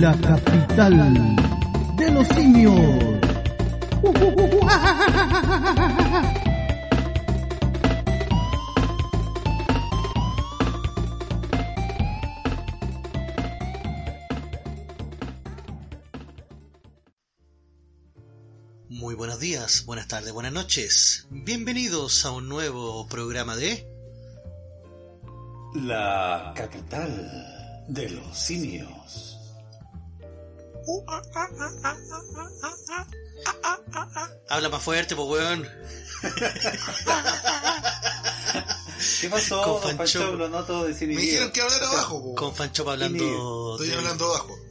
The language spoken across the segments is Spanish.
la capital de los simios. Muy buenos días, buenas tardes, buenas noches. Bienvenidos a un nuevo programa de La capital de los simios. Habla más fuerte, po weón. ¿Qué pasó, Con don Pancho. Pancho? Lo noto decir Me dijeron que hablara abajo, po. Con Fancho pa' hablando. Estoy de- hablando abajo.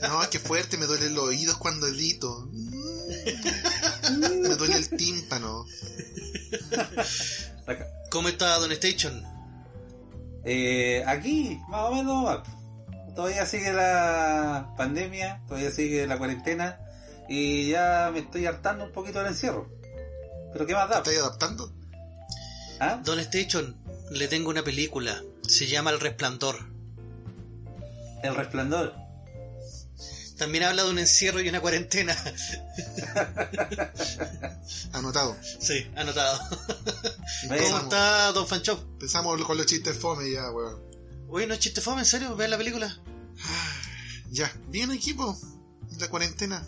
No, es que fuerte, me duelen los oídos cuando grito. Mm. Me duele el tímpano. ¿Cómo está Don Station? Eh, aquí, más o menos. más. Todavía sigue la pandemia, todavía sigue la cuarentena y ya me estoy hartando un poquito del encierro. Pero ¿qué más da? ¿Estás adaptando? ¿Ah? Don Station, le tengo una película. Se llama El Resplandor. El resplandor. También habla de un encierro y una cuarentena. Anotado. Sí, anotado. ¿Cómo Bueno, Pensamos. está Don Fancho? Empezamos con los chistes fome ya, weón. Oye, no es chiste fome, en serio, vean la película. Ya, bien equipo. La cuarentena.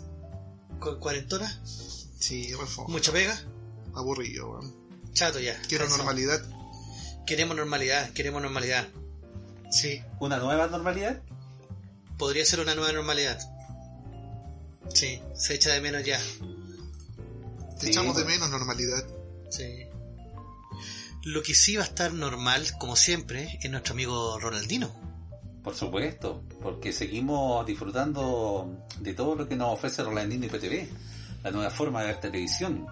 Cu- Cuarentona, Sí, por favor. mucha pega. Aburrido, weón. Chato ya. Quiero Cansado. normalidad. Queremos normalidad, queremos normalidad. Sí, ¿Una nueva normalidad? podría ser una nueva normalidad. Sí, se echa de menos ya. Te Sí, echamos de weón. menos normalidad. Sí. Lo que sí va a estar normal, como siempre, es nuestro amigo Ronaldino. Por supuesto, porque seguimos disfrutando de todo lo que nos ofrece Rolandino IPTV, la nueva forma de ver televisión.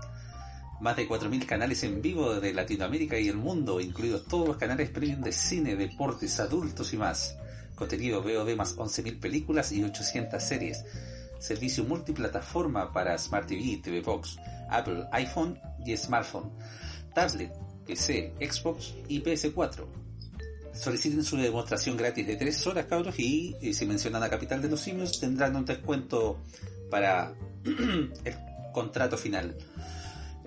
Más de 4.000 canales en vivo de Latinoamérica y el mundo, incluidos todos los canales premium de cine, deportes, adultos y más. Contenido VOD más 11.000 películas y 800 series. Servicio multiplataforma para Smart TV, TV Box, Apple, iPhone y smartphone. Tablet, PC, Xbox y PS4. Soliciten su demostración gratis de 3 horas, cabros, y, eh, si mencionan a Capital de los Simios tendrán un descuento para el contrato final.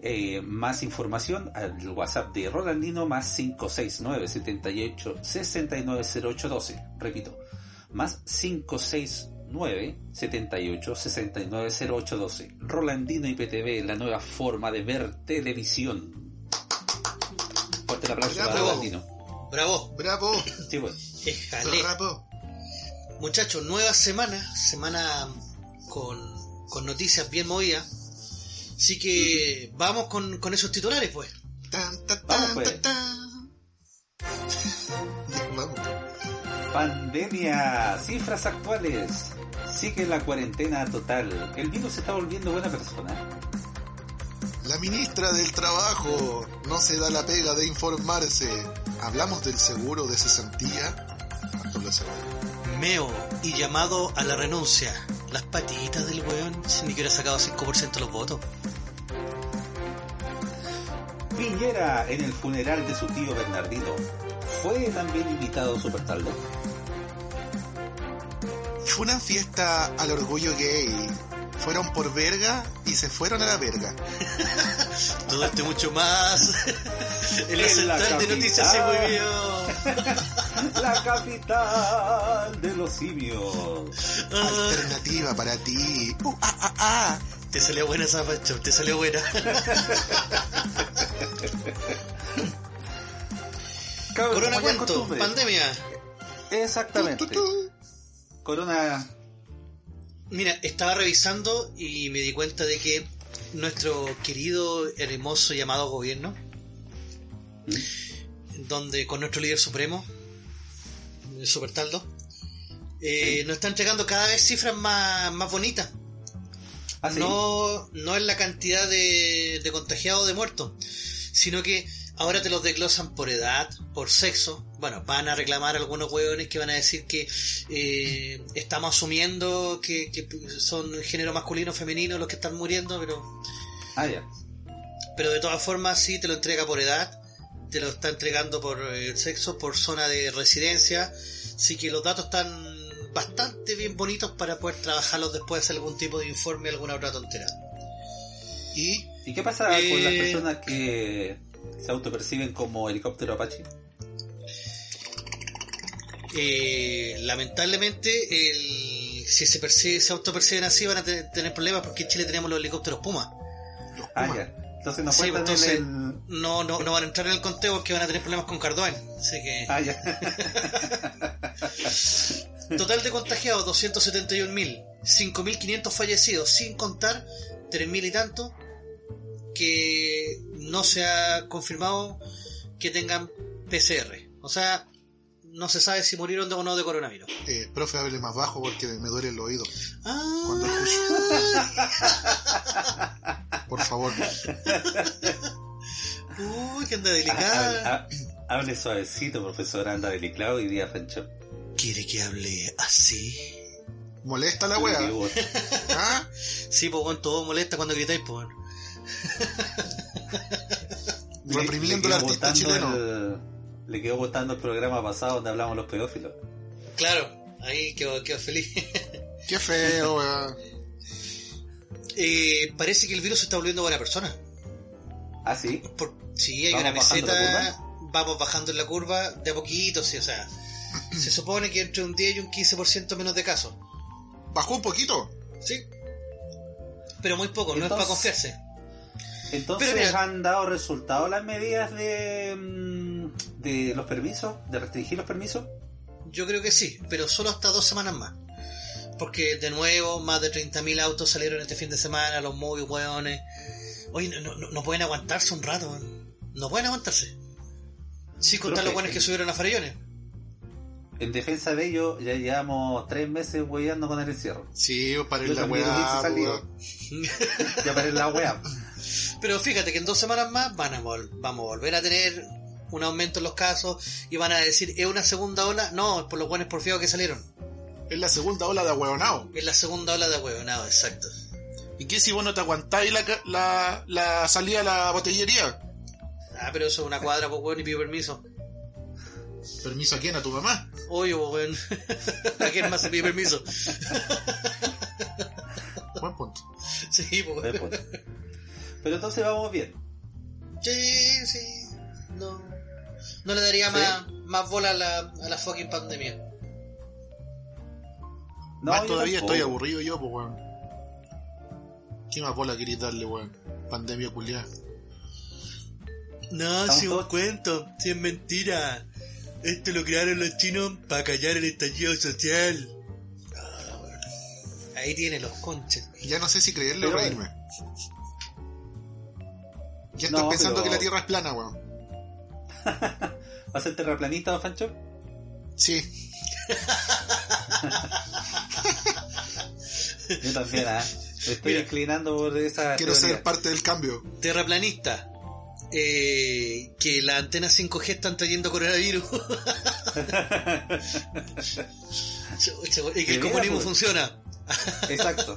Eh, más información al WhatsApp de Rolandino más 569 78 690812. Repito, más 569 78 690812. Rolandino IPTV, la nueva forma de ver televisión. Fuerte el aplauso para Bravo. Rolandino. Bravo, Bravo. Sí, pues. déjale. Bravo. Muchachos, nueva semana, semana con, con noticias bien movidas. Así que vamos con, con esos titulares, pues. Tan, tan, Vamos, tan, pues. tan, tan. Ya, Vamos. Pandemia, cifras actuales. Sigue la cuarentena total. El virus se está volviendo buena persona. La ministra del Trabajo no se da la pega de informarse. ¿Hablamos del seguro de cesantía? Hablamos del seguro. Meo y llamado a la renuncia. Las patitas del weón, si ni que hubiera sacado 5% de los votos. Piñera en el funeral de su tío Bernardino. Fue también invitado super tarde. Fue una fiesta al orgullo gay. Fueron por verga y se fueron a la verga. Todo esto y mucho más. El En la central de noticias se capital. movió. La capital de los simios. Ah, Alternativa para ti. Uh, te salió buena esa Pancho, te salió buena. Corona Cabros, como ya es cuento, costumbre. pandemia. Exactamente. Tu, tu, tu. Corona. Mira, estaba revisando y me di cuenta de que nuestro querido, hermoso llamado gobierno, donde con nuestro líder supremo, el Supertaldo, eh, nos está entregando cada vez cifras más, más bonitas. Ah, sí. No, no en la cantidad de, de contagiados o de muertos, sino que ahora te los desglosan por edad, por sexo. Bueno, van a reclamar algunos hueones que van a decir que eh, estamos asumiendo que, que son género masculino o femenino los que están muriendo, pero, Ah, ya. pero de todas formas sí te lo entrega por edad, te lo está entregando por eh, sexo, por zona de residencia. Así que los datos están bastante bien bonitos para poder trabajarlos después, hacer algún tipo de informe, alguna otra tontera. Y ¿Y qué pasa con las Eh, personas que se autoperciben como helicóptero Apache? Eh, lamentablemente, el- si se, percibe, se autoperciben así, van a te- tener problemas porque en Chile tenemos los helicópteros Puma. los Ah, Pumas. ya. Entonces no Sí, pues, cuentan en entonces- el... No, no, no van a entrar en el conteo porque van a tener problemas con Cardoen. Así que, Ah, ya. total de contagiados: 271.000, 5.500 fallecidos, sin contar 3.000 y tanto que no se ha confirmado que tengan PCR. O sea, no se sabe si murieron de- o no de coronavirus. Eh, profe, hable más bajo porque me duele el oído. Ah, Cuando escucho. Por favor. uy, que anda Ah, delicada. ah, Hable suavecito, profesor. Anda delicado y día Francho. ¿Quiere que hable así? Molesta la wea. ¿Ah? Sí, pues bueno, todo molesta cuando gritáis, pues bueno. Reprimiendo al artista chileno. le quedó votando el programa pasado donde hablamos los pedófilos. Claro, ahí quedó, quedó feliz. Qué feo, wea. Eh, parece que el virus se está volviendo buena persona. Ah, sí. Por, sí, hay ¿Vamos una bajando meseta, la vamos bajando en la curva de a poquito, sí, o sea. se supone que entre un 10 y un 15% menos de casos. Bajó un poquito. Sí. Pero muy poco, no es Entonces- para confiarse. Entonces, Pero mira- ¿han dado resultado las medidas de, mm, de los permisos? ¿De restringir los permisos? Yo creo que sí, pero solo hasta dos semanas más. Porque de nuevo, más de 30.000 autos salieron este fin de semana, los móviles, weones. Oye, no, no, no pueden aguantarse un rato, weón. No pueden aguantarse. Sin contar Profe, los weones que el- subieron a Farellones. En defensa de ello, ya llevamos tres meses hueveando con el encierro. Sí, para Yo la también weá. hubiese salido. wea. Ya paré la wea. Pero fíjate que en dos semanas más van a vol- vamos a volver a tener un aumento en los casos y van a decir, ¿es una segunda ola? No, es por los buenos porfiados que salieron. Es la segunda ola de ahueonao. Es la segunda ola de huevonado, exacto. ¿Y qué si vos no te aguantáis la, ca- la, la salida a la botellería? Ah, pero eso es una cuadra, pues weón, y pido permiso. ¿Permiso a quién? ¿A tu mamá? Oye, pues weón, ¿a quién más se pide permiso? Buen punto. Sí, pues weón. Después. Pero entonces vamos bien. Sí, sí. No, no le daría Sí. más, más bola a la, a la fucking pandemia. Más yo todavía tampoco. estoy aburrido yo, pues, weón. ¿Qué más bola querés darle, weón? Pandemia culiada. No, si es un cuento, si es mentira. Esto lo crearon los chinos para callar el estallido social. Ah, Ahí tiene los conches. Ya no sé si creerle Pero o bueno. reírme. Ya estás No, pensando pero- que la Tierra es plana, weón. ¿Vas a ser terraplanista, don Fancho? Sí, Yo también, ¿ah? Me estoy Mira. inclinando por esa. quiero teoría. ser parte del cambio. Terraplanista. Eh, que las antenas 5G están trayendo coronavirus. Chucha, y que De el veras, comunismo pues. funciona. Exacto.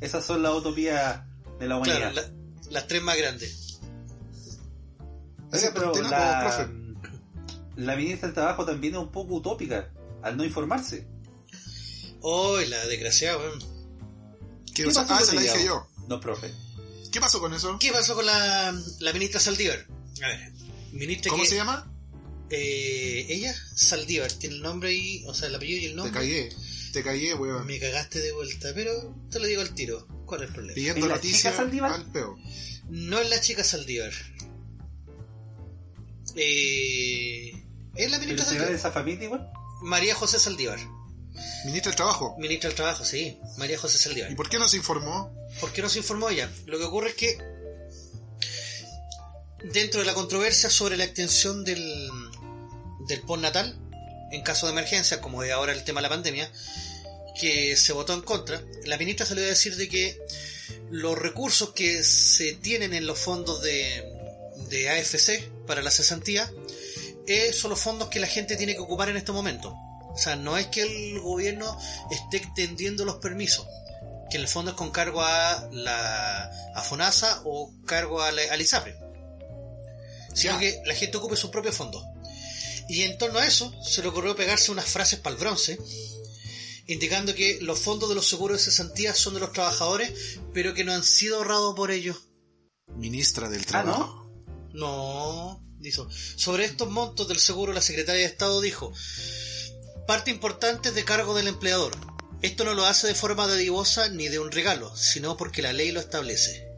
Esas son las utopías de la humanidad. Claro, la- las tres más grandes. Ese Oiga, pero pantera como la, profe. la ministra del Trabajo también es un poco utópica al no informarse. Oh, la desgraciada, weón. Que, ¿Qué o sea, pasó ah, con se la ella? dije yo. No, profe. ¿Qué pasó con eso? ¿Qué pasó con la, la ministra Saldívar? A ver, ministra ¿Cómo que- se llama? Eh, ella, Saldívar, tiene el nombre y, o sea, el apellido y el Te nombre. cagué. Te cagué, weón. Me cagaste de vuelta, pero te lo digo al tiro. ¿Cuál es el problema? Pidiendo ¿Y la noticias chica Saldívar? al peo. No es la chica Saldívar. Eh, es la ¿Pero ministra será de Saldívar. esa familia igual? Ah, María José Saldívar. Ministra del Trabajo. Ministra del Trabajo, sí. María José Saldívar. ¿Y por qué no se informó? ¿Por qué no se informó ella? Lo que ocurre es que dentro de la controversia sobre la extensión del, del postnatal en caso de emergencia, como es ahora el tema de la pandemia, que se votó en contra, la ministra salió a decir de que los recursos que se tienen en los fondos de, de AFC para la cesantía eh, son los fondos que la gente tiene que ocupar en este momento. O sea, no es que el gobierno esté extendiendo los permisos que en el fondo es con cargo a la a FONASA o cargo a la- al ISAPRE. Sino Ya. que la gente ocupe sus propios fondos. Y en torno a eso, se le ocurrió pegarse unas frases para el bronce indicando que los fondos de los seguros de cesantía son de los trabajadores, pero que no han sido ahorrados por ellos. Ministra del Ah, Trabajo. ¿no? No, dijo. Sobre estos montos del seguro, la secretaria de Estado dijo, parte importante es de cargo del empleador. Esto no lo hace de forma dadivosa ni de un regalo, sino porque la ley lo establece.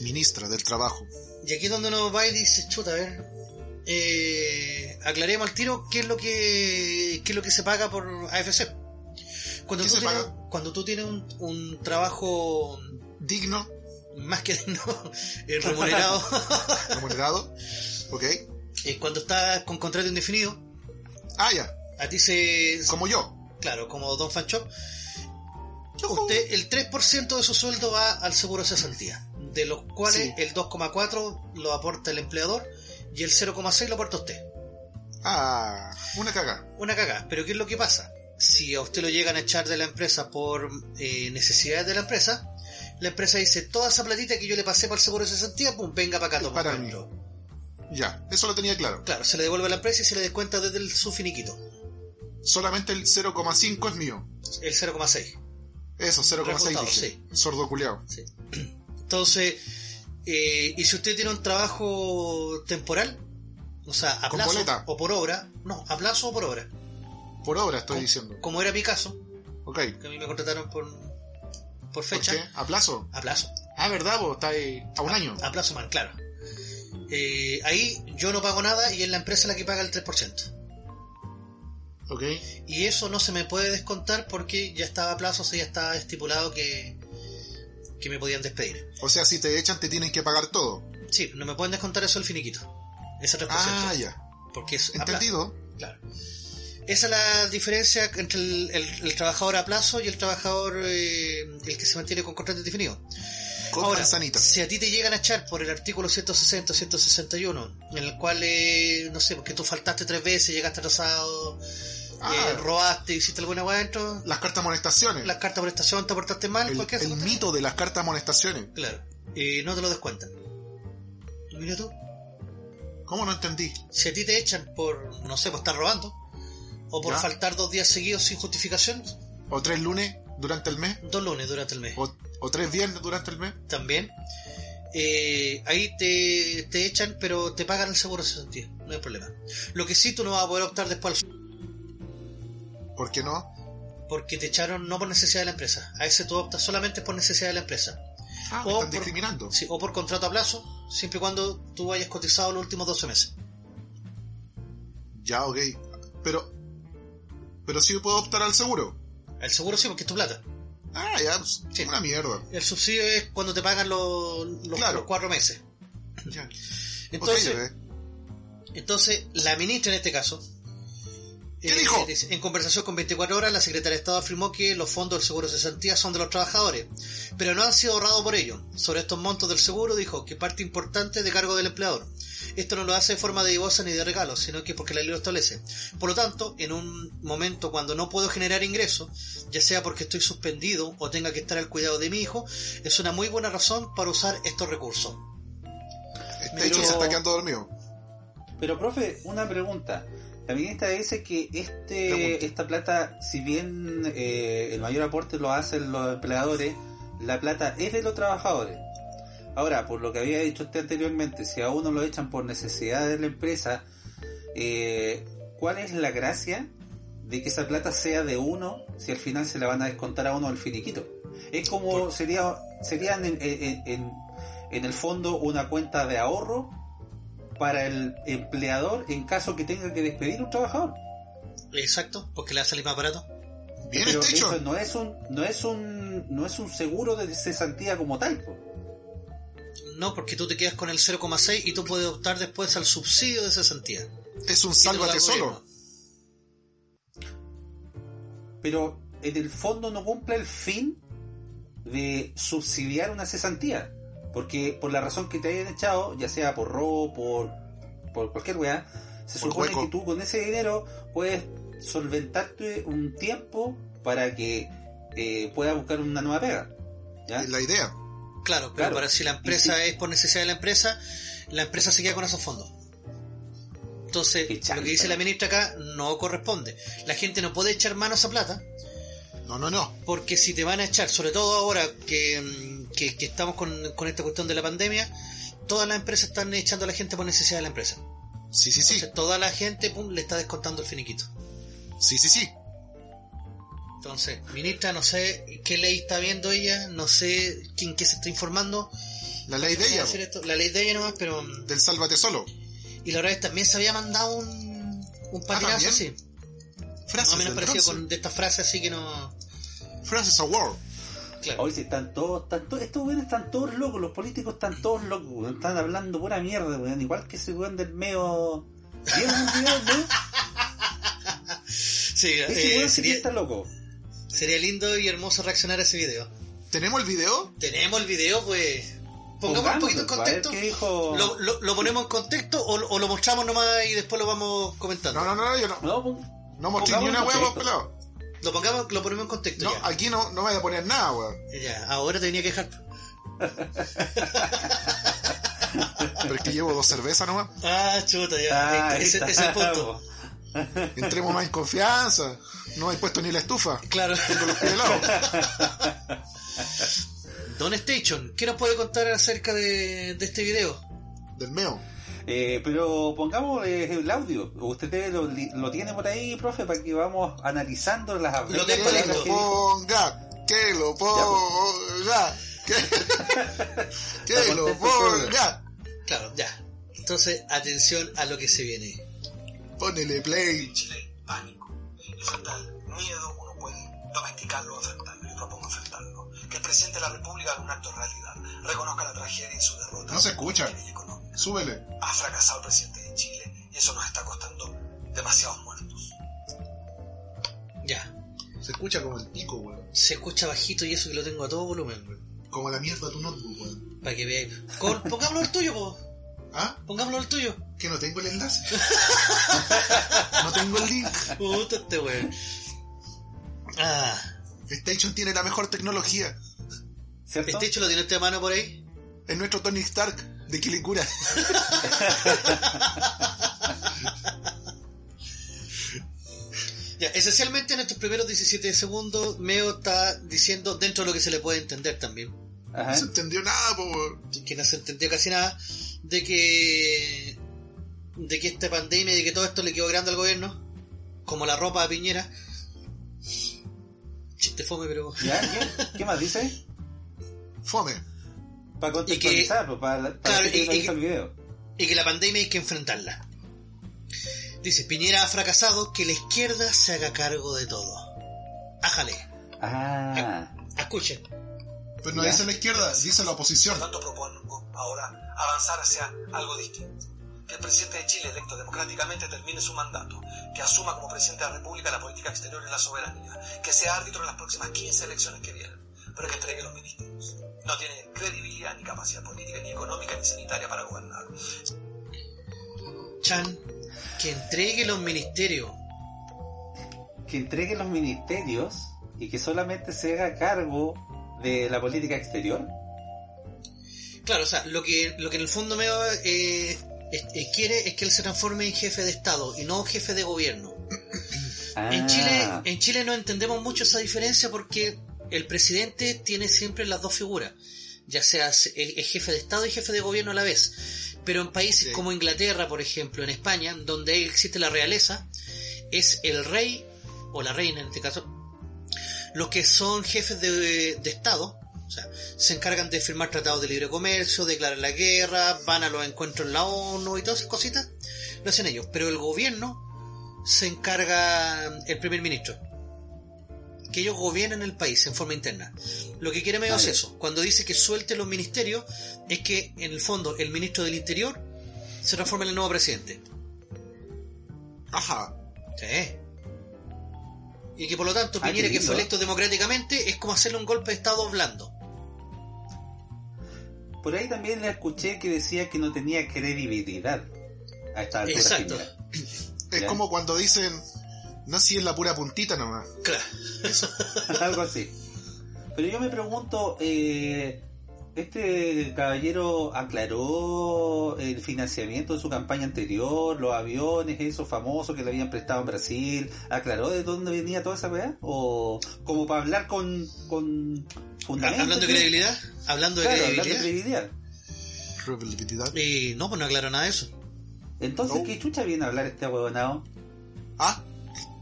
Ministra del Trabajo. Y aquí es donde uno va y dice, chuta, a ver, eh, aclaremos al tiro qué es lo que qué es lo que se paga por AFC. Cuando, ¿Qué tú se tienes, paga? cuando tú tienes un, un trabajo Digno, más que no, eh, remunerado, remunerado. ok. eh, cuando estás con contrato indefinido, Ah, ya. a ti se, Como yo. claro, como Don Fanchop, usted, el 3% de su sueldo va al seguro de cesantía, de los cuales Sí. el 2,4% lo aporta el empleador y el 0,6% lo aporta usted. Ah, una caga. Una cagada, pero ¿qué es lo que pasa? Si a usted lo llegan a echar de la empresa por eh, necesidades de la empresa, la empresa dice, toda esa platita que yo le pasé para el seguro de cesantía, pum, venga para acá, toma, para ven mí. yo". Ya, eso lo tenía claro. Claro, se le devuelve a la empresa y se le descuenta desde el- su finiquito, Solamente el 0,5 es mío. el 0,6%. Eso, 0,6 Refutado, dije. Sordo culeado. Entonces, eh, y si usted tiene un trabajo temporal, o sea, a Con plazo boleta. o por obra, no, a plazo o por obra, Por obra estoy Com- diciendo. como era mi caso, Ok. que a mí me contrataron por, por ¿Por fecha, qué? ¿A plazo? a plazo, Ah, ¿verdad? Vos está ahí a un año. a plazo mal, claro. Eh, ahí yo no pago nada y es la empresa la que paga el 3%. Ok. Y eso no se me puede descontar porque ya estaba a plazo, o sea, ya estaba estipulado que, que me podían despedir. O sea, si te echan, te tienen que pagar todo. Sí, no me pueden descontar eso el finiquito. Ese 3%. Ah, ya. porque es a plazo. Entendido. Claro. Esa es la diferencia entre el, el- el trabajador a plazo y el trabajador eh, el que se mantiene con contrato indefinido. Con Ahora, manzanitas. si a ti te llegan a echar por el artículo 160, 161, en el cual, eh, no sé, porque tú faltaste tres veces, llegaste atrasado, Ah, eh, robaste, hiciste alguna hueá adentro, las cartas amonestaciones. las cartas de prestación te portaste mal, el cualquier el cosa. mito de las cartas amonestaciones. Claro, eh, no te lo descuentan. Mira tú, ¿Cómo no entendí? si a ti te echan por, no sé, por estar robando, o por Ya. faltar dos días seguidos sin justificación, ¿O tres lunes durante el mes? dos lunes durante el mes. ¿O, o tres viernes durante el mes? también. eh, ahí te, te echan, pero te pagan el seguro de cesantía, no hay problema. Lo que sí tú no vas a poder optar después, al- ¿Por qué no? Ah, porque te echaron no por necesidad de la empresa. A ese tú optas solamente por necesidad de la empresa. Ah, me O por- están discriminando. Sí, o por contrato a plazo, siempre y cuando tú hayas cotizado los últimos 12 meses. Ya, ok. Pero. Pero sí puedo optar al seguro. El seguro sí, porque es tu plata. Ah, ya. pues, Sí. Una mierda. El subsidio es cuando te pagan los, los- Claro. los cuatro meses. Ya. Entonces, Ok, bebé. Entonces, la ministra en este caso. eh, ¿Qué dijo? dice, En conversación con 24 horas, la secretaria de Estado afirmó que los fondos del seguro de cesantía son de los trabajadores, pero no han sido ahorrados por ello. Sobre estos montos del seguro, dijo que parte importante es de cargo del empleador. Esto no lo hace de forma de divosa ni de regalo, sino que porque la ley lo establece. Por lo tanto, en un momento cuando no puedo generar ingresos, ya sea porque estoy suspendido o tenga que estar al cuidado de mi hijo, es una muy buena razón para usar estos recursos. Este pero- hecho se está quedando dormido. Pero, profe, una pregunta. La ministra dice que este Pregunta. esta plata, si bien eh, el mayor aporte lo hacen los empleadores, la plata es de los trabajadores. Ahora, por lo que había dicho usted anteriormente, si a uno lo echan por necesidad de la empresa, eh, ¿cuál es la gracia de que esa plata sea de uno si al final se la van a descontar a uno el finiquito? Es como sería serían en, en- en- en el fondo una cuenta de ahorro para el empleador en caso que tenga que despedir a un trabajador. Exacto, porque le va a salir más barato. Bien, Pero este hecho. eso no es un no es un no es un seguro de cesantía como tal. po. No, porque tú te quedas con el 0,6 y tú puedes optar después al subsidio de cesantía. Es un sálvate Y tú lo da solo. gobierno. Pero en el fondo no cumple el fin de subsidiar una cesantía, porque por la razón que te hayan echado, ya sea por robo, por por cualquier weá, se Por supone hueco. que tú con ese dinero puedes solventarte un tiempo para que eh, puedas buscar una nueva pega. ¿ya? Es la idea. Claro, pero Claro. para si la empresa es por necesidad de la empresa, la empresa se queda con esos fondos. Entonces, Qué lo chanta. que dice la ministra acá no corresponde. La gente no puede echar mano a esa plata No, no, no. Porque si te van a echar, sobre todo ahora que, mm, que- que estamos con, con esta cuestión de la pandemia, todas las empresas están echando a la gente por necesidad de la empresa. Sí, sí, sí. Entonces toda la gente pum, le está descontando el finiquito. Sí, sí, sí. Entonces, ministra, no sé qué ley está viendo ella, no sé quién qué se está informando. La ley de Voy a ella, pues, hacer esto- La ley de ella nomás, pero... del sálvate solo. Y la verdad es que también se había mandado un, un patinazo ¿también? Ah, pues, así. Más o Frases menos del parecido bronce. con de estas frases, así que no... Francis Award. Claro. Hoy sí están todos, están todos, estos weones están todos locos, los políticos están todos locos, weón, están hablando pura mierda, weón, igual que ese weón del medio. ¿Vieron el video, weón? Sí, Ese eh, weón sí que sería, está loco. sería lindo y hermoso reaccionar a ese video. ¿Tenemos el video? Tenemos el video, pues... Pongamos un poquito en Pongámoslo, a ver contexto. ¿Qué dijo? ¿Lo, lo, lo ponemos en contexto o, o lo mostramos nomás y después lo vamos comentando? No, no, no, no, yo no. No, pon- No mostré ni Pongamos una un hueá, vos, texto. pelado. Lo pongamos, lo ponemos en contexto. No, ya. aquí no, no me voy a poner nada, weón. Ya, ahora tenía que dejar. Pero es que llevo dos cervezas nomás. Ah, chuta, ya. Ah, ahí está, ahí ese, ese es el está, punto. Entremos más en confianza. No me he puesto ni la estufa. Claro. Tengo los pies helados. Don Station, ¿qué nos puede contar acerca de, de este video? Del meo. Eh, pero pongamos eh, el audio. Usted lo, lo tiene por ahí, profe, para que vamos analizando las Lo Que tengo palabras listo. Oh, pues. lo que dijo. ponga. Que lo ponga. Que, que Está lo contento, ponga. Claro, ya. Entonces, atención a lo que se viene. Ponele play. Chile, pánico, enfrentar miedo, uno puede domesticarlo, enfrentarlo. Yo propongo enfrentarlo. Que el presidente de la República haga un acto de realidad, reconozca la tragedia y su derrota. No se escucha. Y económica. Súbele. Ha fracasado el presidente de Chile y eso nos está costando demasiados muertos. Ya. Se escucha como el pico, weón. Se escucha bajito y eso que lo tengo a todo volumen, weón. Como la mierda de tu notebook, weón. Para que veáis. Con- pongámoslo el tuyo, po. ¿Ah? Pongámoslo el tuyo. Que no tengo el enlace. no tengo el link. Puta este weón. Ah. Station tiene la mejor tecnología. ¿Cierto? Este hecho lo tiene usted a mano por ahí. Es nuestro Tony Stark de Quilicura. ¿Ah? Ya, esencialmente en estos primeros 17 segundos, Meo está diciendo dentro de lo que se le puede entender también. No Ajá. se entendió nada, po. weón. que no se entendió casi nada, de que de que esta pandemia y de que todo esto le quedó grande al gobierno, como la ropa a Piñera. Chiste fome, pero... ¿Ya? ¿Qué? ¿Qué más dice? Fome. Para contextualizar, pues, para, para Claro, la gente que y- no y- hizo el video. Y que la pandemia hay que enfrentarla. Dice, Piñera ha fracasado, que la izquierda se haga cargo de todo. Ájale, Ah, escuchen. Pero Pues no Ya. dice la izquierda, dice la Por oposición. lo tanto, propongo ahora avanzar hacia algo distinto. Que el presidente de Chile, electo democráticamente, termine su mandato. Que asuma como presidente de la República la política exterior y la soberanía. Que sea árbitro en las próximas 15 elecciones que vienen. Pero que entregue los ministerios. No tiene credibilidad, ni capacidad política, ni económica, ni sanitaria para gobernar. Chan, que entregue los ministerios. que entregue los ministerios y que solamente se haga cargo de la política exterior. Claro, o sea, lo que, lo que en el fondo Meo eh, es- eh, quiere es que él se transforme en jefe de Estado y no jefe de gobierno. Ah, En Chile, eh, en Chile no entendemos mucho esa diferencia porque el presidente tiene siempre las dos figuras, ya sea el, el jefe de Estado y jefe de gobierno a la vez. Pero en países Sí. como Inglaterra, por ejemplo, en España, donde existe la realeza, es el rey o la reina en este caso, los que son jefes de, de Estado. O sea, se encargan de firmar tratados de libre comercio, declarar la guerra, van a los encuentros en la ONU y todas esas cositas. Lo hacen ellos. Pero el gobierno se encarga el primer ministro. Que ellos gobiernan el país en forma interna. Lo que quiere medio es Vale. eso. Cuando dice que suelte los ministerios, es que en el fondo el ministro del Interior se transforma en el nuevo presidente. Ajá. Sí. Y que por lo tanto Ah, Piñera, qué que lindo. fue electo democráticamente, es como hacerle un golpe de Estado blando. Por ahí también le escuché que decía que no tenía credibilidad a esta altura. Exacto. Piñera. Es Ya. como cuando dicen, no, si es la pura puntita nomás. Claro. Algo así. Pero yo me pregunto, eh, Este caballero aclaró el financiamiento de su campaña anterior, los aviones, esos famosos que le habían prestado en Brasil. ¿Aclaró de dónde venía toda esa weá? ¿O como para hablar con, con fundamento? Hablando de ¿sí? credibilidad, hablando de Claro, hablando de credibilidad. credibilidad. Credibilidad. Y no, pues no aclaró nada de eso. Entonces, No. ¿qué chucha viene a hablar este huevonao? Ah,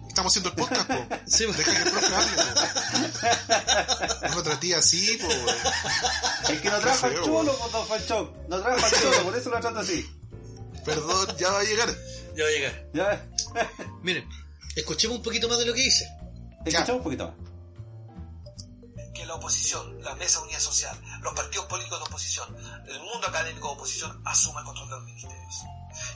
estamos haciendo el podcast, po. Sí, pues. Deja que el profe hable, po. No lo traté así, po. Es que no trajo al feo, cholo, po, don Fanchón. No trajo al cholo, por eso lo trato así. Perdón, ya va a llegar. ya va a llegar. Ya, Miren, escuchemos un poquito más de lo que dice. escuchamos un poquito más. que la oposición, la Mesa Unida Social, los partidos políticos de oposición, el mundo académico de oposición asuma el control de los ministerios.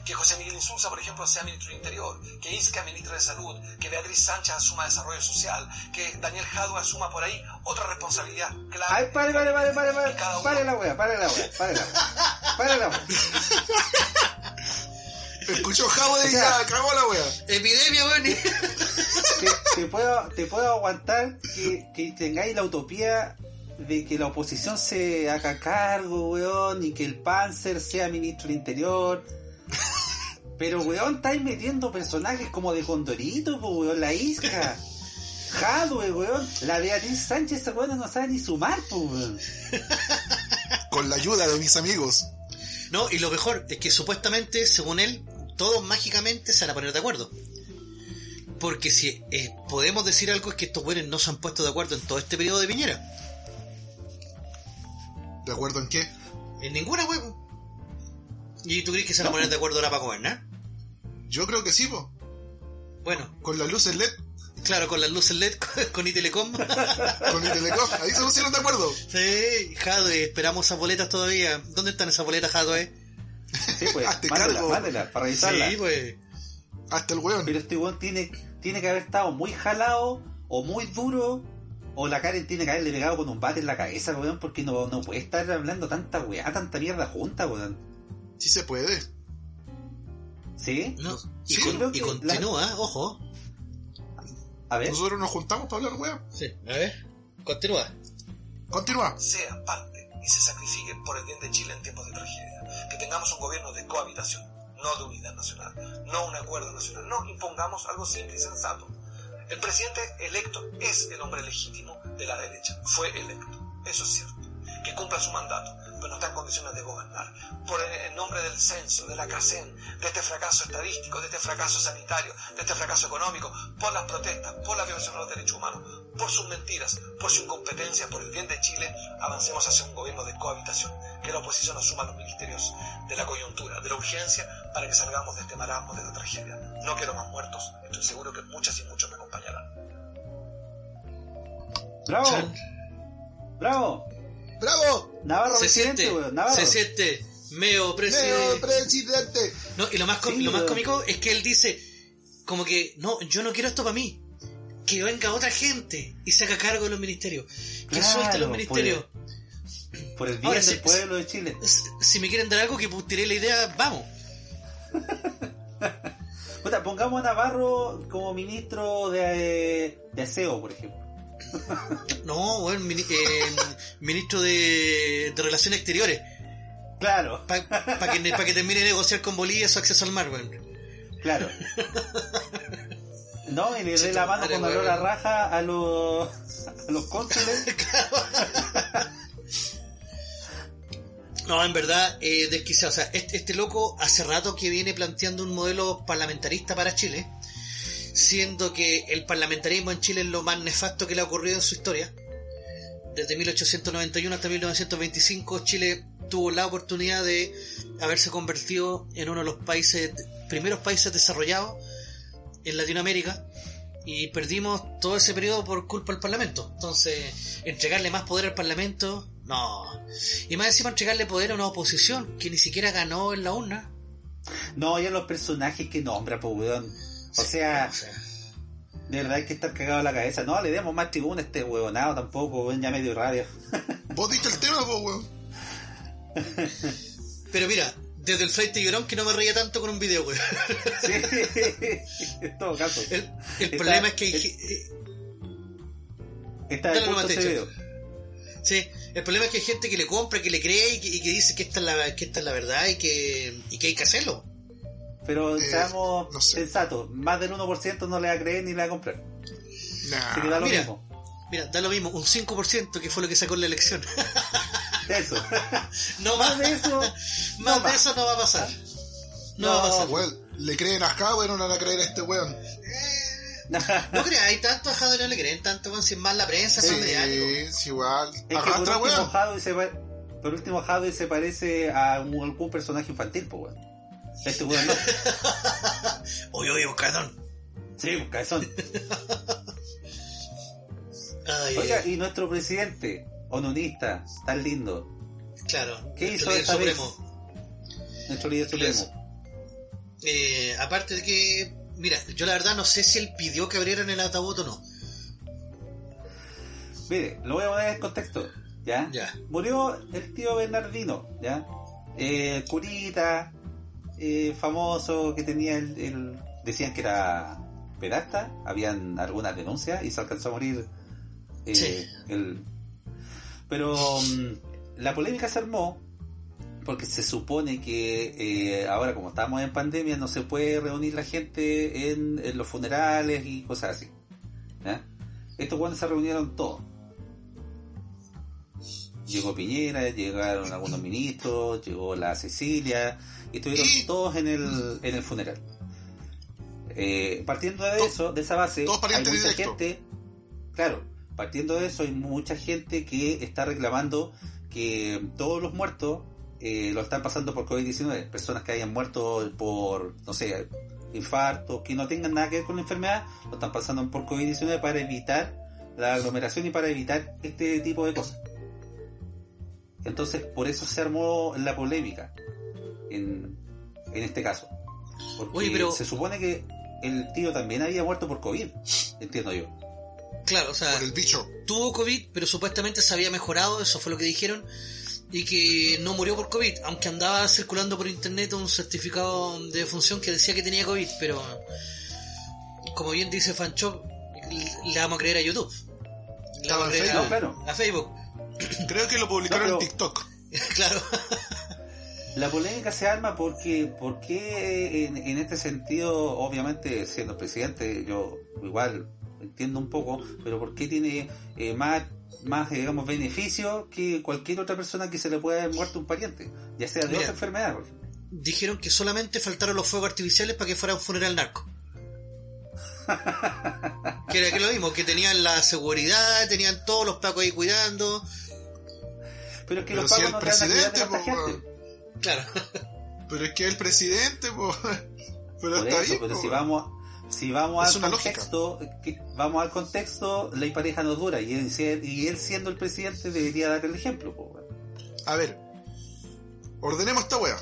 Que José Miguel Insunza, por ejemplo, sea ministro del Interior, que Isca ministra de Salud, que Beatriz Sánchez asuma Desarrollo Social, que Daniel Jadua asuma por ahí otra responsabilidad Ay, claro pare, pare, pare, pare, pare, Y cada uno- pare la wea, pare la wea, pare la wea, pare la wea. Escuchó Jabo y ya, cagó la wea. Epidemia, weón. Te, te puedo, te puedo aguantar que, que tengáis la utopía de que la oposición se haga cargo, weón, y que el Panzer sea ministro del Interior. Pero, weón, estáis metiendo personajes como de Condorito, po, weón, la Isca. Jadwe, weón, la Beatriz Sánchez, esa weón no sabe ni sumar, po, weón. Con la ayuda de mis amigos. No, y lo mejor es que supuestamente, según él, todos mágicamente se van a poner de acuerdo. Porque si eh, podemos decir algo es que estos güeyes no se han puesto de acuerdo en todo este periodo de Piñera. ¿De acuerdo en qué? En ninguna, güey. ¿Y tú crees que se van a poner de acuerdo ahora para gobernar? Yo creo que sí, po. Bueno, Con las luces LED, claro, con las luces LED, con- con Itelecom. con el telecom. Ahí se pusieron de acuerdo. sí, Jadwe, esperamos esas boletas todavía. ¿Dónde están esas boletas, Jadwe? Sí, pues, Hazte mándela, cargo. mándela, para revisarla. Sí, pues. Hasta el weón. Pero este weón tiene, tiene que haber estado muy jalado o muy duro. O la Karen tiene que haberle pegado con un bate en la cabeza, weón, porque no, no puede estar hablando tanta weá, tanta mierda junta, weón. Sí se puede. ¿Sí? No. Y, Sí, con- creo y que continúa, ojo. A ver. Nosotros nos juntamos para hablar, weón. Sí, a ver. Continúa. Continúa. sean parte y se sacrifiquen por el bien de Chile en tiempos de tragedia. Que tengamos un gobierno de cohabitación, no de unidad nacional, no un acuerdo nacional. No impongamos algo simple y sensato. El presidente electo es el hombre legítimo de la derecha. Fue electo, eso es cierto. Que cumpla su mandato, pero no está en condiciones de gobernar. Por el en nombre del censo, de la CACEN, de este fracaso estadístico, de este fracaso sanitario, de este fracaso económico, por las protestas, por la violación a los derechos humanos, por sus mentiras, por su incompetencia, por el bien de Chile, avancemos hacia un gobierno de cohabitación, que la oposición asuma los ministerios de la coyuntura, de la urgencia, para que salgamos de este marasmo, de la tragedia. No quiero más muertos, estoy seguro que muchas y muchos me acompañarán. Bravo. Chan. Bravo. ¡Bravo! Navarro Se presidente, siente, weón. Navarro. se siente. Meo ¡Neo presidente. presidente! No, y lo más, com- Sí, lo más weón. cómico es que él dice, como que, no, yo no quiero esto para mí. Que venga otra gente y se haga cargo de los ministerios. Que Claro, pues. suelte los ministerios. Por el bien Ahora del sí, pues. pueblo de Chile. Si- Si me quieren dar algo que pues, tiré la idea, vamos. Puta, pongamos a Navarro como ministro de, de aseo, por ejemplo. No, weón, mini- eh, ministro de, de Relaciones Exteriores. Claro, Para que, ne- pa que termine de negociar con Bolivia su acceso al mar, weón. claro. No, y le dé Chito la mano madre, con olor a weón. raja a los, a los cónsules. No, en verdad, eh, desquiciado. O sea, este, este loco hace rato que viene planteando un modelo parlamentarista para Chile, siendo que el parlamentarismo en Chile es lo más nefasto que le ha ocurrido en su historia. Desde 1891 hasta 1925, Chile tuvo la oportunidad de haberse convertido en uno de los países, primeros países desarrollados en Latinoamérica y perdimos todo ese periodo por culpa del Parlamento. Entonces, entregarle más poder al Parlamento, no. Y más encima entregarle poder a una oposición que ni siquiera ganó en la urna. No, ya los personajes que nombra, pues, weón. O sea, O sea, de verdad hay que estar cagado en la cabeza. No, le demos más tribuna a este huevonado tampoco, weón, ya medio radio. Vos diste el tema, po, weón. Pero mira, desde el flight de llorón que no me reía tanto con un video, güey. Sí, en todo caso. El, el Está- problema es que... es- eh, Está dale de punto nomás, este Techo. video. sí, El problema es que hay gente que le compra, que le cree y que, y que dice que esta es la, que esta es la verdad y que, y que hay que hacerlo. Pero Eh, seamos no sé. sensatos, más del 1% no le va a creer ni le va a comprar. Así que Nah. da lo mira. mismo. Mira, da lo mismo, un 5% que fue lo que sacó en la elección. Eso. No más, más de eso. más va. de eso no va a pasar. No, va a pasar. Weón, le creen a Javier, no le van a creer a este weón. No creáis tanto, a Jado no le creen tanto, weón, si es más la prensa, son mediáticos. es igual. Es que por Arrastra, último, weón. Hadwe se pa- por último Hadwe se parece a un- algún personaje infantil, pues, weón. Este weón no. Oye, oye, buscadón. Sí, un cabezón. Ay, Oiga, y nuestro presidente, onunista, tan lindo, claro. ¿qué el hizo líder esta vez? supremo. nuestro líder Les- supremo. Eh, aparte de que, mira, yo la verdad no sé si él pidió que abrieran el ataúd o no. Mire, lo voy a poner en contexto, ¿ya? Ya. Murió el tío Bernardino, ¿ya? Eh, curita, eh, famoso, que tenía el, el- Decían que era pedasta, habían algunas denuncias y se alcanzó a morir eh, Sí. el... Pero mm, la polémica se armó porque se supone que eh, ahora como estamos en pandemia no se puede reunir la gente en, en los funerales y cosas así. ¿ya? ¿Eh? Estos guantes se reunieron todos. Llegó Piñera, llegaron algunos ministros, llegó la Cecilia, y estuvieron ¿Y? todos en el, en el funeral. Eh, partiendo de To- eso, de esa base, todos hay parientes mucha directos. gente, claro, partiendo de eso, hay mucha gente que está reclamando que todos los muertos eh, lo están pasando por COVID-19, personas que hayan muerto por, no sé, infartos, que no tengan nada que ver con la enfermedad, lo están pasando por COVID-19 para evitar la aglomeración y para evitar este tipo de cosas. Entonces, por eso se armó la polémica en, en este caso. Porque Oye, pero- se supone que el tío también había muerto por COVID, entiendo yo. Claro, o sea, Por el bicho. tuvo COVID, pero supuestamente se había mejorado, eso fue lo que dijeron, y que no murió por COVID, aunque andaba circulando por internet un certificado de defunción que decía que tenía COVID, pero como bien dice Fanchop, le vamos a creer a YouTube. Le Estaba vamos a en creer No, a, claro. a Facebook, Creo que lo publicaron No, pero- en TikTok. claro. La polémica se arma porque, porque en, en este sentido, obviamente siendo presidente, yo igual entiendo un poco, pero ¿por qué tiene eh, más, más eh, digamos, beneficio que cualquier otra persona que se le pueda haber muerto un pariente? Ya sea de Mira. otra enfermedad. por ejemplo. Dijeron que solamente faltaron los fuegos artificiales para que fuera un funeral narco. que era que lo mismo, que tenían la seguridad, tenían todos los pacos ahí cuidando. Pero es que Pero los si pagos el no te van a cuidar de presidente, pues, tanta po, gente. Claro. Pero es que el presidente, po. Pero Por está eso, ahí, pero po, si weón. vamos, si vamos Es al una lógica. contexto, que- vamos al contexto, la pareja no dura y él, si- y él siendo el presidente debería dar el ejemplo. po, weón. A ver, ordenemos esta wea.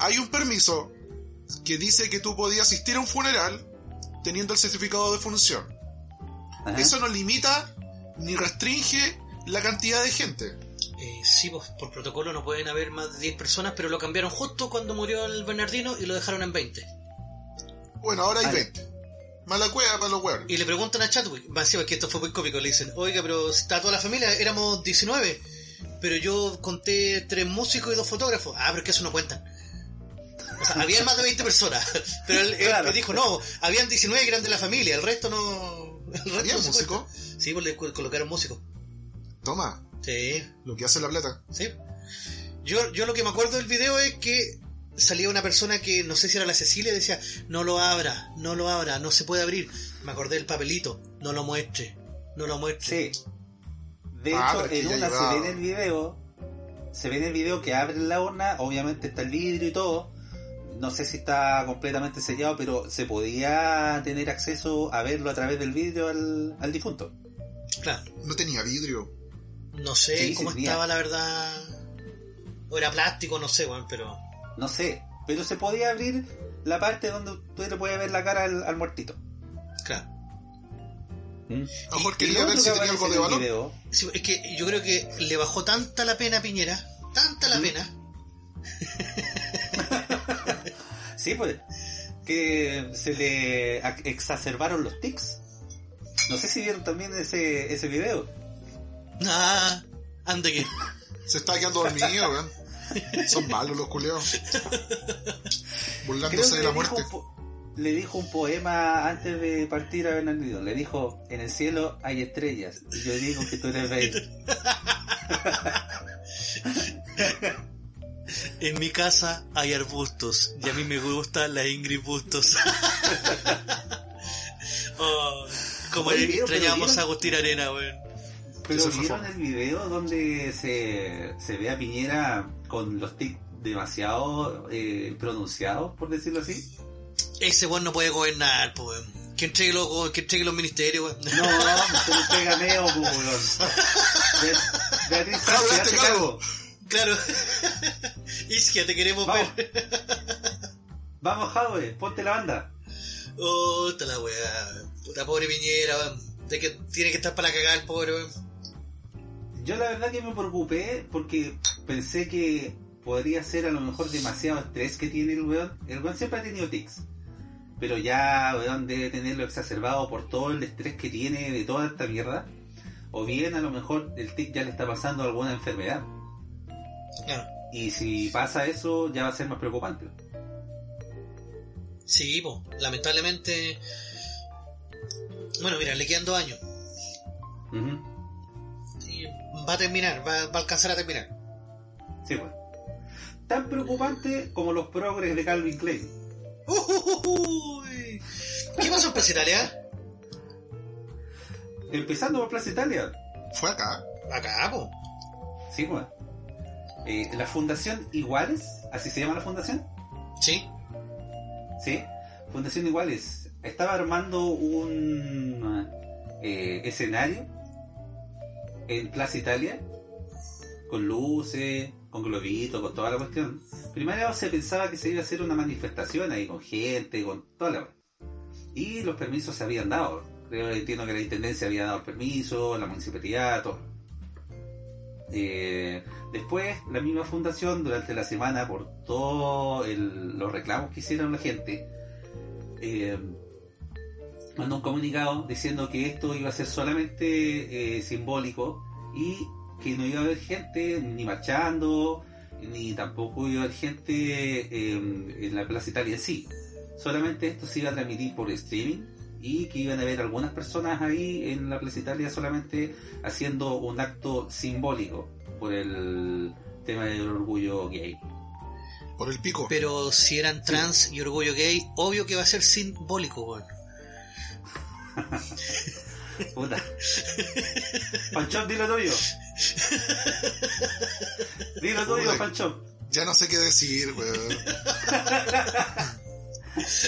Hay un permiso que dice que tú podías asistir a un funeral teniendo el certificado de función. Ajá. Eso no limita ni restringe la cantidad de gente. Eh, sí, pues por protocolo no pueden haber más de 10 personas, pero lo cambiaron justo cuando murió el Bernardino y lo dejaron en 20. Bueno, ahora hay Vale. 20. Mala cueva para los weones. Y le preguntan a Chadwick, va encima que esto fue muy cómico, le dicen, oiga, pero está toda la familia, éramos 19, pero yo conté tres músicos y dos fotógrafos. Ah, pero es que eso no cuentan. O sea, habían más de 20 personas, pero él, él Claro. dijo, no, habían 19 que eran de la familia, el resto no... El resto ¿Había no se músico? cuenta". Sí, pues le col- colocaron músicos. Toma, Sí, lo que hace la plata. Sí. Yo, yo lo que me acuerdo del video es que salía una persona que no sé si era la Cecilia y decía, no lo abra, no lo abra, no se puede abrir. Me acordé del papelito, no lo muestre, no lo muestre. Sí. De Ah, hecho, pero es en que ya una se llevaba- ve en el video, se ve en el video que abren la urna, obviamente está el vidrio y todo. No sé si está completamente sellado, pero se podía tener acceso a verlo a través del vidrio al, al difunto. Claro. No tenía vidrio. No sé Sí, cómo servía. estaba la verdad. O era plástico, no sé, weón, pero... No sé, pero se podía abrir la parte donde tú le puedes ver la cara al, al muertito. Claro. A lo mejor Y quería lo otro ver Mm. que si tenía algo aparece de en el valor. video- Sí, es que yo creo que le bajó tanta la pena a Piñera, tanta la Mm. pena, Sí, pues. Que se le ac- exacerbaron los tics. No sé si vieron también ese, ese video. Ah, ande que. Se está quedando dormido, weón. Son malos los culeados. Creo Burlándose que de la le dijo muerte. un po- Le dijo un poema antes de partir a Bernardino. Le dijo, en el cielo hay estrellas. Y yo digo que tú eres bella. En mi casa hay arbustos y a mí me gusta la Ingrid Bustos. Oh, como Oye, vieron, pero extrañamos vieron- a Agustín Arena, weón. Pero Esa fue vieron fome. el video donde se, se ve a Piñera con los tics demasiado eh, pronunciados, por decirlo así. Ese weón no puede gobernar, po, weón. Que entregue los, go- que entregue los ministerios, weón. No, se le pega neo, po, weón. Be- Beatriz Sánchez, Hazte hazte cargo. cargo. Claro. Isquia, te queremos Vamos. ver. Vamos, Jadwe, ponte la banda. Oh, está la weá. weón. Puta pobre Piñera, weón. De que tiene que estar para la cagada el pobre, weón. Yo la verdad que me preocupé porque pensé que podría ser a lo mejor demasiado estrés que tiene el weón. El weón siempre ha tenido tics. Pero ya, weón, debe tenerlo exacerbado por todo el estrés que tiene de toda esta mierda. O bien a lo mejor el tic ya le está pasando alguna enfermedad. Claro. Y si pasa eso, ya va a ser más preocupante. Sí, po. Lamentablemente. Bueno, mira, le quedan dos años. Ujú. Y va a terminar, va, va a alcanzar a terminar. Sí, pues. Tan preocupante como los progres de Calvin Klein. Ujujujuy. ¿Qué pasó en Plaza Italia? Empezando por Plaza Italia. Fue acá. Acá, po. Sí, pues. Eh, la Fundación Iguales, así se llama la fundación, Sí. ¿sí? Fundación Iguales estaba armando un eh, escenario en Plaza Italia con luces, con globitos, con toda la cuestión. Primero se pensaba que se iba a hacer una manifestación ahí con gente, con toda la... Y los permisos se habían dado. Creo entiendo que la Intendencia había dado el permiso, la municipalidad, todo. Eh, Después, la misma fundación durante la semana, por todos los reclamos que hicieron la gente, eh, mandó un comunicado diciendo que esto iba a ser solamente eh, simbólico y que no iba a haber gente ni marchando, ni tampoco iba a haber gente eh, en la Plaza Italia en sí. Solamente esto se iba a transmitir por streaming y que iban a haber algunas personas ahí en la Plaza Italia solamente haciendo un acto simbólico por el tema del orgullo gay. Por el pico. Pero si eran trans y orgullo gay, obvio que va a ser simbólico, weón. Puta. Panchón, dilo tuyo. Dilo tuyo, Puta. Panchón. Ya no sé qué decir, weón.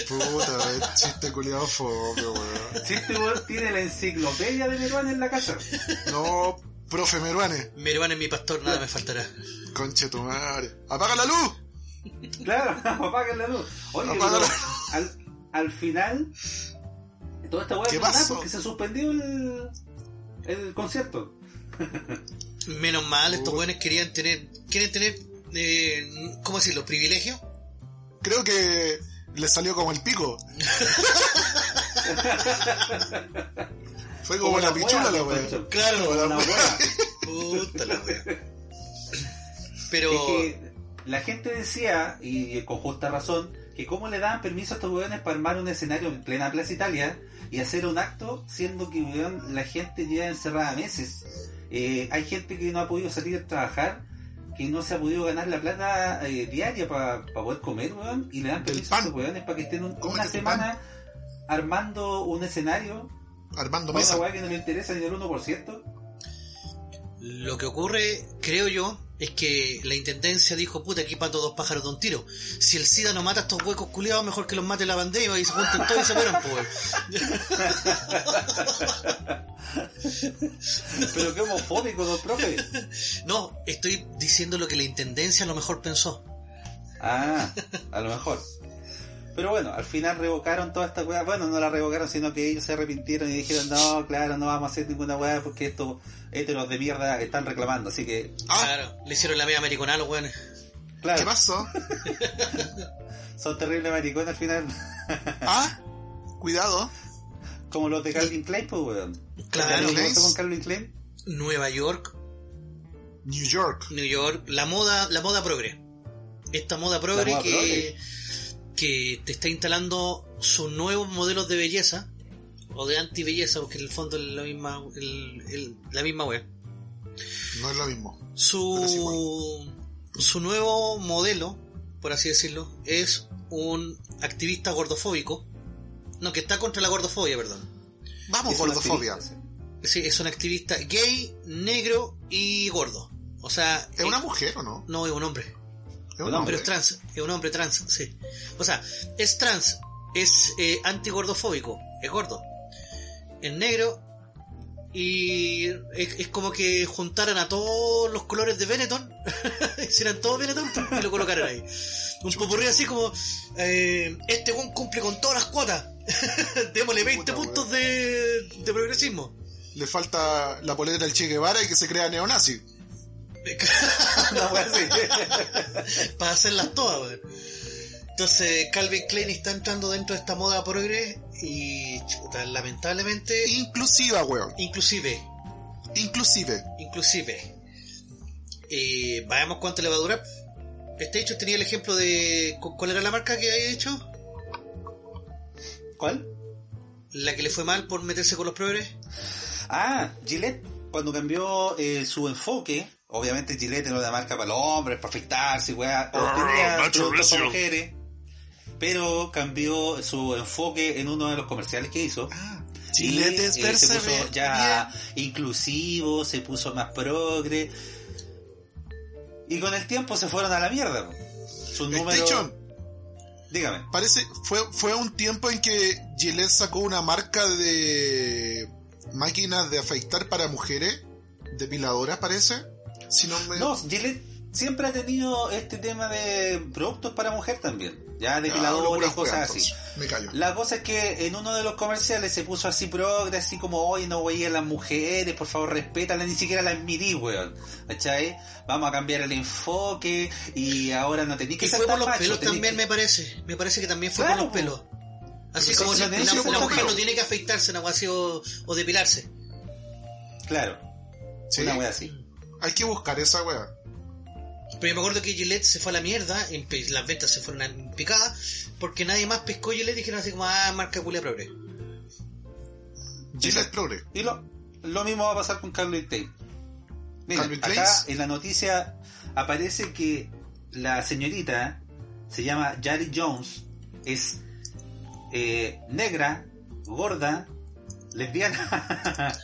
Puta, el chiste culiado fome, weón. Si este weón tiene la enciclopedia de Meruán en la casa. No, profe Meruane, Mi hermano es mi pastor, nada me faltará. conche tu madre. ¡Apaga la luz! Claro, apaguen la luz. Oye, Apaga pero la- al, al final, toda esta weá ¿Qué es verdad, pasó? porque se suspendió el, el concierto. Menos mal, estos Uh. weones querían tener, quieren tener, eh, ¿cómo decirlo? Privilegio. Creo que le salió como el pico. Fue como, la, pichula la weá. weón. Claro, Como la weá. Puta la wea. Es Pero, que la gente decía, y con justa razón, que cómo le daban permiso a estos weones para armar un escenario en plena Plaza Italia y hacer un acto, siendo que weón, la gente lleva encerrada meses. Eh, hay gente que no ha podido salir a trabajar, que no se ha podido ganar la plata eh, diaria para poder comer, weón, y le dan Del permiso a pan. estos weones para que estén un- Cómete una tu pan. semana armando un escenario Armando para una Mesa. weá que no le interesa ni el 1%. Lo que ocurre, creo yo, es que la intendencia dijo, puta, aquí pato dos pájaros de un tiro. Si el SIDA no mata a estos huecos culiados, mejor que los mate la pandemia y se junten todos y se mueran, pues. Pero qué homofóbico, don profe. No, estoy diciendo lo que la intendencia a lo mejor pensó. Ah, a lo mejor. Pero bueno, al final revocaron toda esta weá. Bueno, no la revocaron, sino que ellos se arrepintieron y dijeron, no, claro, no vamos a hacer ninguna weá porque estos héteros de mierda están reclamando. Así que, Ah, Claro, le hicieron la media americana a los weones. ¿qué claro, pasó? son terribles maricones al final, Ah, cuidado. como los de Calvin Klein, pues weón. Claro. ¿Qué pasó con Calvin Klein? Nueva York, New York. New York, la moda, la moda progre. Esta moda progre moda que, progre. que te está instalando sus nuevos modelos de belleza o de antibelleza, porque en el fondo es la misma, el- el- la misma web. No es lo mismo. Pero es Su, su nuevo modelo, por así decirlo, es un activista gordofóbico. No, que está contra la gordofobia, perdón. Vamos, Es una gordofobia. activista, sí. Sí, es un activista gay, negro y gordo. O sea, eh, ¿Es una mujer Ah, o no? no es un hombre. Es No, un pero Pero hombre. es trans, es un hombre trans, sí. O sea, es trans, es eh, antigordofóbico, es gordo, es negro y es, es como que juntaran a todos los colores de Benetton, hicieran todo Benetton y lo colocaran ahí. Un popurrí así como, eh, este buen cumple con todas las cuotas, démosle 20 Puta, puntos de, de progresismo. Le falta la poleta del Che Guevara y que se crea neonazi. Una wea así. para hacerlas todas, weón. Entonces Calvin Klein está entrando dentro de esta moda progre y chuta, lamentablemente Inclusiva, weón. inclusive, Inclusive. inclusive. Eh, veamos cuánto le va a durar. Este hecho tenía el ejemplo de ¿cu- cuál era la marca que había hecho, ¿Cuál? la que le fue mal por meterse con los progres. Ah, Gillette, cuando cambió eh, su enfoque, obviamente Gillette era una marca para los hombres, para afectarse, weá, o Arr, tenía macho productos para recio. mujeres, pero cambió su enfoque en uno de los comerciales que hizo. Ah, Gillette es Y, eh, se puso persever- ya inclusivo, se puso más progre. Y con el tiempo se fueron a la mierda. po. Su número. Station, Dígame. parece, fue, fue un tiempo en que Gillette sacó una marca de máquinas de afeitar para mujeres, depiladoras parece. Si no me... Ah, No, Gillette siempre ha tenido este tema de productos para mujer también. Ya depiladores, puras cosas weas, así. entonces. Me callo. La cosa es que en uno de los comerciales se puso así progre, así como, oye, no voy a las mujeres, por favor, respétalas, ni siquiera las mirí, weón. ¿Cachai? Vamos a cambiar el enfoque y ahora no tenéis que Que fue por los macho, pelos tenéis también que- me parece, me parece que también fue Claro, por los pelos. po. Así Pero como si la, se le hizo la- por la los mujer pelos. no tiene que afeitarse, no, así, o, o depilarse. Claro, Sí, una wea así. Hay que buscar esa wea. Pero yo me acuerdo que Gillette se fue a la mierda, en pe- las ventas se fueron a picada, porque nadie más pescó Gillette y dijeron así como, ah, marca culia progre. Gillette Progre. Y lo, lo mismo va a pasar con Calvin Klein. Mira, Calvin acá Klein. en la noticia aparece que la señorita se llama Jari Jones, es eh, negra, gorda, lesbiana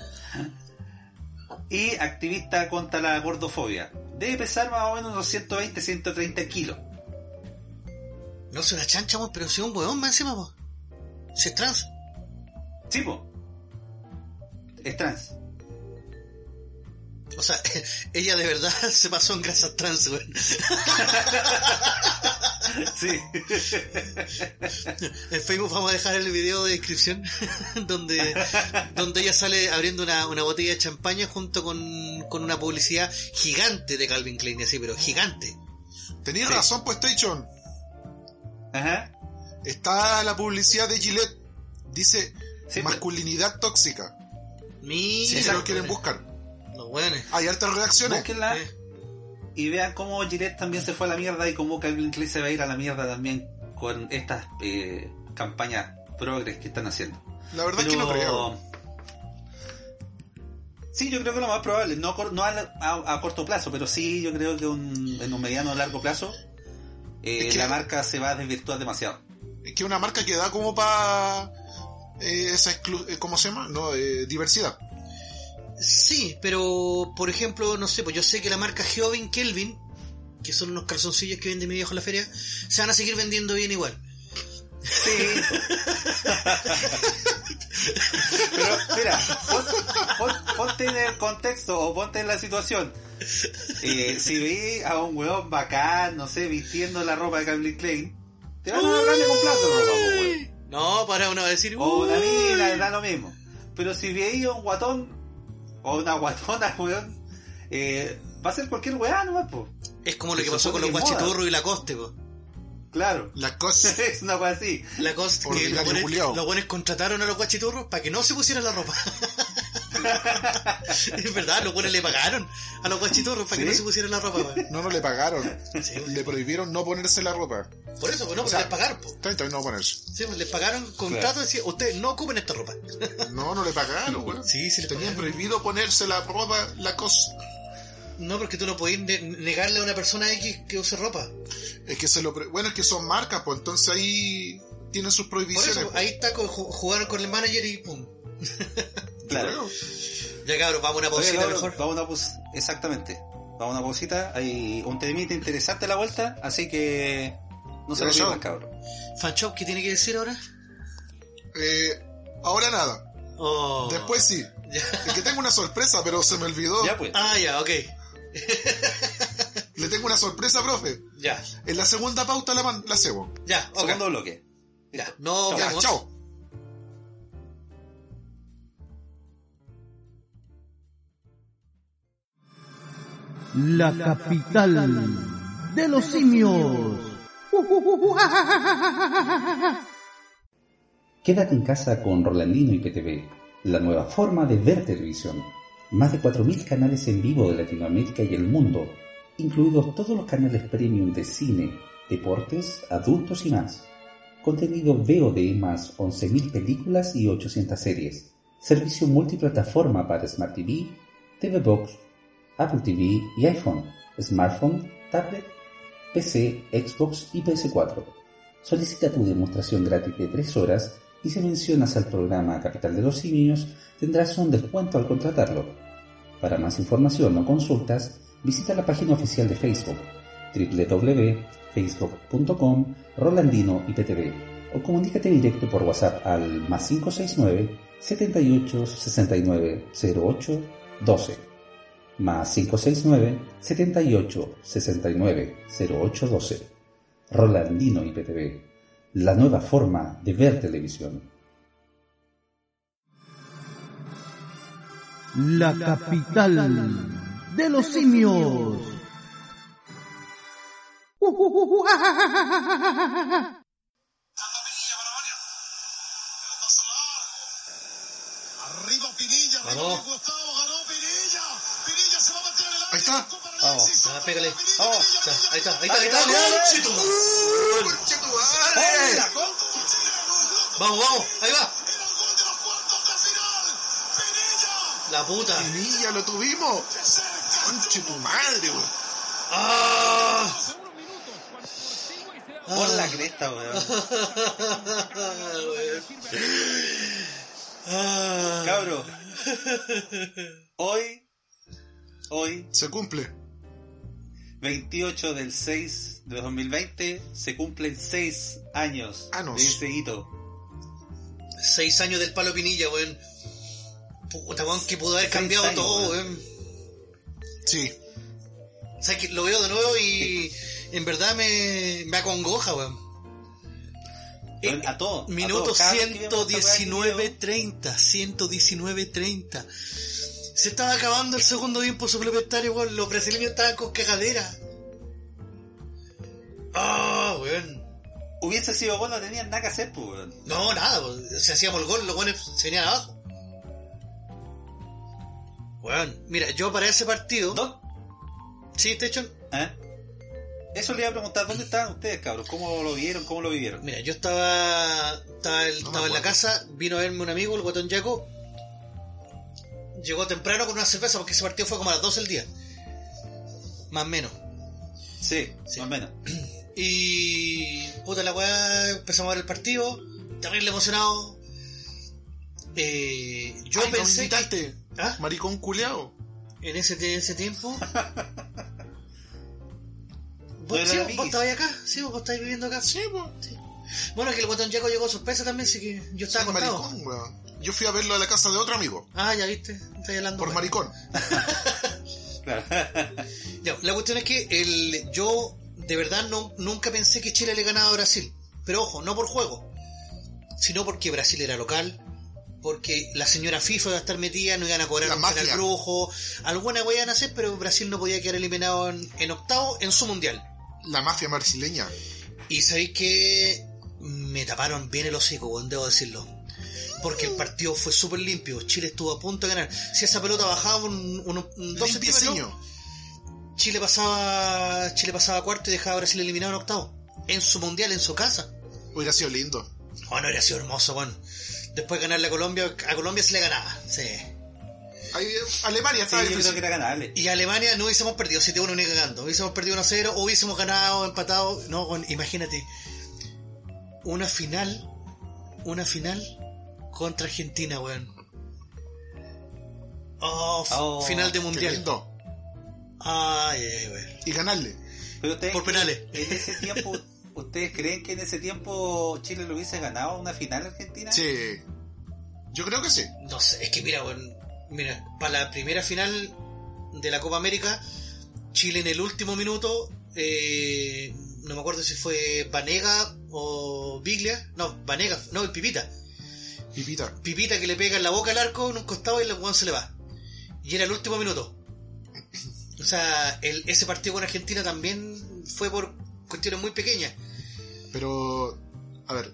y activista contra la gordofobia. Debe pesar más o menos unos 120, 130 kilos. No es una chancha, vos, pero si es un huevón más encima, vos. Si es trans. Sí, po. Es trans. O sea, ella de verdad se pasó en grasas trans, weón. Sí. En Facebook vamos a dejar el video de descripción donde, donde ella sale abriendo una, una botella de champaña junto con, con una publicidad gigante de Calvin Klein, así, pero gigante. Tenéis Sí. razón, pues Station. Ajá. Está la publicidad de Gillette. Dice Sí, pues. po. masculinidad tóxica. Mira, Si se lo quieren buscar. Los weones. Hay altas reacciones. Búsquenla. Eh. y vean cómo Gillette también se fue a la mierda y cómo Calvin Klein se va a ir a la mierda también con estas eh, campañas progres que están haciendo. La verdad es que no creo. Sí, yo creo que lo más probable, no, cor- no a, la- a- a corto plazo, pero sí yo creo que un- en un mediano o largo plazo eh, Es que- la marca se va a desvirtuar demasiado. Es que una marca que da como para esa exclu- eh, ¿cómo se llama? No, eh, diversidad. Sí, pero por ejemplo, no sé, pues yo sé que la marca Jovin Kelvin, que son unos calzoncillos que vende mi viejo en la feria, se van a seguir vendiendo bien igual. Pero mira, pon- pon- ponte en el contexto o ponte en la situación. Eh, si vi a un weón bacán, no sé, vistiendo la ropa de Calvin Klein, te van a hablar de comprarse ropa, po, weón. No, para uno va a decir, O una "Uy". mina, da lo mismo. Pero si veis a un guatón o una guatona, weón, eh, va a ser cualquier weá nomás, po. es como lo Se que pasó con supone los que es moda. guachiturros y la coste, po. Claro. La cosa. es una weá así. La coste, que Ordinario los buenos, culiao. los buenos contrataron a los guachiturros para que no se pusieran la ropa. es verdad, los buenos le pagaron a los guachitorros para que ¿Sí? no se pusieran la ropa, weón. No, no le pagaron. Sí, Le prohibieron no ponerse la ropa. Por eso, pues no, porque sea, les pagaron, po. Está bien, no ponerse. Sí, pues les pagaron contrato y decían, ustedes no ocupen esta ropa. No, no le pagaron, weón. Sí, sí les Tenían pagaron. prohibido ponerse la ropa, la cosa. No, porque tú no podés ne- negarle a una persona X que use ropa. Es que se lo. pro- Bueno, es que son marcas, pues entonces ahí tienen sus Por prohibiciones. eso, ahí está, con- ju- jugaron con el manager y pum. pues. Claro. Bueno, Ya cabros, vamos a una Oye, pausita cabrón, mejor. Vamos a una pos- exactamente. Vamos a una pausita. Hay un temita interesante a la vuelta, así que no se Ya, lo chao. pierdan, cabrón. Fanchop, ¿qué tiene que decir ahora? eh, ahora nada. Oh. Después sí. Ya. Es que tengo una sorpresa, pero se me olvidó. Ya pues. Ah, ya, ok. Le tengo una sorpresa, profe. Ya, En la segunda pauta la, man- la cebo. ya, ok. Segundo bloque. Ya, no, Ya, vamos. chao. La capital de los simios. Quédate en casa con Rolandino y PTV, la nueva forma de ver televisión. Más de 4.000 canales en vivo de Latinoamérica y el mundo, incluidos todos los canales premium de cine, deportes, adultos y más. Contenido VOD más 11.000 películas y 800 series. Servicio multiplataforma para Smart TV, TV Box, Apple TV y iPhone, smartphone, tablet, PC, Xbox y PS4. Solicita tu demostración gratis de 3 horas y si mencionas al programa Capital de los Simios, tendrás un descuento al contratarlo. Para más información o consultas, visita la página oficial de Facebook www.facebook.com Rolandino IPTV o comunícate directo por WhatsApp al más 569 78 69 08 12 más 569 78 69 08 12 Rolandino IPTV, la nueva forma de ver televisión. La capital de los simios. Arriba Pinilla, arriba Ganó. Luis Gustavo, ganó Pinilla. Pinilla se va a meter en el área. Ahí está. Copa del Vamos. Alexis, Ya, pégale. Pinilla, Vamos. Pinilla, Ya, Pinilla. ahí está, ahí está, ahí está. Ahí está, ¡Conche tu madre! ¡Conchetumare! Vamos, vamos, ahí va. Era el gol de los cuartos de final. Pinilla, La puta. Pinilla, lo tuvimos. de cerca. Conche tu madre, weón. ¡Ah! Por la cresta, weón. Ah. Cabro. Hoy, hoy, Se cumple. 28 del 6 de 2020, se cumplen 6 años Anos. de ese hito. Seis años del palo Pinilla, weón. Puta, weón, que pudo haber Seis cambiado años, todo, weón. weón. Sí. O sea, que lo veo de nuevo y en verdad me, me acongoja, weón. Weón, A todos. Minuto 119 119.30, 119.30. Se estaba acabando el segundo tiempo suplementario, weón. Los brasileños estaban con cagadera. Ah, weón. Hubiese sido bueno, tenían nada que hacer, pues, weón. No, nada, pues, si hacíamos el gol, los buenos se venían abajo. Weón, mira, yo para ese partido. ¿Dó- Sí, de hecho, ¿Eh? Eso le iba a preguntar, ¿dónde estaban ustedes, cabros? ¿Cómo lo vieron? ¿Cómo lo vivieron? mira, yo estaba, estaba, el- No me estaba en la acuerdo. casa, vino a verme un amigo, el guatón Jaco. Llegó temprano con una cerveza porque ese partido fue como a las 12 del día. Más o menos. Sí, Sí. más o menos. Y. Puta la weá, empezamos a ver el partido. Terrible emocionado. Eh, yo Ay, no me pensé. que- invitaste, ¿Ah? maricón culeado. en ese, en ese tiempo. Pero ¿Vos, sí, era vos Miguel. estabas acá? ¿Sí, vos estáis viviendo acá? Sí, Bueno, es que el guatón Jaco llegó sorpresa también, así que yo estaba Soy contado. maricón, weón. Yo fui a verlo a la casa de otro amigo. Ah, ya viste, estáis hablando. Por mal. maricón. Claro. Ya, la cuestión es que el, yo de verdad no, nunca pensé que Chile le ganaba a Brasil. Pero ojo, no por juego, sino porque Brasil era local, porque la señora FIFA iba a estar metida, no iban a cobrar La un penal mafia. brujo, alguna huella iban a hacer, pero Brasil no podía quedar eliminado en, en octavo en su mundial. La mafia brasileña. Y sabéis que me taparon bien el hocico, weón, debo decirlo. porque el partido fue súper limpio. Chile estuvo a punto de ganar. Si esa pelota bajaba un, un, un dos centímetros, Limpiecillo. Chile pasaba, Chile pasaba cuarto y dejaba a Brasil eliminado en octavo. En su mundial, en su casa. Hubiera sido lindo. Oh, no hubiera sido hermoso, bueno. Después de ganarle a Colombia, a Colombia se le ganaba. Sí. Ahí, eh, Alemania Sí, estaba yo creo difícil. que era ganable. Y a Alemania no hubiésemos perdido 7-1 ni cagando. Hubiésemos perdido 1-0 o hubiésemos ganado, empatado. No, bueno, imagínate. Una final. Una final contra Argentina, weón. Oh, f- Oh, final de Qué mundial. lindo. Ay, ay, weón. Y ganarle. Pero ustedes, Por penales. en ese tiempo, ¿ustedes creen que en ese tiempo Chile lo hubiese ganado una final a argentina? Sí. Yo creo que sí. No sé, es que mira, weón. Mira, para la primera final de la Copa América, Chile en el último minuto, eh, no me acuerdo si fue Vanega o Biglia. No, Vanega, no, el Pipita. Pipita. pipita que le pega en la boca al arco en un costado y el weón se le va. Y era el último minuto. O sea, el- ese partido con Argentina también fue por cuestiones muy pequeñas. Pero, a ver,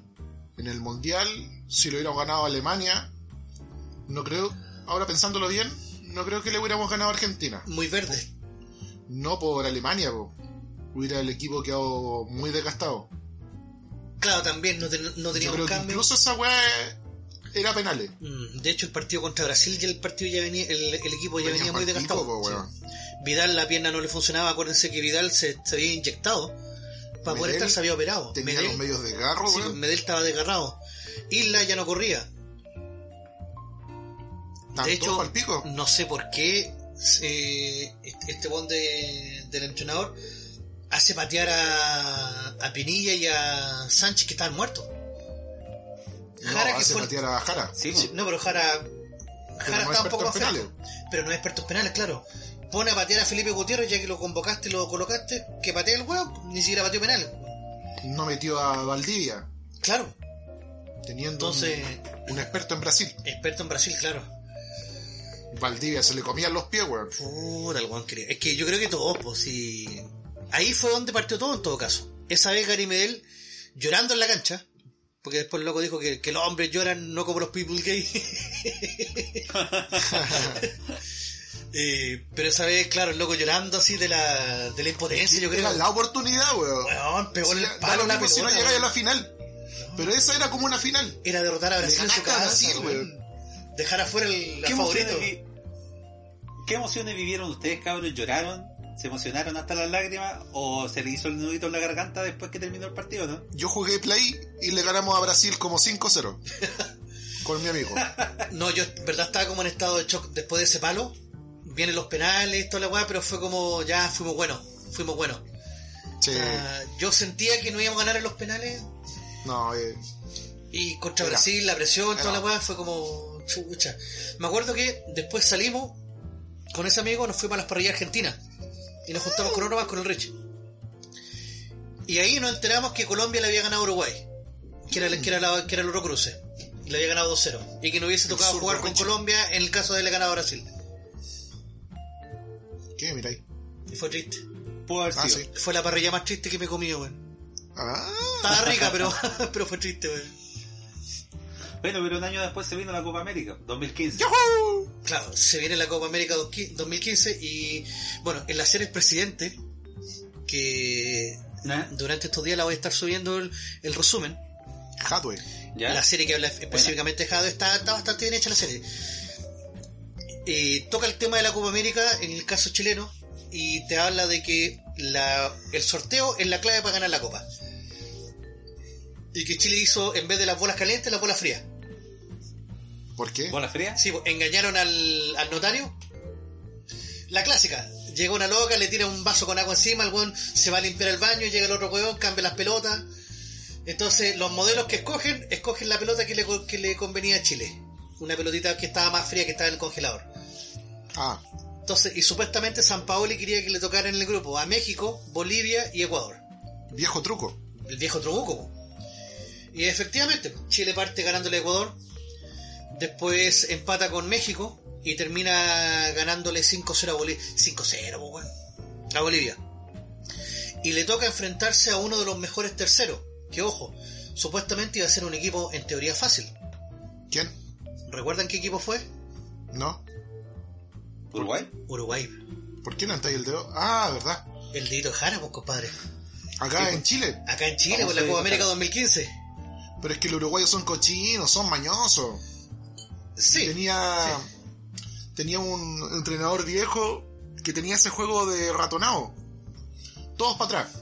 en el Mundial, si lo hubiéramos ganado a Alemania, no creo, ahora pensándolo bien, no creo que le hubiéramos ganado a Argentina. Muy verdes. No por Alemania, po. hubiera el equipo quedado muy desgastado. Claro, también no, ten- no Yo teníamos creo que cambio. incluso esa weá era penales. Mm, De hecho, el partido contra Brasil ya el partido ya venía, el, el equipo ya venía, Venía muy partido, desgastado. po, Sí. weón. Vidal la pierna no le funcionaba, acuérdense que Vidal se, se había inyectado. Para poder Medel estar se había operado. Tenía Medel- los medios de garro, sí, weón. Medel estaba desgarrado. Isla ya no corría. Estaban de hecho, todos pa'l pico. no sé por qué eh, este- este bond del entrenador hace patear a, a Pinilla y a Sánchez que estaban muertos. No, mm, Jara que hace fue- patear a Jara. Sí, Sí, po. no, pero Jara, Pero Jara no estaba un experto poco en más flaco, penales. pero no es experto en penales, claro. Pone a patear a Felipe Gutiérrez ya que lo convocaste y lo colocaste, que patea el huevo, ni siquiera pateó penal. No metió a Valdivia, Claro, teniendo un- entonces, un experto en Brasil. experto en Brasil, claro. Valdivia se le comían los pies, weón. Puta, el weón quería- Es que yo creo que todos, pues sí. Ahí fue donde partió todo en todo caso. Esa vez Gary Medel llorando en la cancha. Porque después el loco dijo que, que los hombres lloran no como los people gay. Eh, pero esa vez, claro, el loco llorando así de la, de la impotencia, yo creo. Era la oportunidad, weón. Weón, pegó en Sí, el da- da palo lo una mismo si no pelota, llegáis a weón. la final. Pero esa era como una final. Era derrotar a Le Brasil en su ganaste a casa, Brasil, weón. Dejar afuera el, ¿Qué al emociones, favorito. vi- ¿Qué emociones vivieron ustedes, cabros? ¿Lloraron? ¿Se emocionaron hasta las lágrimas? ¿O se le hizo el nudito en la garganta después que terminó el partido, no? Yo jugué play y le ganamos a Brasil como 5-0. con mi amigo. No, yo en verdad estaba como en estado de shock después de ese palo. Vienen los penales, toda la weá, pero fue como ya fuimos buenos, fuimos buenos. Che, Ah, yo sentía que no íbamos a ganar en los penales no, eh, y contra Era. Brasil, la presión, toda Era. la weá, fue como chucha. Me acuerdo que después salimos con ese amigo, nos fuimos a las parrillas argentinas y nos juntamos con otro más, con el Rich. Y ahí nos enteramos que Colombia le había ganado a Uruguay, que era, el- Mm. que era, la- que era el Oro Cruce, y le había ganado 2-0, y que no hubiese El tocado zurdo jugar con Richie. Colombia en el caso de haberle ganado a Brasil. ¿qué miráis? Y fue triste. Pudo haber Ah, sido. sí. Fue la parrilla más triste que me he comido, weón. Ah, Estaba rica, pero, pero fue triste, weón. Bueno, pero un año después se vino la Copa América, 2015. Claro, se viene la Copa América 2015 y, bueno, en la serie El Presidente, que ¿Ya? durante estos días la voy a estar subiendo el, el resumen. Hathaway. ¿Ya? La serie que habla específicamente de Jado está, está bastante bien hecha la serie. Eh, toca el tema de la Copa América en el caso chileno y te habla de que la- el sorteo es la clave para ganar la Copa. Y que Chile hizo, en vez de las bolas calientes, las bolas frías. ¿Por qué? ¿Bola fría? Sí, pues, engañaron al, al notario. La clásica. Llega una loca, le tira un vaso con agua encima, el weón se va a limpiar el baño, llega el otro weón, cambia las pelotas. Entonces, los modelos que escogen, escogen la pelota que le, co- que le convenía a Chile. Una pelotita que estaba más fría que estaba en el congelador. Ah, Entonces, y supuestamente San Paoli quería que le tocara en el grupo a México, Bolivia y Ecuador. viejo truco. El viejo Trombuco. po. Y efectivamente, Chile parte ganándole a Ecuador, después empata con México y termina ganándole 5-0 a Bolivia. 5-0, po, weón. A Bolivia. Y le toca enfrentarse a uno de los mejores terceros, que ojo, supuestamente iba a ser un equipo en teoría fácil. ¿Quién? ¿Recuerdan qué equipo fue? ¿No? ¿Uruguay? Uruguay. ¿Por qué no levantáis el dedo? Ah, verdad. El Dito Jara, pues, compadre. Acá pues. Sí, en Chile. Acá en Chile, Vamos por la a Copa Dito América Jara. 2015. Pero es que los uruguayos son cochinos, son mañosos. Sí. tenía tenía un entrenador viejo que tenía ese juego de ratonado. Todos para atrás.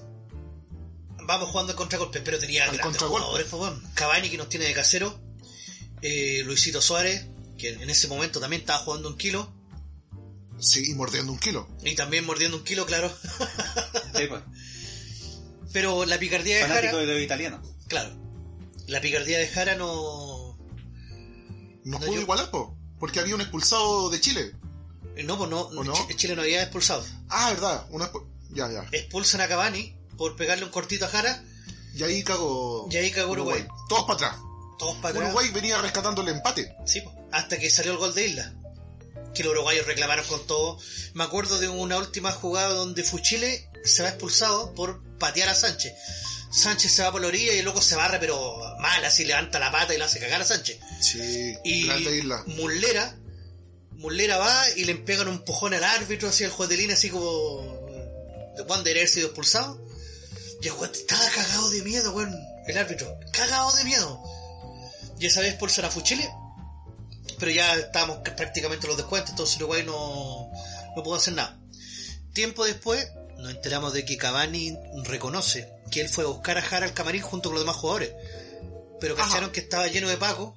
Vamos jugando al contragolpe, pero tenía Al grandes contragolpe. jugadores, pues, weón. Cavani que nos tiene de casero, eh, Luisito Suárez, que en ese momento también estaba jugando un kilo, Sí, y mordiendo un kilo. y también mordiendo un kilo, claro. Sí, pues. Pero la picardía de Fanático Jara, de los italianos. claro, la picardía de Jara no... Nos No, pudo yo- igualar, po, porque había un expulsado de Chile. No, pues no, ¿O no? Ch- Chile no había expulsado. Ah, verdad. Una expu- ya, ya. Expulsan a Cavani por pegarle un cortito a Jara, Y ahí cago. y ahí cagó Uruguay. Todos para atrás. Todos para atrás. Uruguay venía rescatando el empate. Sí, po. hasta que salió el gol de Isla. Que los uruguayos reclamaron con todo. Me acuerdo de una última jugada donde Fuchile se va expulsado por patear a Sánchez. Sánchez se va por la orilla y el loco se barre, pero mal, así levanta la pata y le hace cagar a Sánchez. Sí. Y Grande isla. Muslera, Muslera va y le pegan un pujón al árbitro, así al juez de línea, así como de Juan de haber sido expulsado. Y el juez estaba cagado de miedo, weón. El árbitro, cagado de miedo. Y esa vez expulsan a Fuchile, pero ya estábamos c- prácticamente en los descuentos, entonces Uruguay no, no pudo hacer nada. Tiempo después nos enteramos de que Cavani reconoce que él fue a buscar a Jara al camarín junto con los demás jugadores. Pero Ajá. cacharon que estaba lleno de Paco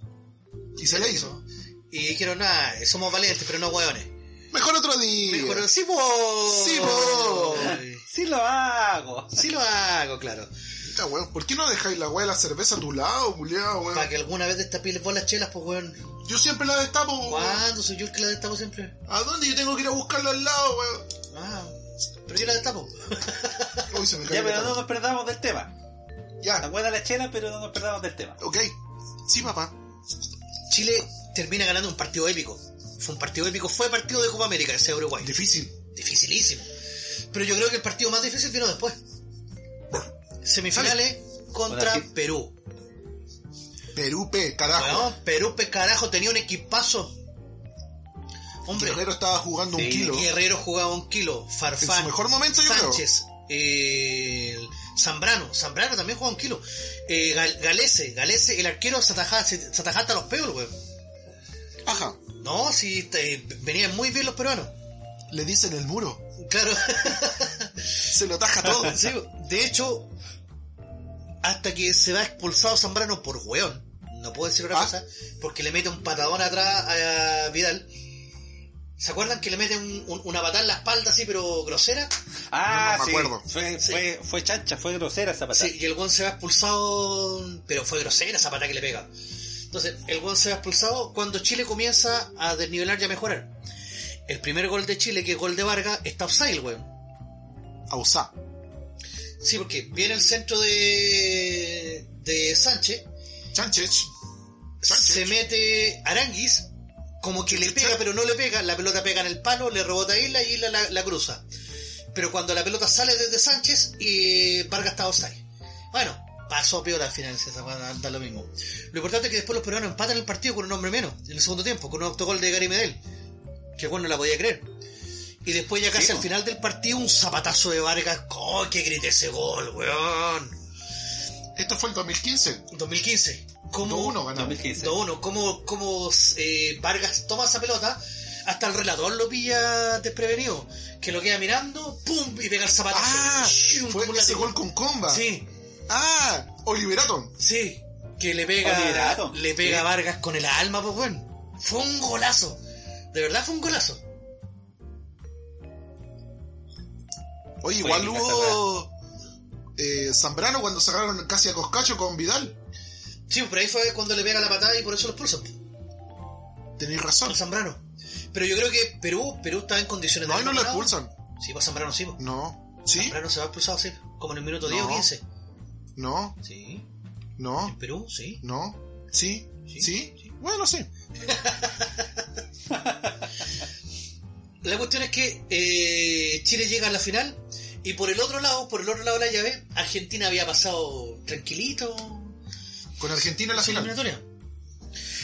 Y se le hizo. y dijeron, ah, somos valientes, pero no hueones. Mejor otro día. Mejor, sí, po. eh. Sí, po. Ay, Sí lo hago. Sí lo hago, claro. Puta, weón, ¿Por qué no dejáis la weá de la cerveza a tu lado, culiao, weón? Para que alguna vez destapéis vos las chelas, pues, weón. Yo siempre la destapo, weón. ¿Cuándo soy yo el que las destapo siempre? ¿A dónde yo tengo que ir a buscarla al lado, weón? Ah, pero yo las destapo. Uy, se me cayó Ya, la pero tapa. no nos perdamos del tema. Está Ya, buena la chela, pero no nos perdamos del tema. ok. Sí, papá. Chile termina ganando un partido épico. Fue un partido épico, fue partido de Copa América, ese Uruguay. Difícil. Dificilísimo. Pero yo creo que el partido más difícil vino después. Semifinales contra Hola, ¿qué- Perú. Perú, P, carajo. Weón, Perú, pe carajo, tenía un equipazo. Hombre, Guerrero estaba jugando un Sí. kilo. Guerrero jugaba un kilo. En Farfán, su mejor momento, yo creo. Sánchez, eh, el Zambrano. Zambrano también jugaba un kilo. Eh, Gal- Galese, Galese, el arquero se atajaba, se, se atajaba hasta los peos, weón. Ajá. No, sí, eh, venían muy bien los peruanos. Le dicen el muro. Claro. Se lo taja todo. Sí, de hecho, hasta que se va expulsado Zambrano por weón, no puedo decir otra Ah. cosa, porque le mete un patadón atrás a Vidal. ¿Se acuerdan que le mete un- un- una patada en la espalda así, pero grosera? Ah, No me sí. acuerdo. Fue, Sí. Fue, fue chancha, fue grosera esa patada. Sí, y el weón se va expulsado, pero fue grosera esa patada que le pega. Entonces, el weón se va expulsado cuando Chile comienza a desnivelar y a mejorar. El primer gol de Chile, que es gol de Vargas, está offside, el weón. Ausá. Sí, porque viene el centro de, de Sánchez, Chanchech. se mete Aranguis, como que le pega, pero no le pega, la pelota pega en el palo, le rebota a Isla y Isla la, la cruza. Pero cuando la pelota sale desde Sánchez, y Vargas está offside. Bueno, pasó peor al final, se da lo mismo. Lo importante es que después los peruanos empatan el partido con un hombre menos, en el segundo tiempo, con un autogol de Gary Medel, que bueno, no la podía creer. Y después ya casi Sí, al po. final del partido, un zapatazo de Vargas, ¡oh, qué grite ese gol, weón! Esto fue el 2015. 2015. ¿Cómo 2-1 ganamos. 2015. 2-1, cómo, cómo eh, Vargas toma esa pelota, hasta el relator lo pilla desprevenido, que lo queda mirando, ¡pum! y pega el zapatazo. Ah, ¡Shum! fue Como un ese látigo. gol con comba. Sí, Ah, Oliverato. sí, que le pega, Oliverato. le pega Sí. a Vargas con el alma, pues bueno. Fue un golazo, de verdad fue un golazo. Oye, Fue igual en hubo. eh, Zambrano cuando sacaron casi a Coscacho con Vidal. Sí, por ahí fue cuando le pega la patada y por eso lo expulsan, Tenéis razón. al Zambrano. Pero yo creo que Perú, Perú estaba en condiciones No, de ahí no haber lo ganado. expulsan. Sí, pues Zambrano sí, pues. No. ¿Sí? Zambrano se va expulsado, sí, como en el minuto 10 o No. 15. No. Sí, No. Perú, sí. No. ¿Sí? Sí. ¿Sí? Bueno, sí. La cuestión es que eh, Chile llega a la final y por el otro lado, por el otro lado de la llave, Argentina había pasado tranquilito Con Argentina en la su final. eliminatoria.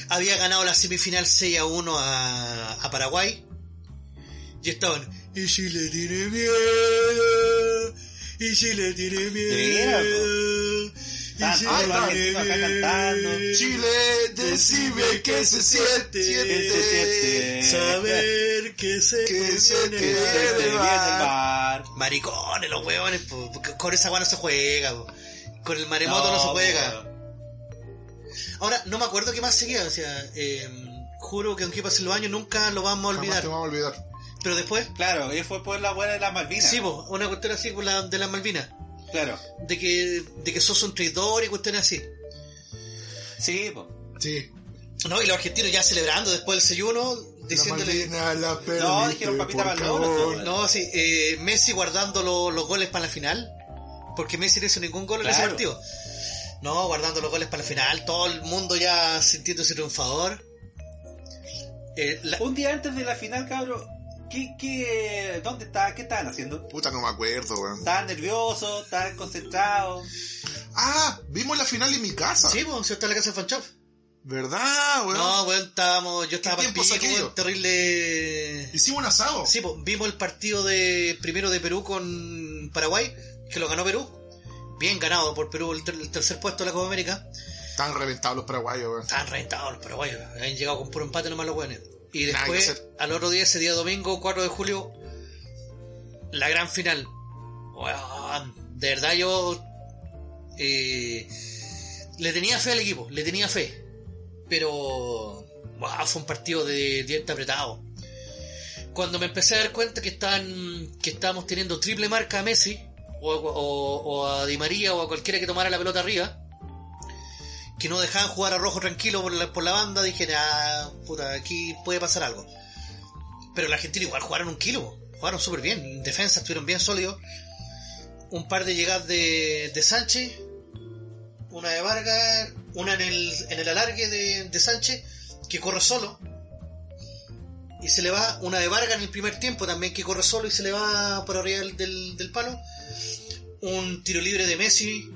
había ganado la semifinal 6 a 1 a, a Paraguay. Y estaban, y Chile tiene miedo, y Chile tiene veras, miedo. y Tan- Chile ah, los argentinos acá tiene cantando. miedo". Chile, decime que se siente. Se Saber que se Que te se viene te el viene mar. el Te viene el bar. Maricones, los huevones, po. con esa guana no se juega, po. con el maremoto no, se juega. po. Ahora, no me acuerdo qué más seguía, o sea, eh, juro que aunque pasen los años nunca lo vamos a Jamás olvidar. te vamos a olvidar. Pero después, Claro, y fue por la buena de las Malvinas. sí, po, una cuestión así por la- de las Malvinas, Claro. de que, de que sos un traidor y cuestiones así. Sí, po. Sí. No, y los argentinos ya celebrando después del selluno, La diciéndole... Malvina, la perdiste, No, dijeron papita por Maldonado, favor. Malvina. No, sí, eh, Messi guardando lo- los goles para la final, porque Messi no hizo ningún gol en ese Claro. partido. No, guardando los goles para la final, todo el mundo ya sintiéndose triunfador. Eh, la- Un día antes de la final, cabrón, ¿qué, qué, dónde está, qué estaban haciendo? Puta, no me acuerdo, weón. Estaban nerviosos, estaban concentrados. Ah, vimos la final en mi casa. Sí, pues, si está en la casa de Fanchov. ¿Verdad, weón? No, weón, estábamos, yo estaba ¿Qué en tiempos pico, aquello? weón, terrible. Hicimos un asado. Sí, pues, vimos el partido de primero de Perú con Paraguay, que lo ganó Perú. Bien ganado por Perú, el, ter- el tercer puesto de la Copa América. Están reventados los paraguayos, weón. Estaban reventados los paraguayos, habían llegado con puro empate nomás los weones. Y Nada que después, hacer. al otro día, ese día domingo, 4 de julio, la gran final. Weón, de verdad yo eh, le tenía fe al equipo, le tenía fe. Pero wow, fue un partido de diente apretado. Cuando me empecé a dar cuenta que estaban, que estábamos teniendo triple marca a Messi, o, o- o a Di María, o a cualquiera que tomara la pelota arriba, que no dejaban jugar a Rojo tranquilo por la, por la banda, dije, ah, puta, aquí puede pasar algo. Pero la Argentina igual jugaron un kilo, jugaron súper bien, en defensa estuvieron bien sólidos. Un par de llegadas de, de Sánchez, una de Vargas, una en el, en el alargue de, de Sánchez, que corre solo. Y se le va una de Vargas en el primer tiempo también, que corre solo y se le va por arriba del, del- del palo. Un tiro libre de Messi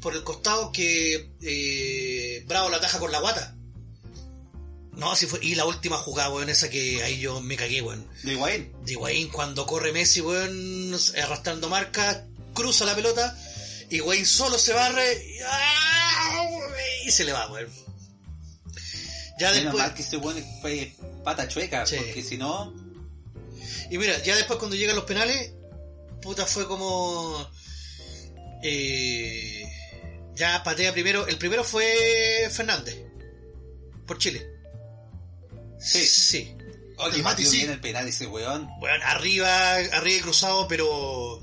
por el costado que eh, Bravo la ataja con la guata. No, si fue. Y la última jugada, weón, esa que ahí yo me cagué, weón. De Higuaín. De Higuaín, cuando corre Messi, weón, arrastrando marca, cruza la pelota, y Higuaín solo se barre y, ¡ah! y se le va, weón. Ya Menos después, mal que ese weón fue pata chueca, Sí. porque si no, y mira, ya después cuando llegan los penales, puta fue como... eh, ya patea primero, el primero fue Fernández, por Chile. Sí. Sí. oye, Y Mati, Mati, sí. viene el penal ese weón. Bueno, arriba, arriba y cruzado, pero...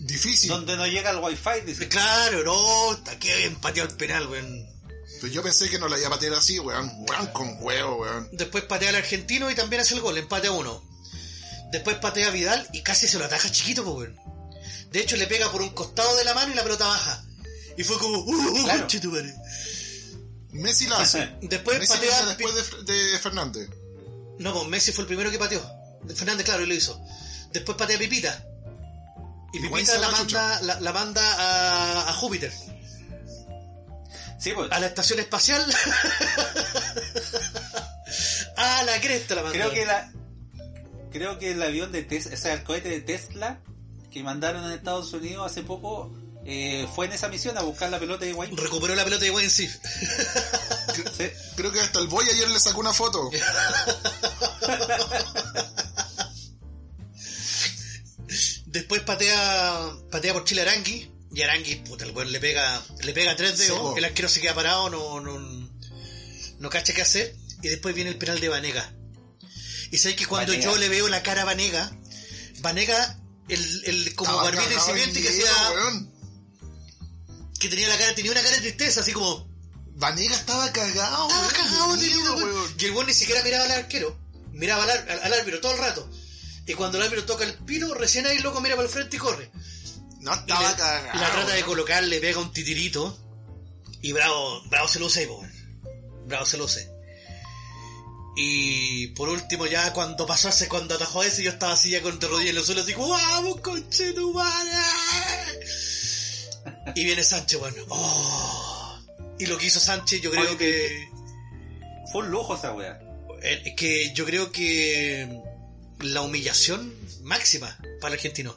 Difícil. Donde no llega el wifi, dice. Claro, no, está que bien pateado el penal, weón. Pero yo pensé que no la iba a patear así, weón. Weón con huevo, weón. Después patea al argentino y también hace el gol, empate a uno. Después patea a Vidal y casi se lo ataja chiquito, pues, weón. De hecho, le pega por un costado de la mano y la pelota baja. Y fue como, ¡uh, uh, Claro. conchetumare! Messi la hace. Después Messi la patea. hace después de, Fer- de Fernández. No, pues Messi fue el primero que pateó. Fernández, claro, y lo hizo. Después patea a Pipita. Y Y Pipita Weinstein la la manda, chucha. la, la manda a, a Júpiter, Sí, pues. a la estación espacial. a la cresta la manda. Creo que la. Creo que el avión de Tesla, o sea, el cohete de Tesla que mandaron a Estados Unidos hace poco eh, fue en esa misión a buscar la pelota de Higuaín. Recuperó la pelota de Wayne sí. Sí. Creo que hasta el boy ayer le sacó una foto. Después patea, patea por Chile Arangui. Y Arangui, puta, el weón le pega, le pega tres Sí, dedos. po. el arquero se queda parado, no, no, no cacha qué hacer. Y después viene el penal de Vanega. Y sabes que cuando Vanega. yo le veo la cara a Vanega, Vanega, el, el como Estaba barbita cagado en incipiente que, miedo, hacía- weón. que tenía la cara, tenía una cara de tristeza, así como, Vanega estaba cagado, estaba weón, cagado de de miedo, miedo, weón. Y el weón ni siquiera miraba al arquero, miraba al, ar- al- al árbitro todo el rato. Y cuando el árbitro toca el pino, recién ahí el loco mira para el frente y corre. No Y la, estaba ah, cagado. la trata de weón. colocar, le pega un titirito. Y Bravo, Bravo se luce, po, weón. Bravo se luce. Y por último, ya cuando pasó ese, cuando atajó ese, yo estaba así ya con de rodillas en los suelos, así, como, ¡vamos, conchetumare! Y viene Sánchez, bueno, ¡oh! Y lo que hizo Sánchez, yo creo Oye, que. Fue Ponle ojo a esa weá. Eh, Es que yo creo que la humillación máxima para el argentino.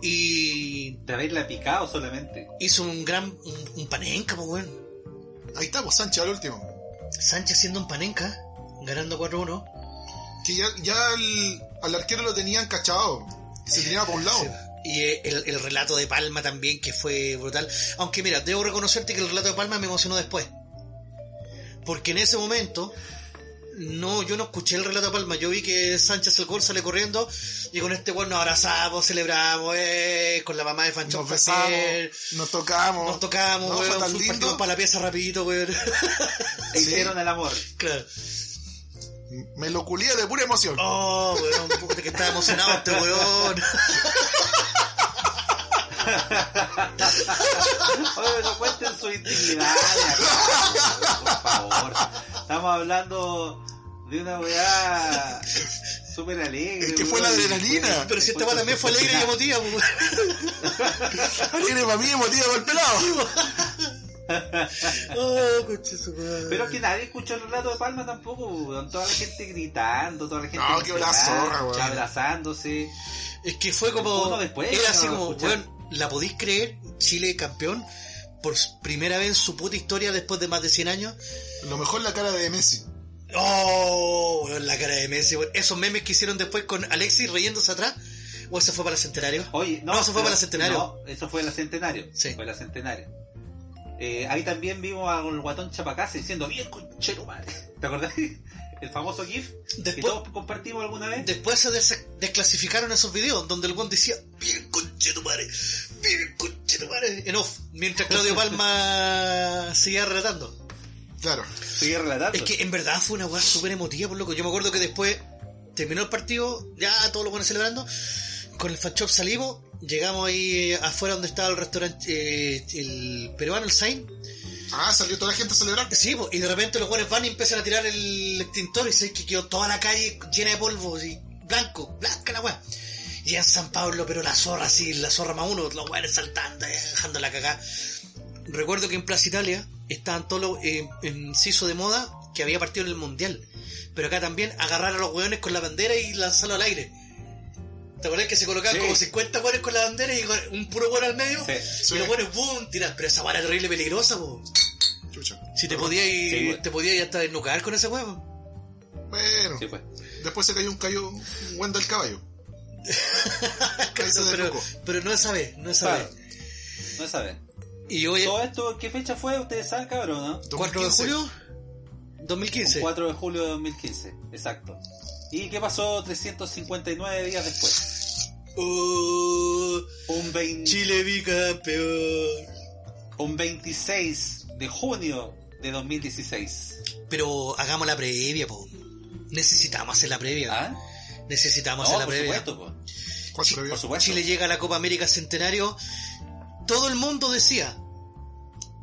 Y De haberla picado solamente. hizo un gran, un, un panenca, pues, weón. Ahí está, pues Sánchez al último. Sánchez siendo un panenca, ganando 4-1. Que ya, ya al, al arquero lo tenían cachado. Se tiraba por un lado. Sí. Y eh, el, el relato de Palma también, que fue brutal. Aunque mira, debo reconocerte que el relato de Palma me emocionó después. Porque en ese momento, no, yo no escuché el relato de Palma. Yo vi que Sánchez el gol sale corriendo y con este gol nos abrazamos, celebramos, eh, con la mamá de Fanchón Nos besamos, Pastel, nos tocamos. Nos tocamos, No, weón, fue tan fue un lindo. partido para la pieza rapidito, weón. Te Sí. hicieron el amor. claro. Me lo culié de pura emoción. Oh, weón, puta que estaba emocionado este weón. Oye, no cuenten su intimidad. Por favor. Estamos hablando de una weá súper alegre. Es que fue la weón. adrenalina. Pero si esta weá también fue alegre y emotiva, pues, weón. Tiene para mí emotivo el pelado. Oh, coche su madre. Pero es que nadie escuchó el relato de Palma tampoco, weón. Toda la gente gritando, toda la gente. No, que una emocionada, zorra, weón. Abrazándose. Es que fue como. Uno después, era así no, como, escuchar. weón, ¿la podéis creer? Chile campeón por primera vez en su puta historia después de más de 100 años. Lo mejor la cara de Messi. Oh, weón, la cara de Messi, weón. Esos memes que hicieron después con Alexis riéndose atrás. O eso fue para el centenario. Oye, no, No, eso fue pero- para la Centenario. No, eso fue la centenario. Sí. Fue la centenario. Eh, ahí también vimos al guatón Chapacase diciendo bien conchero madre. ¿Te acordás? El famoso GIF que Después, todos compartimos alguna vez. después se des- desclasificaron esos videos donde el weón decía, bien conchetumare, bien conchetumare, en off, mientras Claudio Palma seguía relatando. Claro. Sigue relatando. Es que en verdad fue una weá súper emotiva, por loco. Yo me acuerdo que después terminó el partido, ya todos los buenos celebrando. Con el Fachop salimos, llegamos ahí afuera donde estaba el restaurante, eh, el peruano, el Sain. Ah, salió toda la gente a celebrar. Sí, po, y de repente los buenos van y empiezan a tirar el extintor y sé que quedó toda la calle llena de polvo, así, blanco, blanca la weá. Y en San Pablo, pero la zorra, así, la zorra más uno, los weones saltando, eh, dejando la cagada. Recuerdo que en Plaza Italia estaban todos los eh, en Siso de moda que había partido en el Mundial. Pero acá también agarrar a los weones con la bandera y lanzarlo al aire. ¿Te acuerdas que se colocaban Sí. como 50 weones con la bandera y un puro weón al medio? Sí. Sí. Y los weones, boom, tirar. Pero esa weá era terrible peligrosa, po. Chucha. Si te podías Sí, ir, güey. te podías ir hasta desnucar con ese huevo. Bueno, Sí, pues. después se cayó un cayó un buen del caballo. Ahí se pero, desnucó. pero no esa vez, no esa Claro. vez. No saben. Y hoy, Ah. Todo esto, ¿en ¿qué fecha fue? Ustedes saben, cabrón, ¿no? 4 de 2015. julio 2015. Un 4 de julio de 2015. Exacto. ¿Y qué pasó 359 días después? Uh, Un 20 Chile bicampeón. un 26 de junio de 2016. Pero hagamos la previa, po. Necesitamos hacer la previa. ¿Ah? Necesitamos No, hacer la por previa. supuesto, po. Cuatro de por julio. supuesto. Chile Pues llega a la Copa América Centenario. Todo el mundo decía,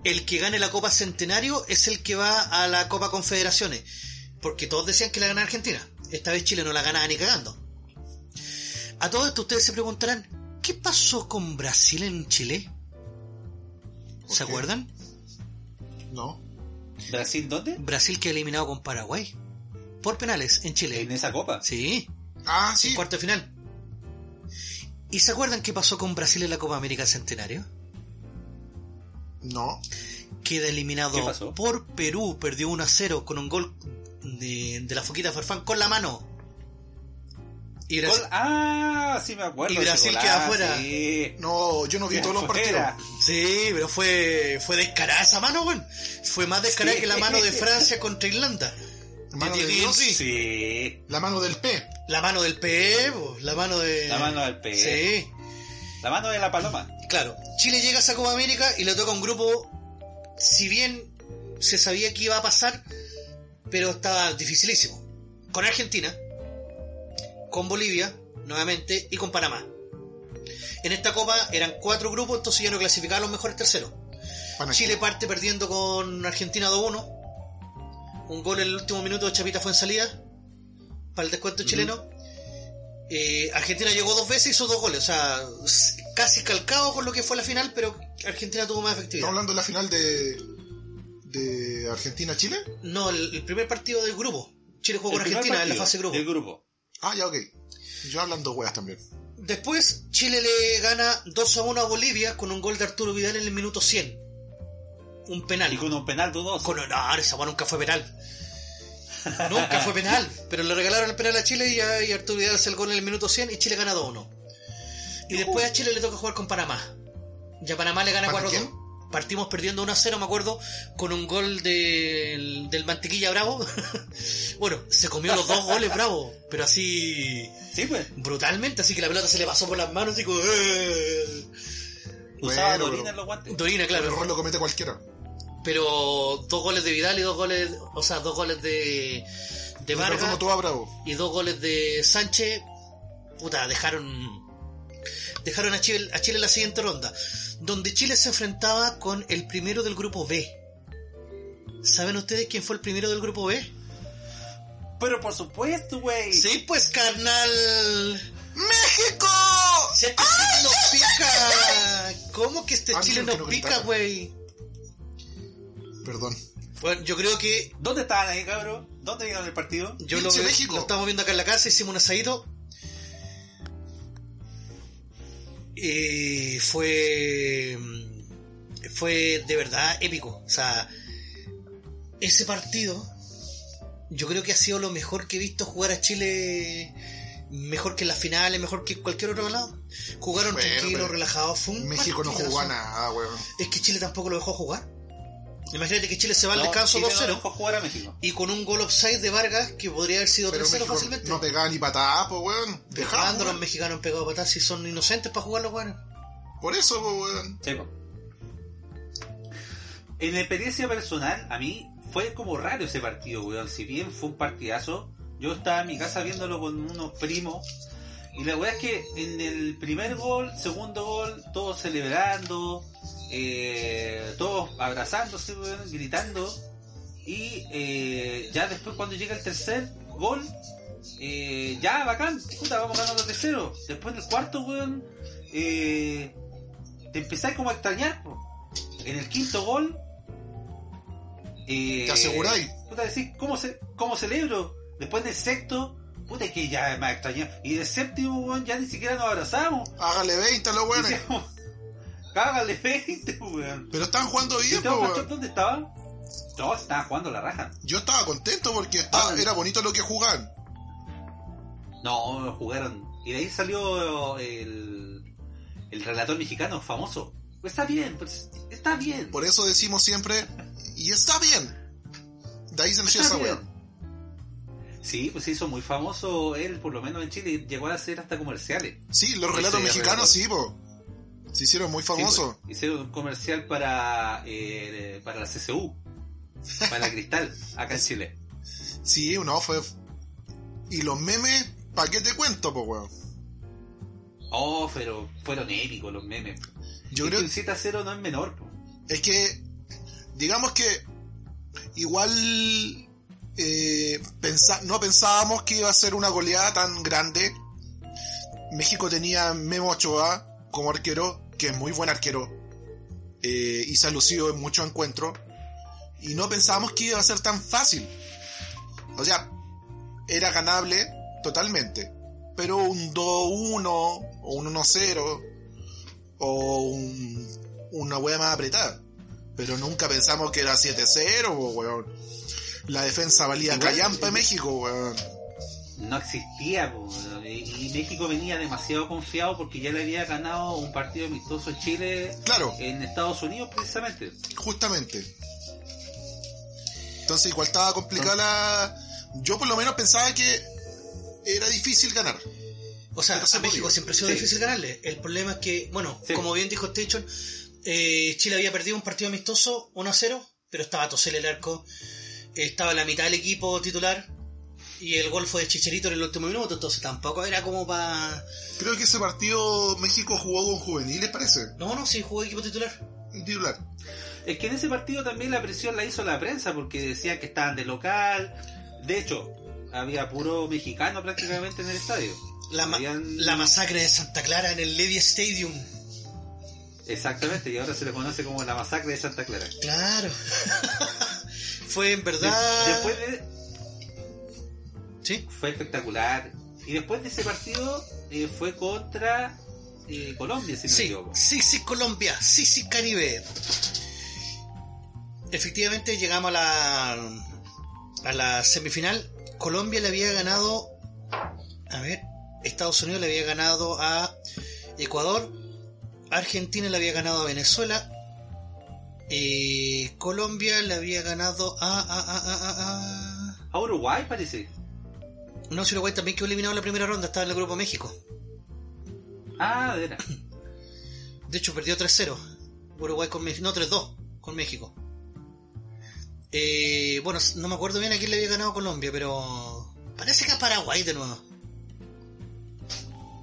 el que gane la Copa Centenario es el que va a la Copa Confederaciones. Porque todos decían que la gana Argentina. Esta vez Chile no la ganaba ni cagando. A todo esto ustedes se preguntarán, ¿qué pasó con Brasil en Chile? ¿Por ¿Se qué? acuerdan? No. ¿Brasil dónde? Brasil que eliminado con Paraguay. Por penales en En Chile. esa copa. Sí, Ah, en sí. cuarto de final. ¿Y se acuerdan qué pasó con Brasil en la Copa América Centenario? No. queda ¿Qué eliminado pasó? por Perú, perdió 1 a 0 con un gol de, de la foquita Farfán con la mano. Y Brasil, Gol- Ah, sí me acuerdo. Y ese Brasil golazo, queda afuera. sí. No, yo no vi todos los partidos. Afuera. sí, pero fue, fue descarada esa mano, weón. Fue más descarada Sí. que la mano de Francia contra Irlanda. Mano De de Thierry Dios. Henry. Sí. La mano del P. La mano del PE, po, la mano de. La mano del P. E. Sí, La mano de la paloma. claro. Chile llega a esa Copa América y le toca un grupo, si bien se sabía que iba a pasar, pero estaba dificilísimo. Con Argentina, con Bolivia, nuevamente, y con Panamá. En esta copa eran cuatro grupos, entonces ya no clasificaban los mejores terceros. Panamá. Chile parte perdiendo con Argentina 2-1. Un gol en el último minuto de Chapita fue en salida para el descuento chileno. Eh, Argentina llegó dos veces y hizo dos goles. O sea, s- casi calcado con lo que fue la final, pero Argentina tuvo más efectividad. Estamos hablando de la final de. de Argentina-Chile? No, el, el primer partido del grupo. Chile jugó El con primer Argentina en la partido fase de grupo. Del grupo. Ah, ya, ok. Yo hablando weas también. Después, Chile le gana 2 a 1 a Bolivia con un gol de Arturo Vidal en el minuto 100. Un penal. Y con un penal dudoso. Con honor, esa weá nunca fue penal. Nunca fue penal. Pero le regalaron el penal a Chile y, a- y Arturo Vidal hace el gol en el minuto 100 y Chile gana 2 a 1. Y después a Chile le toca jugar con Panamá. Y a Panamá le gana ¿Para 4 2. Partimos perdiendo 1 a 0, me acuerdo, con un gol del, del Mantequilla Bravo. bueno, se comió los dos goles Bravo, pero así Sí, pues. brutalmente, así que la pelota se le pasó por las manos y como... "Eh". Usaba Bueno, Dorina pero- en los guantes. Dorina, El claro. error lo comete cualquiera. Pero dos goles de Vidal y dos goles, o sea, dos goles de, de No sé Vargas cómo tú a Bravo. y dos goles de Sánchez. Puta, dejaron dejaron a Chile, a Chile en la siguiente ronda, donde Chile se enfrentaba con el primero del grupo B. ¿Saben ustedes quién fue el primero del grupo B? Pero por supuesto, güey. Sí, pues carnal. ¡México! Si este Chile nos pica. ¿Cómo que este Ah, Chile creo que nos no pica, gritaron. güey? Perdón. Bueno, yo creo que ¿Dónde estaban ahí, cabrón? ¿Dónde llegaron el partido? Yo lo, Pinche veo- México. lo estamos viendo acá en la casa, hicimos un asadito. Y fue. Fue de verdad épico. O sea, ese partido, yo creo que ha sido lo mejor que he visto jugar a Chile. Mejor que en las finales, mejor que en cualquier otro lado. Jugaron Bueno, tranquilos, pero relajados. Fue un México no jugó a partidazo. nada, weón. Es que Chile tampoco lo dejó jugar. Imagínate que Chile se va al No, descanso Chile no 2-0 dejó jugar a México. y con un gol offside de Vargas que podría haber sido Pero 3-0 México fácilmente. no pegaba ni patada, po, weón. Dejaba, Dejando a los weón. mexicanos pegados patadas si son inocentes para jugar los buenos. Por eso, po, weón. Sí, po. En la experiencia personal, a mí fue como raro ese partido, weón. Si bien fue un partidazo, yo estaba en mi casa viéndolo con unos primos. Y la verdad es que en el primer gol, segundo gol, todos celebrando, eh, todos abrazándose, weón, gritando. Y eh, ya después cuando llega el tercer gol, eh, ya bacán, puta, vamos ganando 3-0. Después del cuarto, weón, eh, te empezás como a extrañar. po. En el quinto gol, eh, ¿Te aseguráis? Puta, decís, ¿cómo, ce- ¿cómo celebro? Después del sexto, puta, es que ya me extrañado. Y del séptimo, weón, ya ni siquiera nos abrazamos. Hágale 20 a los weones. Decíamos, cágale 20, weón. Pero están jugando ¿Y bien, este po, otro pues, weón. ¿Dónde estaban? Todos estaban jugando la raja. Yo estaba contento porque estaba- Ah. era bonito lo que jugaban. No, jugaron. Y de ahí salió el, el relator mexicano famoso. Pues está bien, pues está bien. Por eso decimos siempre, y está bien. De ahí se nació está esa bien. weón. Sí, pues se hizo muy famoso él, por lo menos en Chile, llegó a hacer hasta comerciales. Sí, los relatos Ese relator. mexicanos, sí, po. Se hicieron muy famosos. Sí, pues, hicieron un comercial para, eh, para la CCU, para Cristal, acá en Chile. Sí, no, fue. Y los memes, ¿para qué te cuento, po, weón? Oh, pero fueron épicos los memes. Yo Es creo que un 7 a 0 no es menor. po. es que, digamos que, igual, eh, pensa- no pensábamos que iba a ser una goleada tan grande. México tenía Memo Ochoa como arquero, que es muy buen arquero, eh, y se ha lucido en muchos encuentros, y no pensábamos que iba a ser tan fácil. O sea, era ganable totalmente, pero un 2-1 o un 1-0 o un una wea más apretada. Pero nunca pensamos que era 7-0, po, weón. La defensa valía Igual, callampa eh, en México, weón. No existía. po. Y y México venía demasiado confiado porque ya le había ganado un partido amistoso en Chile Claro, en Estados Unidos precisamente. justamente. Entonces igual estaba complicada la... Yo por lo menos pensaba que era difícil ganar. O sea, Pero se a México podía. siempre ha sido Sí. difícil ganarle. El problema es que, bueno, Sí. como bien dijo Station, eh, Chile había perdido un partido amistoso 1 0, pero estaba Tosel el arco, estaba la mitad del equipo titular y el gol fue de Chicherito en el último minuto, entonces tampoco era como para. Creo que ese partido México jugó con juveniles, parece. No, no, sí jugó equipo titular. Un titular. Es que en ese partido también la presión la hizo la prensa porque decían que estaban de local. De hecho, había puro mexicano prácticamente en el estadio. La, ma- Habían- la masacre de Santa Clara en el Levy Stadium. Exactamente, y ahora se le conoce como la masacre de Santa Clara. Claro. Fue en De- verdad. después de- Sí, fue espectacular. Y después de ese partido eh, fue contra eh, Colombia, si no me sí, equivoco. sí, sí, Colombia, sí, sí, Caribe. Efectivamente llegamos a la, a la semifinal. Colombia le había ganado. A ver, Estados Unidos le había ganado a Ecuador. Argentina le había ganado a Venezuela. Y Colombia le había ganado a. a, a, a, a- a- A Uruguay parece. No, si Uruguay también quedó eliminado en la primera ronda, estaba en el Grupo México. Ah, de veras. De hecho, perdió 3-0. Uruguay con México. No, 3-2 con México. Eh, bueno, no me acuerdo bien a quién le había ganado Colombia, pero. Parece que a Paraguay de nuevo.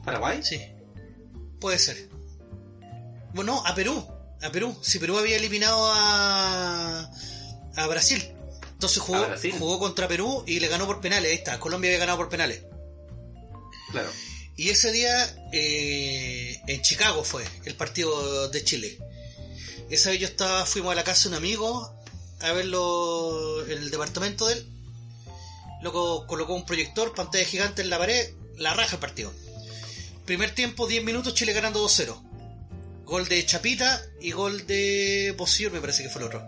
¿Paraguay? Sí. Puede ser. Bueno, no, a Perú. A Perú. Si Perú había eliminado a. a Brasil. Entonces jugó, A Brasil. jugó contra Perú y le ganó por penales. Ahí está. Colombia había ganado por penales. Claro. Y ese día eh, en Chicago fue el partido de Chile. Esa vez yo estaba, fuimos a la casa de un amigo a verlo en el departamento de él. Luego colocó un proyector, pantalla gigante en la pared, la raja el partido. Primer tiempo, 10 minutos, Chile ganando 2-0. Gol de Chapita y gol de Bosillor, me parece que fue el otro.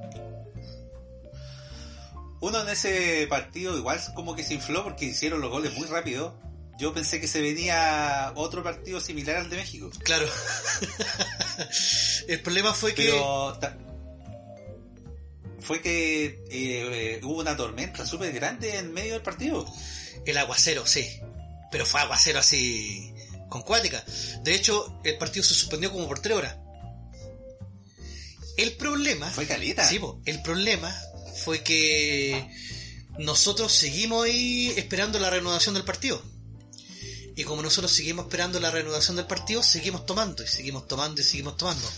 Uno en ese partido igual como que se infló porque hicieron los goles muy rápido. Yo pensé que se venía otro partido similar al de México. Claro. el problema fue que... Pero ta- fue que eh, eh, hubo una tormenta súper grande en medio del partido. El aguacero, sí. Pero fue aguacero así con cuática. De hecho, el partido se suspendió como por tres horas. El problema... Fue caleta. Sí, po, el problema fue que nosotros seguimos ahí esperando la reanudación del partido. Y como nosotros seguimos esperando la reanudación del partido, seguimos tomando y seguimos tomando y seguimos tomando.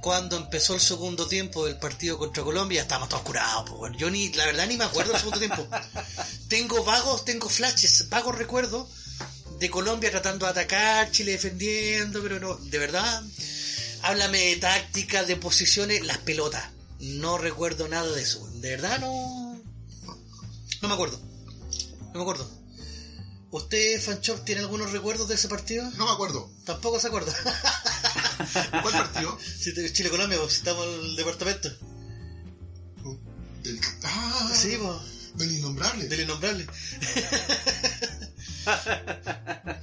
Cuando empezó el segundo tiempo del partido contra Colombia, estábamos todos curados. po, weón. Yo ni, la verdad ni me acuerdo del segundo tiempo. Tengo vagos, tengo flashes, vagos recuerdos de Colombia tratando de atacar, Chile defendiendo, pero no, de verdad, háblame de táctica, de posiciones, las pelotas. No recuerdo nada de eso. De verdad no. No me acuerdo. No me acuerdo. ¿Usted, Fanchop, tiene algunos recuerdos de ese partido? No me acuerdo. Tampoco se acuerda. ¿Cuál partido? Si te- Chile-Colombia, pues, si estamos en el departamento. Del... Ah, Sí, pues. del innombrable. Del innombrable.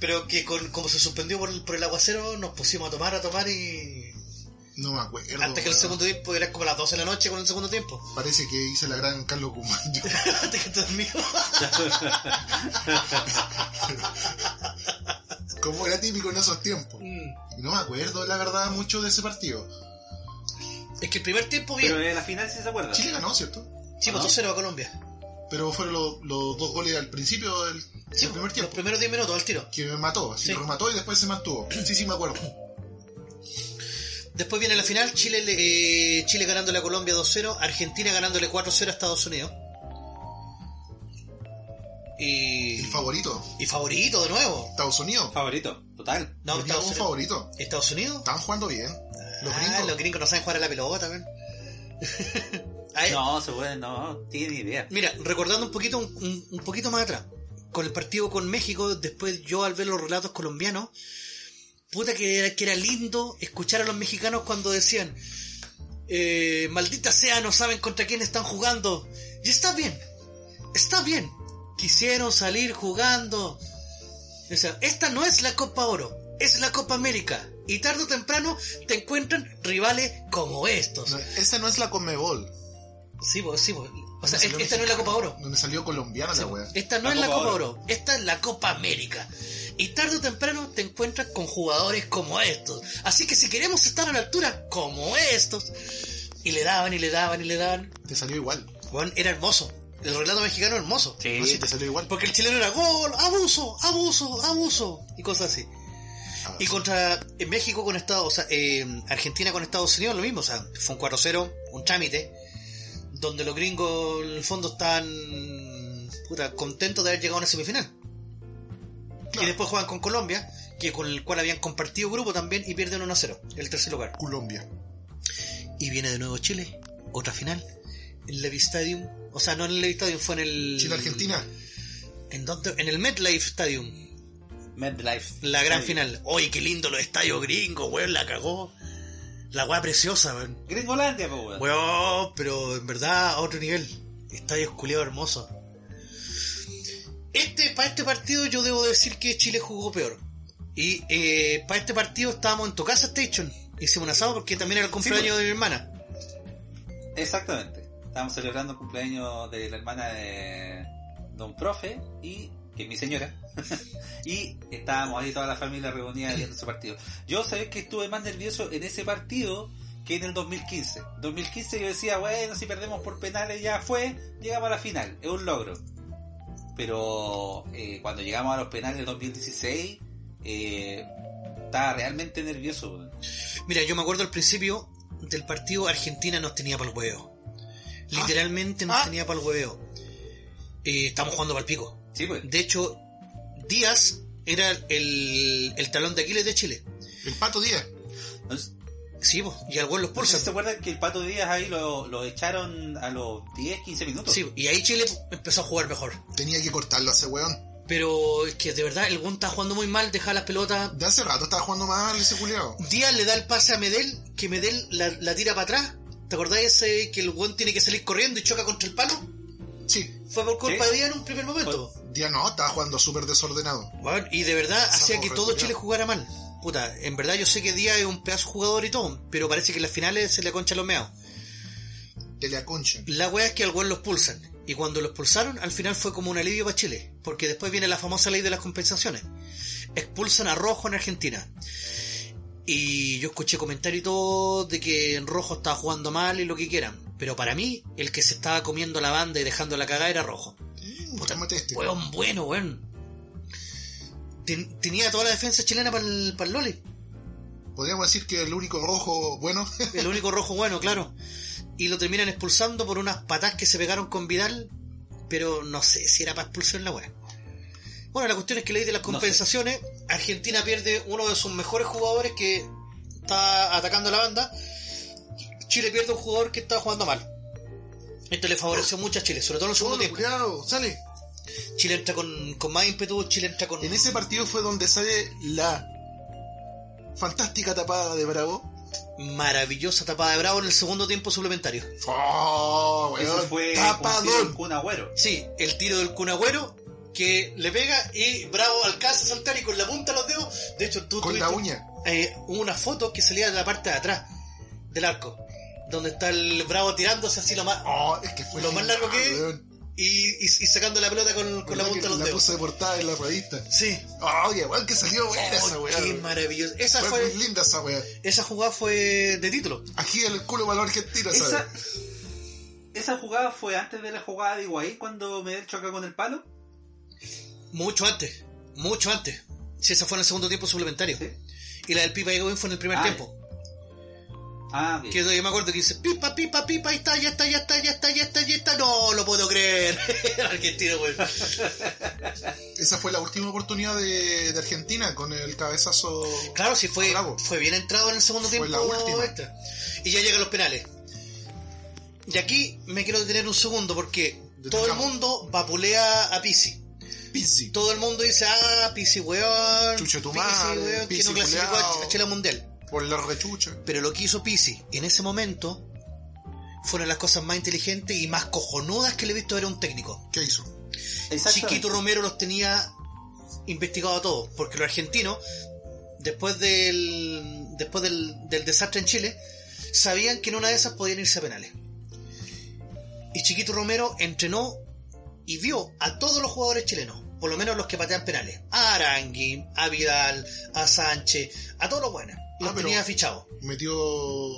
Pero que con- como se suspendió por el, por el aguacero, nos pusimos a tomar, a tomar y. No me acuerdo. Hasta que el weón. segundo tiempo era como las 12 de la noche con el segundo tiempo. Parece que hice la gran Carlos Guzmán. Yo- Antes que te dormí. Como era típico en esos tiempos. No me acuerdo, la verdad, mucho de ese partido. Es que el primer tiempo Pero bien. en la final sí se acuerda. Chile ganó, ¿cierto? Chivo, ¿no? 2-0 a Colombia. Pero fueron los, los dos goles al principio del, del Sí, pues, primer los tiempo. primeros 10 minutos al tiro. Que me mató, así Sí. lo remató y después se mantuvo. Sí, sí, me acuerdo. Después viene la final, Chile, le- eh, Chile ganándole a Colombia 2-0, Argentina ganándole 4-0 a Estados Unidos. Y, El favorito, y favorito de nuevo. Estados Unidos. Favorito, total. No, Tenía Estados un Unidos. favorito. ¿Estados Unidos? Estaban jugando bien. Los ah, gringos. los gringos no saben jugar a la pelota, weón. Ahí- No, se puede, no, tiene idea. Mira, recordando un poquito, un- un, un poquito más atrás, con el partido con México, después yo al ver los relatos colombianos, puta que era, que era lindo escuchar a los mexicanos cuando decían, eh, maldita sea, no saben contra quién están jugando. Y está bien, está bien. Quisieron salir jugando. O sea, esta no es la Copa Oro, es la Copa América. Y tarde o temprano te encuentran rivales como estos. No, esa no es la Conmebol. Sí, pues, sí, pues. O sea, Donde salió esta no es la mexicano, Copa Oro. Donde salió colombiana la wea. Esta no La es la Copa Copa Oro. Oro, esta es la Copa América. Y tarde o temprano te encuentras con jugadores como estos. Así que si queremos estar a la altura como estos, y le daban y le daban y le daban, Te salió igual. Juan era hermoso. El relato mexicano era hermoso. Sí. No, sí, te salió igual. Porque el chileno era gol, abuso, abuso, abuso, y cosas así. Ah, Y contra eh, México con Estados, o sea, eh, Argentina con Estados Unidos, lo mismo, o sea, fue un 4-0, un trámite, donde los gringos en el fondo están puta, contentos de haber llegado a una semifinal. Y Claro. después juegan con Colombia, que con el cual habían compartido grupo también, y pierden 1-0, el tercer lugar. Colombia. Y viene de nuevo Chile, otra final, en el Stadium O sea, no en el Estadio, fue en el. Chile-Argentina. ¿En dónde? En el MetLife Stadium. MedLife. La gran final. ¡Oye, qué lindo los estadios gringos, weón! La cagó. La weá preciosa, weón. Gringolandia, po, weón. Weón, pero en verdad a otro nivel. Estadios culiados hermosos. Este, para este partido yo debo decir que Chile jugó peor. Y eh, para este partido estábamos en Tocasa Station. Hicimos un asado porque también era el cumpleaños pues. de mi hermana. Exactamente. Estábamos celebrando el cumpleaños de la hermana de Don Profe y que es mi señora. y estábamos ahí toda la familia reunida viendo ese partido. Yo sabés que estuve más nervioso en ese partido que en el 2015. 2015 yo decía, bueno, si perdemos por penales ya fue, llegamos a la final, es un logro. Pero eh, cuando llegamos a los penales del 2016, eh, estaba realmente nervioso. weón. Mira, yo me acuerdo al principio del partido Argentina nos tenía para el hueveo. Literalmente nos Ah. tenía para el hueveo. Eh, estamos jugando para el pico. Sí, pues. De hecho, Díaz era el, el talón de Aquiles de Chile. El Pato 10. No sé- Sí, po, y al gol los no sé si pulsa. ¿Se acuerdan que el Pato Díaz ahí lo, lo echaron a los 10, 15 minutos? Sí, y ahí Chile empezó a jugar mejor. Tenía que cortarlo a ese weón. Pero es que de verdad el Gun está jugando muy mal, deja las pelotas. De hace rato estaba jugando mal ese culiao. Díaz le da el pase a Medel, que Medel la, la tira para atrás. ¿Te acordáis ese que el Gun tiene que salir corriendo y choca contra el palo? Sí. Fue por culpa Sí. de Díaz en un primer momento. Día no, estaba jugando súper desordenado. Bueno, y de verdad Sapo hacía que todo reculeado. Chile jugara mal. Puta, en verdad yo sé que Díaz es un pedazo de jugador y todo, pero parece que en las finales se le concha los meados. Te le aconchan. La weá es que al weón los pulsan. Y cuando los pulsaron, al final fue como un alivio para Chile. Porque después viene la famosa ley de las compensaciones. Expulsan a Rojo en Argentina. Y yo escuché comentarios y todo de que Rojo estaba jugando mal y lo que quieran. Pero para mí, el que se estaba comiendo la banda y dejando la cagada era Rojo. Mm, Puta, cálmate este. Weón bueno, weón. Ten- tenía toda la defensa chilena para el, para el Loli. Podríamos decir que el único rojo bueno. El único rojo bueno, claro. Y lo terminan expulsando por unas patas que se pegaron con Vidal, pero no sé si era para expulsión la weá. Bueno, la cuestión es que le de las No sé. compensaciones. Argentina pierde uno de sus mejores jugadores que está atacando a la banda. Chile pierde un jugador que está jugando mal. Esto le favoreció mucho a Chile, sobre todo en el segundo Solo, tiempo. este culiao, sale. Chile entra con, con más ímpetu, Chile entra con... En ese partido fue donde sale la fantástica tapada de Bravo. maravillosa tapada de Bravo en el segundo tiempo suplementario. Oh, Eso weón, fue tapadón. con Agüero. Sí, el tiro del Cunagüero que le pega y Bravo alcanza a saltar y con la punta de los dedos. De hecho, tú Con tuviste, la uña. eh, una foto que salía de la parte de atrás del arco, donde está el Bravo tirándose así lo más Oh, es que fue Lo más largo que es, weón. y, y- y sacando la pelota con, con la Verdad punta que de los la dedos. puse de portada en la revista. Sí. Oye, weón, que salió buena esa Oh, weá. qué weón. maravilloso. Esa Fue, fue, muy linda esa weá. esa jugada fue de título. Aquí el culo para los argentinos, Esa, ¿sabes? esa jugada fue antes de la jugada de Higuaín cuando Medel choca con el palo. Mucho antes, mucho antes. Sí, esa fue en el segundo tiempo suplementario. Sí. Y la del Pipa Egoín fue en el primer Ah, tiempo. Ah, Que yo me acuerdo que dice, pipa, pipa, pipa, ahí está, ya está, ya está, ya está, ya está, ya está, no lo puedo creer. El argentino, güey. Esa fue la última oportunidad de, de Argentina con el cabezazo. Claro, sí fue, Bravo. fue bien entrado en el segundo Fue tiempo. la última. este. Y ya llegan los penales. Y aquí me quiero detener un segundo porque todo el Detengamos. mundo vapulea a Pisi. Pizzi. Todo el mundo dice, ah, Pisi, weón. Chucho tu Pisi, madre, weón, que Pisi no clasificó a culiao". Ch- a Chile Mundial. Por la rechucha. Pero lo que hizo Pisi en ese momento fueron las cosas más inteligentes y más cojonudas que le he visto ver a un técnico. ¿Qué hizo? Chiquito Romero los tenía investigado a todos, porque los argentinos, después del después del, del desastre en Chile, sabían que en una de esas podían irse a penales. Y Chiquito Romero entrenó y vio a todos los jugadores chilenos, por lo menos los que patean penales, a Arangui, a Vidal, a Sánchez, a todos los buenos, los pero- tenía fichados. Metió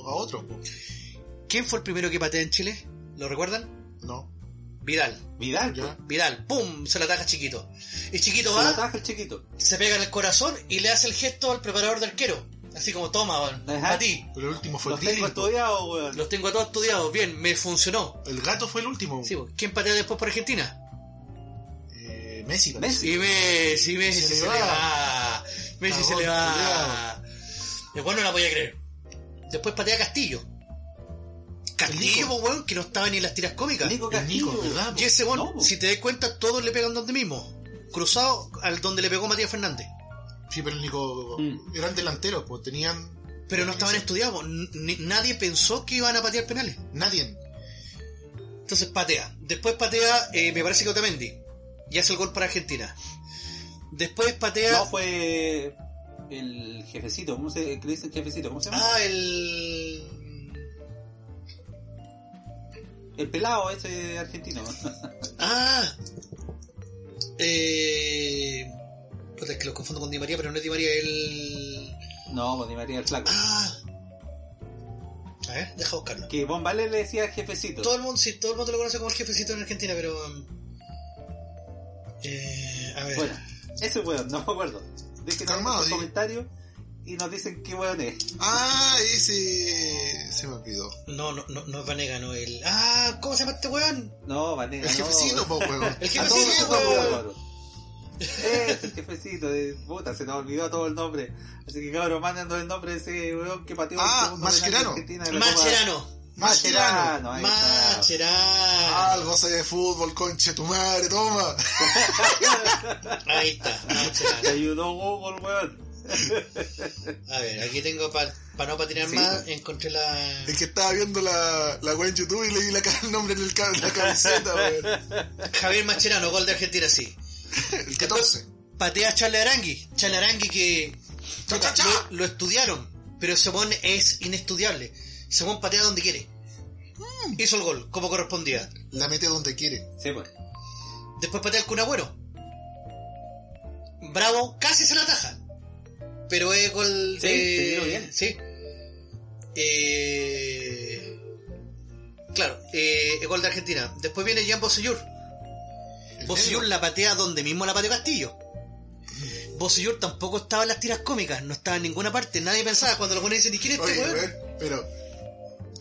a otro. po. ¿Quién fue el primero que patea en Chile? ¿Lo recuerdan? No. Vidal, Vidal, Ya. Vidal, ¡pum! Se la ataja Chiquito. Y Chiquito se va... lo ataja el chiquito. se pega en el corazón y le hace el gesto al preparador de arquero. Así como, toma, weón, Ajá. a ti. Pero el último fue Los el tengo estudiados, weón. Los tengo a todos estudiados, bien, me funcionó. El gato fue el último. Sí, weón. ¿Quién patea después por Argentina? Eh, Messi. parece. Messi. Y Messi, Messi Se se, le le va. va. Messi se Cagón, le va. culiao. Después no la voy a creer. Después patea Castillo. Castillo, po, weón, que no estaba ni en las tiras cómicas. Nico El Nico, Castillo. ¿verdad? Y ese weón, No, po. si te das cuenta, todos le pegan donde mismo. Cruzado al donde le pegó Matías Fernández. Sí, pero el Nico. Mm. Eran delanteros, pues tenían. Pero no estaban estudiados, pues, n- ni- nadie pensó que iban a patear penales. Nadie. Entonces patea. Después patea, eh, me parece que Otamendi. Y hace el gol para Argentina. Después patea. No, fue el jefecito, ¿cómo se, el que le dicen jefecito? ¿Cómo se llama? Ah, el. El pelado ese argentino. Ah. Eh. puta, es que lo confundo con Di María, pero no es Di María, el. no, pues, Di María el Flaco. Ah. A ver, deja buscarlo. Que Bombale le decía jefecito. Todo el mundo, sí, todo el mundo lo conoce como el jefecito en Argentina, pero. um, Eh, a ver. Bueno, ese weón, no me acuerdo. Dejen en Calmado, los sí. comentarios y nos dicen qué weón es. Ah, ese. Se me olvidó. No, no, no, no es Vanega, no el. Ah, ¿cómo se llama este weón? No, Vanega, El no. jefecito, po, El weón. A todos jefecito, nosotros, weón. cabrón. Ese jefecito de puta, se nos olvidó todo el nombre. Así que cabrón, mándanos el nombre de ese weón que pateó Ah, el segundo penal Mascherano. de Argentina en la Copa- Macherano. Mascherano. Mascherano, ahí está. Ah. Macherano. Algo sé de fútbol, conche tu madre, toma. Ahí está, Te Macherano. ayudó Google, weón. A ver, aquí tengo para no patinar Sí. más, encontré la. Es que estaba viendo la, la web en YouTube y leí la, ca- el nombre en, el, ca- en la camiseta, weón. Javier Macherano, gol de Argentina, sí. El 14. Patea a Charles Arangui. Charles Arangui que Cha, cha, cha. Lo, lo estudiaron, pero Semón es inestudiable. Semón patea donde quiere. Mm. Hizo el gol, como correspondía. La mete donde quiere. Sí, pues. Después patea el Kun Agüero. Bravo casi se la ataja. Pero es gol Sí, de... se dio bien. Sí. Eh, Claro, eh, es gol de Argentina. Después viene Jean Bossellur. El Bosillur negro. la patea donde mismo la pateó Castillo. Bosillur tampoco estaba en las tiras cómicas, no estaba en ninguna parte. Nadie pensaba cuando lo ponen dicen, ¿y quién es este Oye, weón? weón, pero.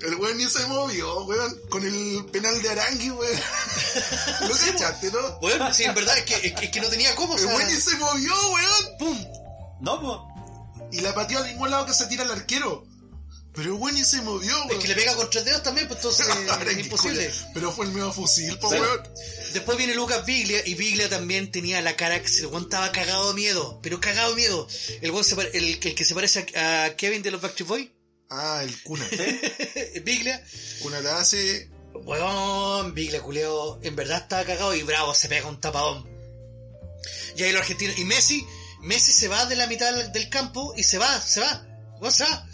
El weón ni se movió, weón. Con el penal de Arangui, weón. Lo cachaste, ¿no? Weón, sí, en verdad, es que, es que- es que no tenía cómo. o El sea, weón ni se movió, weón. ¡Pum! No, pues. Y la pateó al mismo lado que se tira el arquero. Pero el weón ni se movió, weón. Es que le pega con tres dedos también, pues entonces es Arangui, imposible. culia. Pero fue el medio fusil, po, Sí. weón. Después viene Lucas Biglia y Biglia también tenía la cara que el weón estaba cagado de miedo, pero cagado de miedo. El, weón se pare- el, el que se parece a, a Kevin de los Backstreet Boys, eh, Ah, el cuna. Biglia, Cuna la hace. Weón, Biglia culeo, en verdad estaba cagado y bravo, se pega un tapadón. Y ahí los argentinos, y Messi, Messi se va de la mitad del- del campo y se va, se va, weón, se va.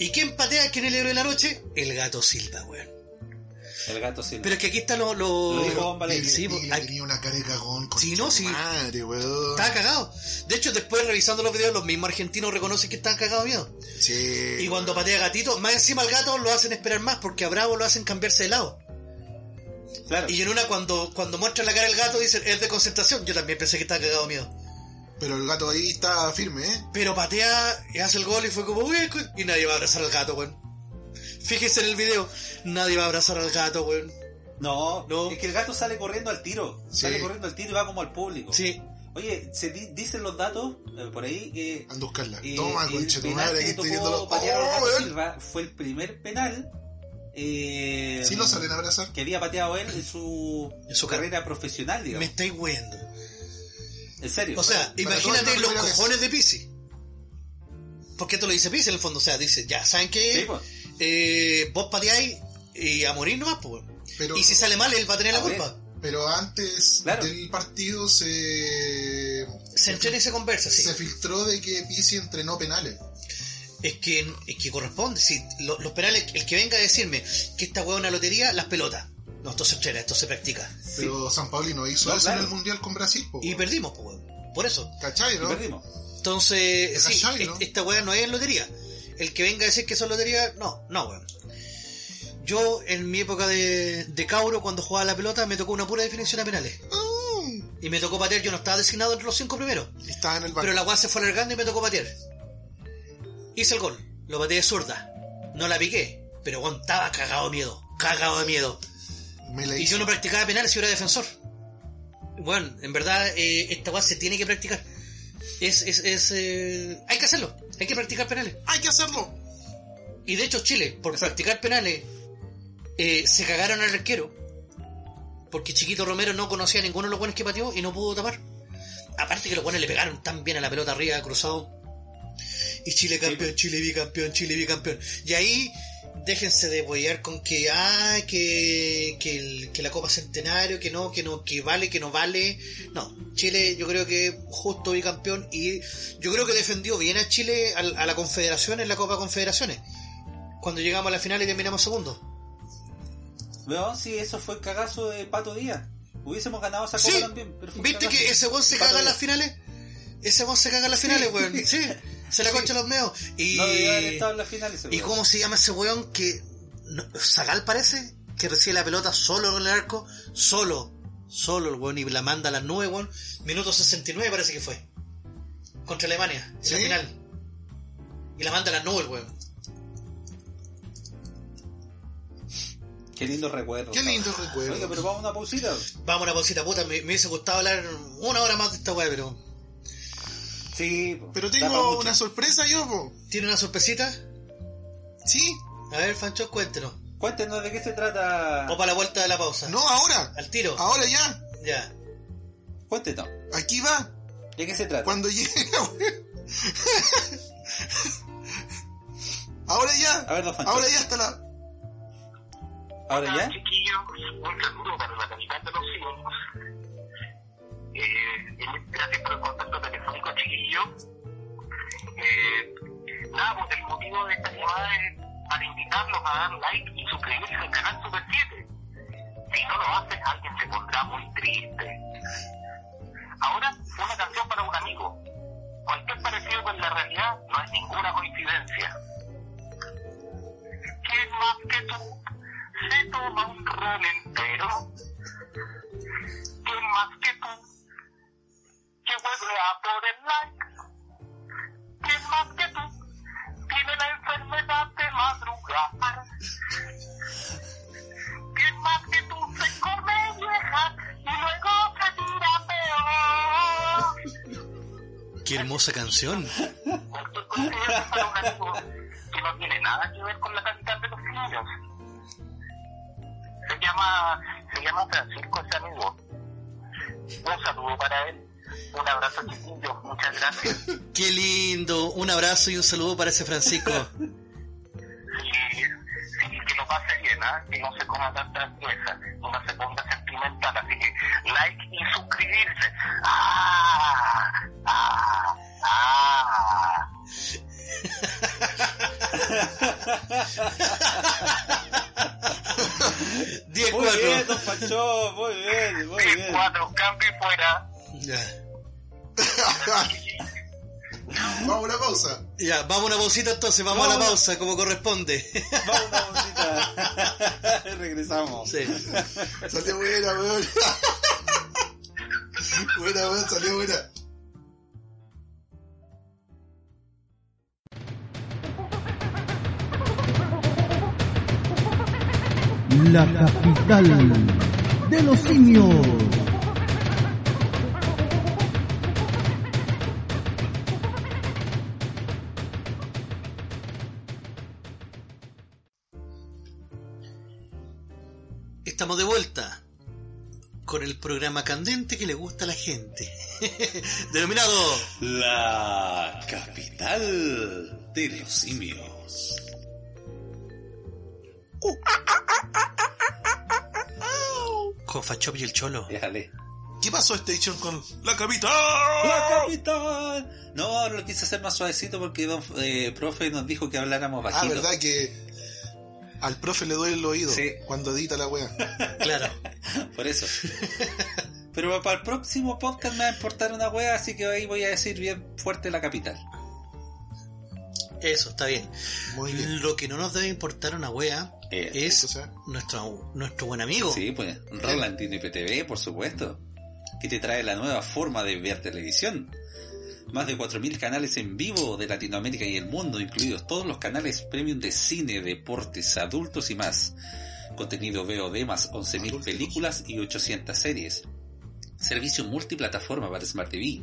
¿Y quién patea? ¿Quién es el héroe de la noche? El gato Silva, weón. El gato sí. Pero es que aquí está lo... lo- Lo dijo Vale, Biglia- sí, Biglia hay- tenía una cara de cagón. Con Sí, no, sí. Madre, weón. Estaba cagado. De hecho, después revisando los videos, los mismos argentinos reconocen que están cagados de miedo. Sí. Y cuando patea gatito, más encima al gato lo hacen esperar más porque a Bravo lo hacen cambiarse de lado. Claro. Y en una, cuando, cuando muestra la cara del gato, dicen es de concentración. Yo también pensé que estaba cagado de miedo. Pero el gato ahí está firme, ¿eh? Pero patea y hace el gol y fue como, "Uy, cu-". y nadie va a abrazar al gato, weón. Fíjense en el video, nadie va a abrazar al gato, weón. No, No. es que el gato sale corriendo al tiro. Sí. Sale corriendo al tiro y va como al público. Sí, Oye, se di- dicen los datos eh, por ahí que. Anda a buscarla. eh, Toma, el conche tu penal madre, que que estoy tocó viendo los. patear al ¡Oh, gato weón! Silva fue el primer penal. eh, Sí lo salen a abrazar. Que había pateado él en su, En su carrera profesional, me digamos. estáis weando. En serio. O sea, Para todos imagínate es la los primera cojones de Pisi. Porque esto lo dice Pisi en el fondo. O sea, dice, ya, ¿saben qué? Sí, pues. Eh, vos pateáis y a morir nomás, pues. weón. Pero, Y si sale mal, él va a tener la A ver. culpa. pero antes Claro. del partido se. Se entrena y se conversa, sí. Se filtró de que Pisi entrenó penales. Es que, es que corresponde. Sí, lo- los penales, el que venga a decirme que esta hueá es una lotería, las pelotas. No, esto se entrena, esto se practica. Pero San Paulino hizo No, eso claro. en el mundial con Brasil, po, Y perdimos, pues, weón. Por eso. ¿Cachai, Y no? perdimos. Entonces, Es sí, cachai, ¿no? est- esta weá no es lotería. El que venga a decir que eso es lotería, no, no, weón. Yo, en mi época de, de Cauro, cuando jugaba la pelota, me tocó una pura definición a penales. Mm. Y me tocó patear, yo no estaba designado entre los cinco primeros. Estaba en el Pero banco. la weá se fue alargando y me tocó patear. Hice el gol, lo pateé de zurda. No la piqué, pero weón, estaba cagado de miedo, cagado de miedo. Me la Y hizo. yo no practicaba penales si yo era defensor. Bueno, en verdad, eh, esta weá se tiene que practicar. Es, es, es, eh, hay que hacerlo, hay que practicar penales. ¡Hay que hacerlo! Y de hecho, Chile, por practicar penales, Eh, se cagaron al arquero. Porque Chiquito Romero no conocía a ninguno de los buenos que pateó y no pudo tapar. Aparte que los buenos le pegaron tan bien a la pelota arriba, cruzado. Y Chile campeón, Chile bicampeón, Chile bicampeón. Y ahí déjense de boyar con que, ah, que, que, el- que la Copa Centenario, que no, que no, que vale, que no vale. No, Chile yo creo que justo bicampeón y yo creo que defendió bien a Chile al- a, la Confederación en la Copa Confederaciones. Cuando llegamos a la final y terminamos segundo. Weón, sí, eso fue el cagazo de Pato Díaz. Hubiésemos ganado esa copa Sí, también. pero fue un ¿Viste cagazo. que ese weón se Pato caga en Díaz. las finales? Ese weón se caga en las finales, weón. Sí, se la concha los meos. Y... No debió haber estado en la final ese ¿Y weón. cómo se llama ese weón que. no- Zagal parece? Que recibe la pelota solo en el arco, solo, solo el weón y la manda a las nubes, weón. Minuto 69 parece que fue. Contra Alemania, en la ¿Sí? final. Y la manda a las nubes, weón. Qué lindo recuerdo. Qué lindo recuerdo. Oiga, pero vamos a una pausita. Vamos a la pausita puta, me, me hubiese gustado hablar una hora más de esta weá, pero. Sí, po. Pero Da pa' tengo mucho. una sorpresa yo, po. ¿Tiene una sorpresita? ¿Sí? A ver, Fancho, cuéntenos. Cuéntenos de qué se trata. O para la vuelta de la pausa. No, Ah. ahora. Al tiro. Ahora ya. Ya. Cuéntenos. Aquí va. ¿De qué se trata? Cuando llegue la wea. Ahora A ya. ver, don Pancho. Ahora ya está la. ¿Ahora ya? Chiquillos, un saludo para la capital de los cielos. Eh, y gracias por el contacto telefónico, chiquillos. Eh, nada, pues el motivo de esta llamada es para invitarlos a dar like y suscribirse al canal Super 7. Si no lo haces, alguien se pondrá muy triste. Ahora, una canción para un amigo. Cualquier parecido con la realidad no es ninguna coincidencia. ¿Quién más que tú se toma un ron entero? ¿Quién más que tú que vuelve a por el like? ¿Quién más que tú tiene la enfermedad de madrugar? ¿Quién más que tú se come vieja y luego se tira peor? Qué hermosa canción. cualquier coincidencia para un amigo que no tiene nada que ver con la capital de los niños. Se llama, se llama Francisco ese amigo. Un saludo para él, un abrazo chiquillo, muchas gracias. Qué lindo. Un abrazo y un saludo para ese Francisco. Y, y que lo pase bien, ¿ah? que no se coma tantas piezas, no se ponga sentimental, así que like y suscribirse. ¡Ah! ¡Ah! ¡Ah! Diez Muy bien, cuatro. don Pancho. Muy bien, muy Y bien. cuatro, cambio y fuera. Ya. Vamos a una pausa. Ya, vamos a una pausita entonces, vamos a la Vamos. pausa como corresponde. Vamos a una pausita. Regresamos. Sí. Salió buena, weón. buena, weón, salió buena. La capital de los simios. Estamos de vuelta con el programa candente que le gusta a la gente. Denominado La capital de los simios. con Fachop y el Cholo. Déjale. ¿Qué pasó, Station, con la capital? ¡La capital! No, lo quise hacer más suavecito porque don eh, profe nos dijo que habláramos Ah, bajito. verdad que al profe le duele el oído Sí. cuando edita la wea. Claro. Por eso. Pero para el próximo podcast me va a importar una wea, así que ahí voy a decir bien fuerte la capital. Eso está bien. Muy bien. Lo que no nos debe importar una wea Eh, O es sea, nuestro, nuestro buen amigo. Sí, pues, Rolandino IPTV, por supuesto, que te trae la nueva forma de ver televisión. Más de 4.000 canales en vivo de Latinoamérica y el mundo, incluidos todos los canales premium de cine, deportes, adultos y más. Contenido VOD más 11.000 Adultos. películas y 800 series. Servicio multiplataforma para Smart TV,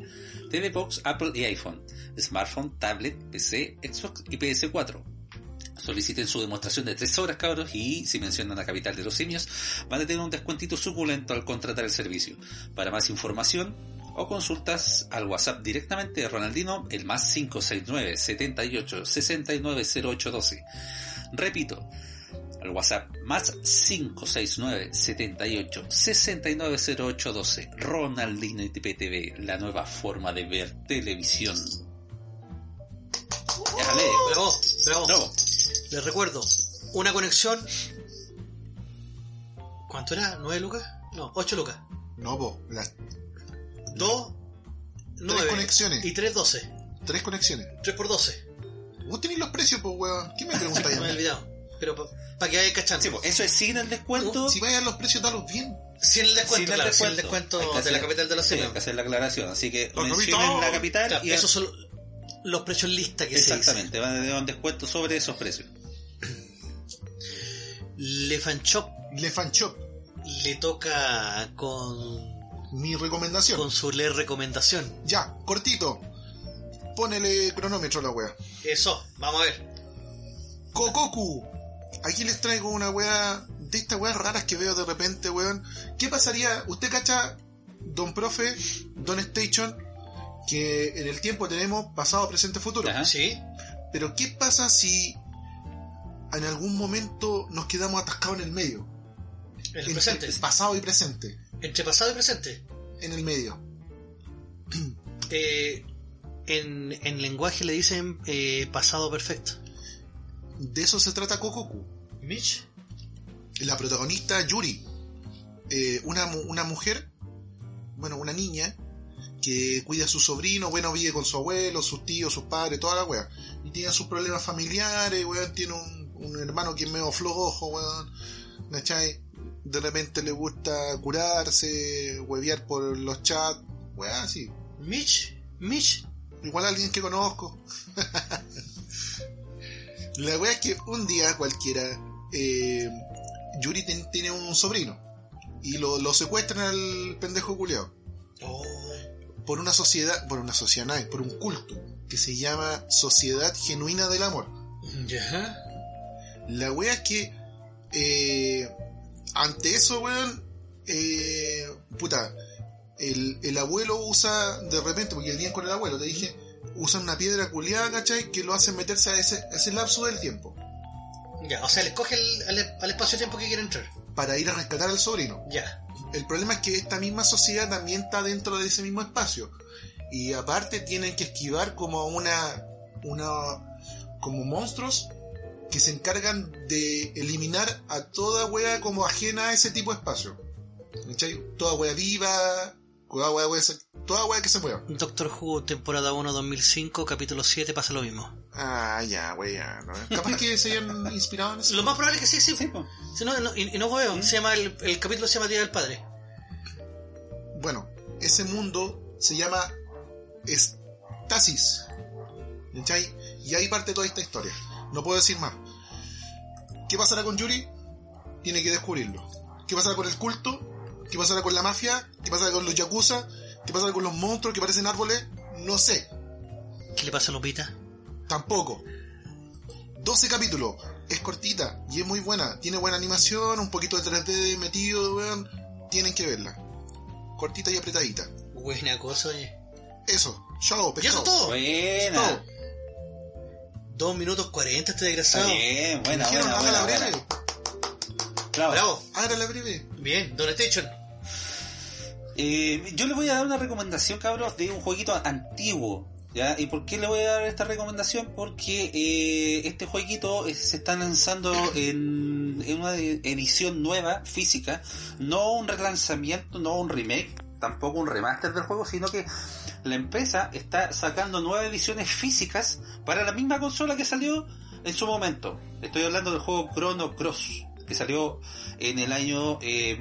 TV Box, Apple y iPhone, smartphone, tablet, PC, Xbox y PS4. Soliciten su demostración de 3 horas, cabros, y si mencionan la capital de los simios, van a tener un descuentito suculento al contratar el servicio. Para más información o consultas al WhatsApp directamente de Ronaldino, el más 569 78 69 0812. Repito, al WhatsApp más 569 78 69 0812. Ronaldino ITPTV, la nueva forma de ver televisión. Ya, Ale, Bravo, bravo. bravo. Les recuerdo, una conexión. ¿Cuánto era? ¿9 lucas? No, 8 lucas. No, po, las 2, 9. conexiones. Y 3, 12. tres conexiones. 3 por 12. Vos tenés los precios, pues, weón. ¿Qué me preguntáis a Me he mí? olvidado. Pero para que vayan cachando. Sí, pues, eso es sin el descuento. Si vais a dar los precios, dalos bien. Sin el descuento, Sin el claro, sin el descuento. descuento Hay que de la hacer- capital de la Sí, ciudad. hay que hacer la aclaración. Así que Los mencionen nubitos. la capital Claro, y esos son los precios lista que exactamente van a tener un descuento sobre esos precios. se dice. Le Fan Shop Le Fan Shop, le toca con, mi recomendación. con su le recomendación. Ya, cortito. Ponele cronómetro a la wea. Eso, vamos a ver. Kokoku. Aquí les traigo una wea de estas weas raras que veo de repente, weón. ¿Qué pasaría? ¿Usted cacha, don profe, don Station, que en el tiempo tenemos pasado, presente, futuro? Ajá. ¿Sí? Pero ¿qué pasa si en algún momento nos quedamos atascados en el medio? En el Entre presente. Pasado y presente. Entre pasado y presente. En el medio. Eh, en, en lenguaje le dicen eh, pasado perfecto. De eso se trata Kokoku. Mitch. la protagonista Yuri, eh, una, mu- una mujer, bueno, una niña, que cuida a su sobrino, bueno, vive con su abuelo, sus tíos, sus padres, toda la wea. Y tiene sus problemas familiares, weón, tiene un, un hermano que es medio flojo, weón, ¿cachai? De repente le gusta curarse, huevear por los chats, weón, así. Mitch. Mitch. Igual alguien que conozco. la wea es que un día cualquiera, eh, Yuri ten- tiene un sobrino y lo, lo secuestran al pendejo culiao por una sociedad, por una sociedad, nada, por un culto que se llama Sociedad Genuina del Amor. Ya. La wea es que eh, ante eso, weón, eh, puta, el, el abuelo usa de repente, porque venían con el abuelo, te dije, usan una piedra culiada, ¿cachai? Que lo hacen meterse a ese, a ese lapso del tiempo Ya, o sea, le escoge el- al, al espacio-tiempo que quiere entrar. para ir a rescatar al sobrino. Ya. El problema es que esta misma sociedad también está dentro de ese mismo espacio. Y aparte tienen que esquivar como una. una. como monstruos que se encargan de eliminar a toda wea como ajena a ese tipo de espacio. ¿Cachai? Toda wea viva, toda wea, wea- toda wea que se mueva. Doctor Who, temporada 1, 2005, capítulo 7, pasa lo mismo. Ah, ya, wea. ¿no? Capaz que se hayan inspirado en eso. Lo más probable es que sí, sí. Sí, pues. po. Si no, no- y, y no hueveo. Se llama el, el capítulo se llama Día del Padre. bueno, ese mundo se llama Estasis. ¿Cachai? Y ahí parte toda esta historia. No puedo decir más. ¿Qué pasará con Yuri? Tiene que descubrirlo. ¿Qué pasará con el culto? ¿Qué pasará con la mafia? ¿Qué pasará con los yakuza? ¿Qué pasará con los monstruos que parecen árboles? No sé. ¿Qué le pasa a Lupita? Tampoco. 12 capítulos. Es cortita y es muy buena. Tiene buena animación, un poquito de 3D metido, weón. Tienen que verla. Cortita y apretadita. Buena cosa, oye. Pues Eso, chao, Y eso es pescado. Oh, todo. Buena. Todo. Dos minutos 40 este Está desgraciado. bien, buena, Dijeron, buena, hágala buena, breve, buena. Bravo. Bravo. hágala breve. Bien, Don Station. Eh, yo le voy a dar una recomendación, cabros, de un jueguito antiguo. ¿ya? ¿Y por qué le voy a dar esta recomendación? Porque eh, este jueguito eh, se está lanzando en, en una de- edición nueva, física. No un relanzamiento, no un remake, tampoco un remaster del juego, sino que la empresa está sacando nuevas ediciones físicas para la misma consola que salió en su momento. Estoy hablando del juego Chrono Cross, que salió en el año eh,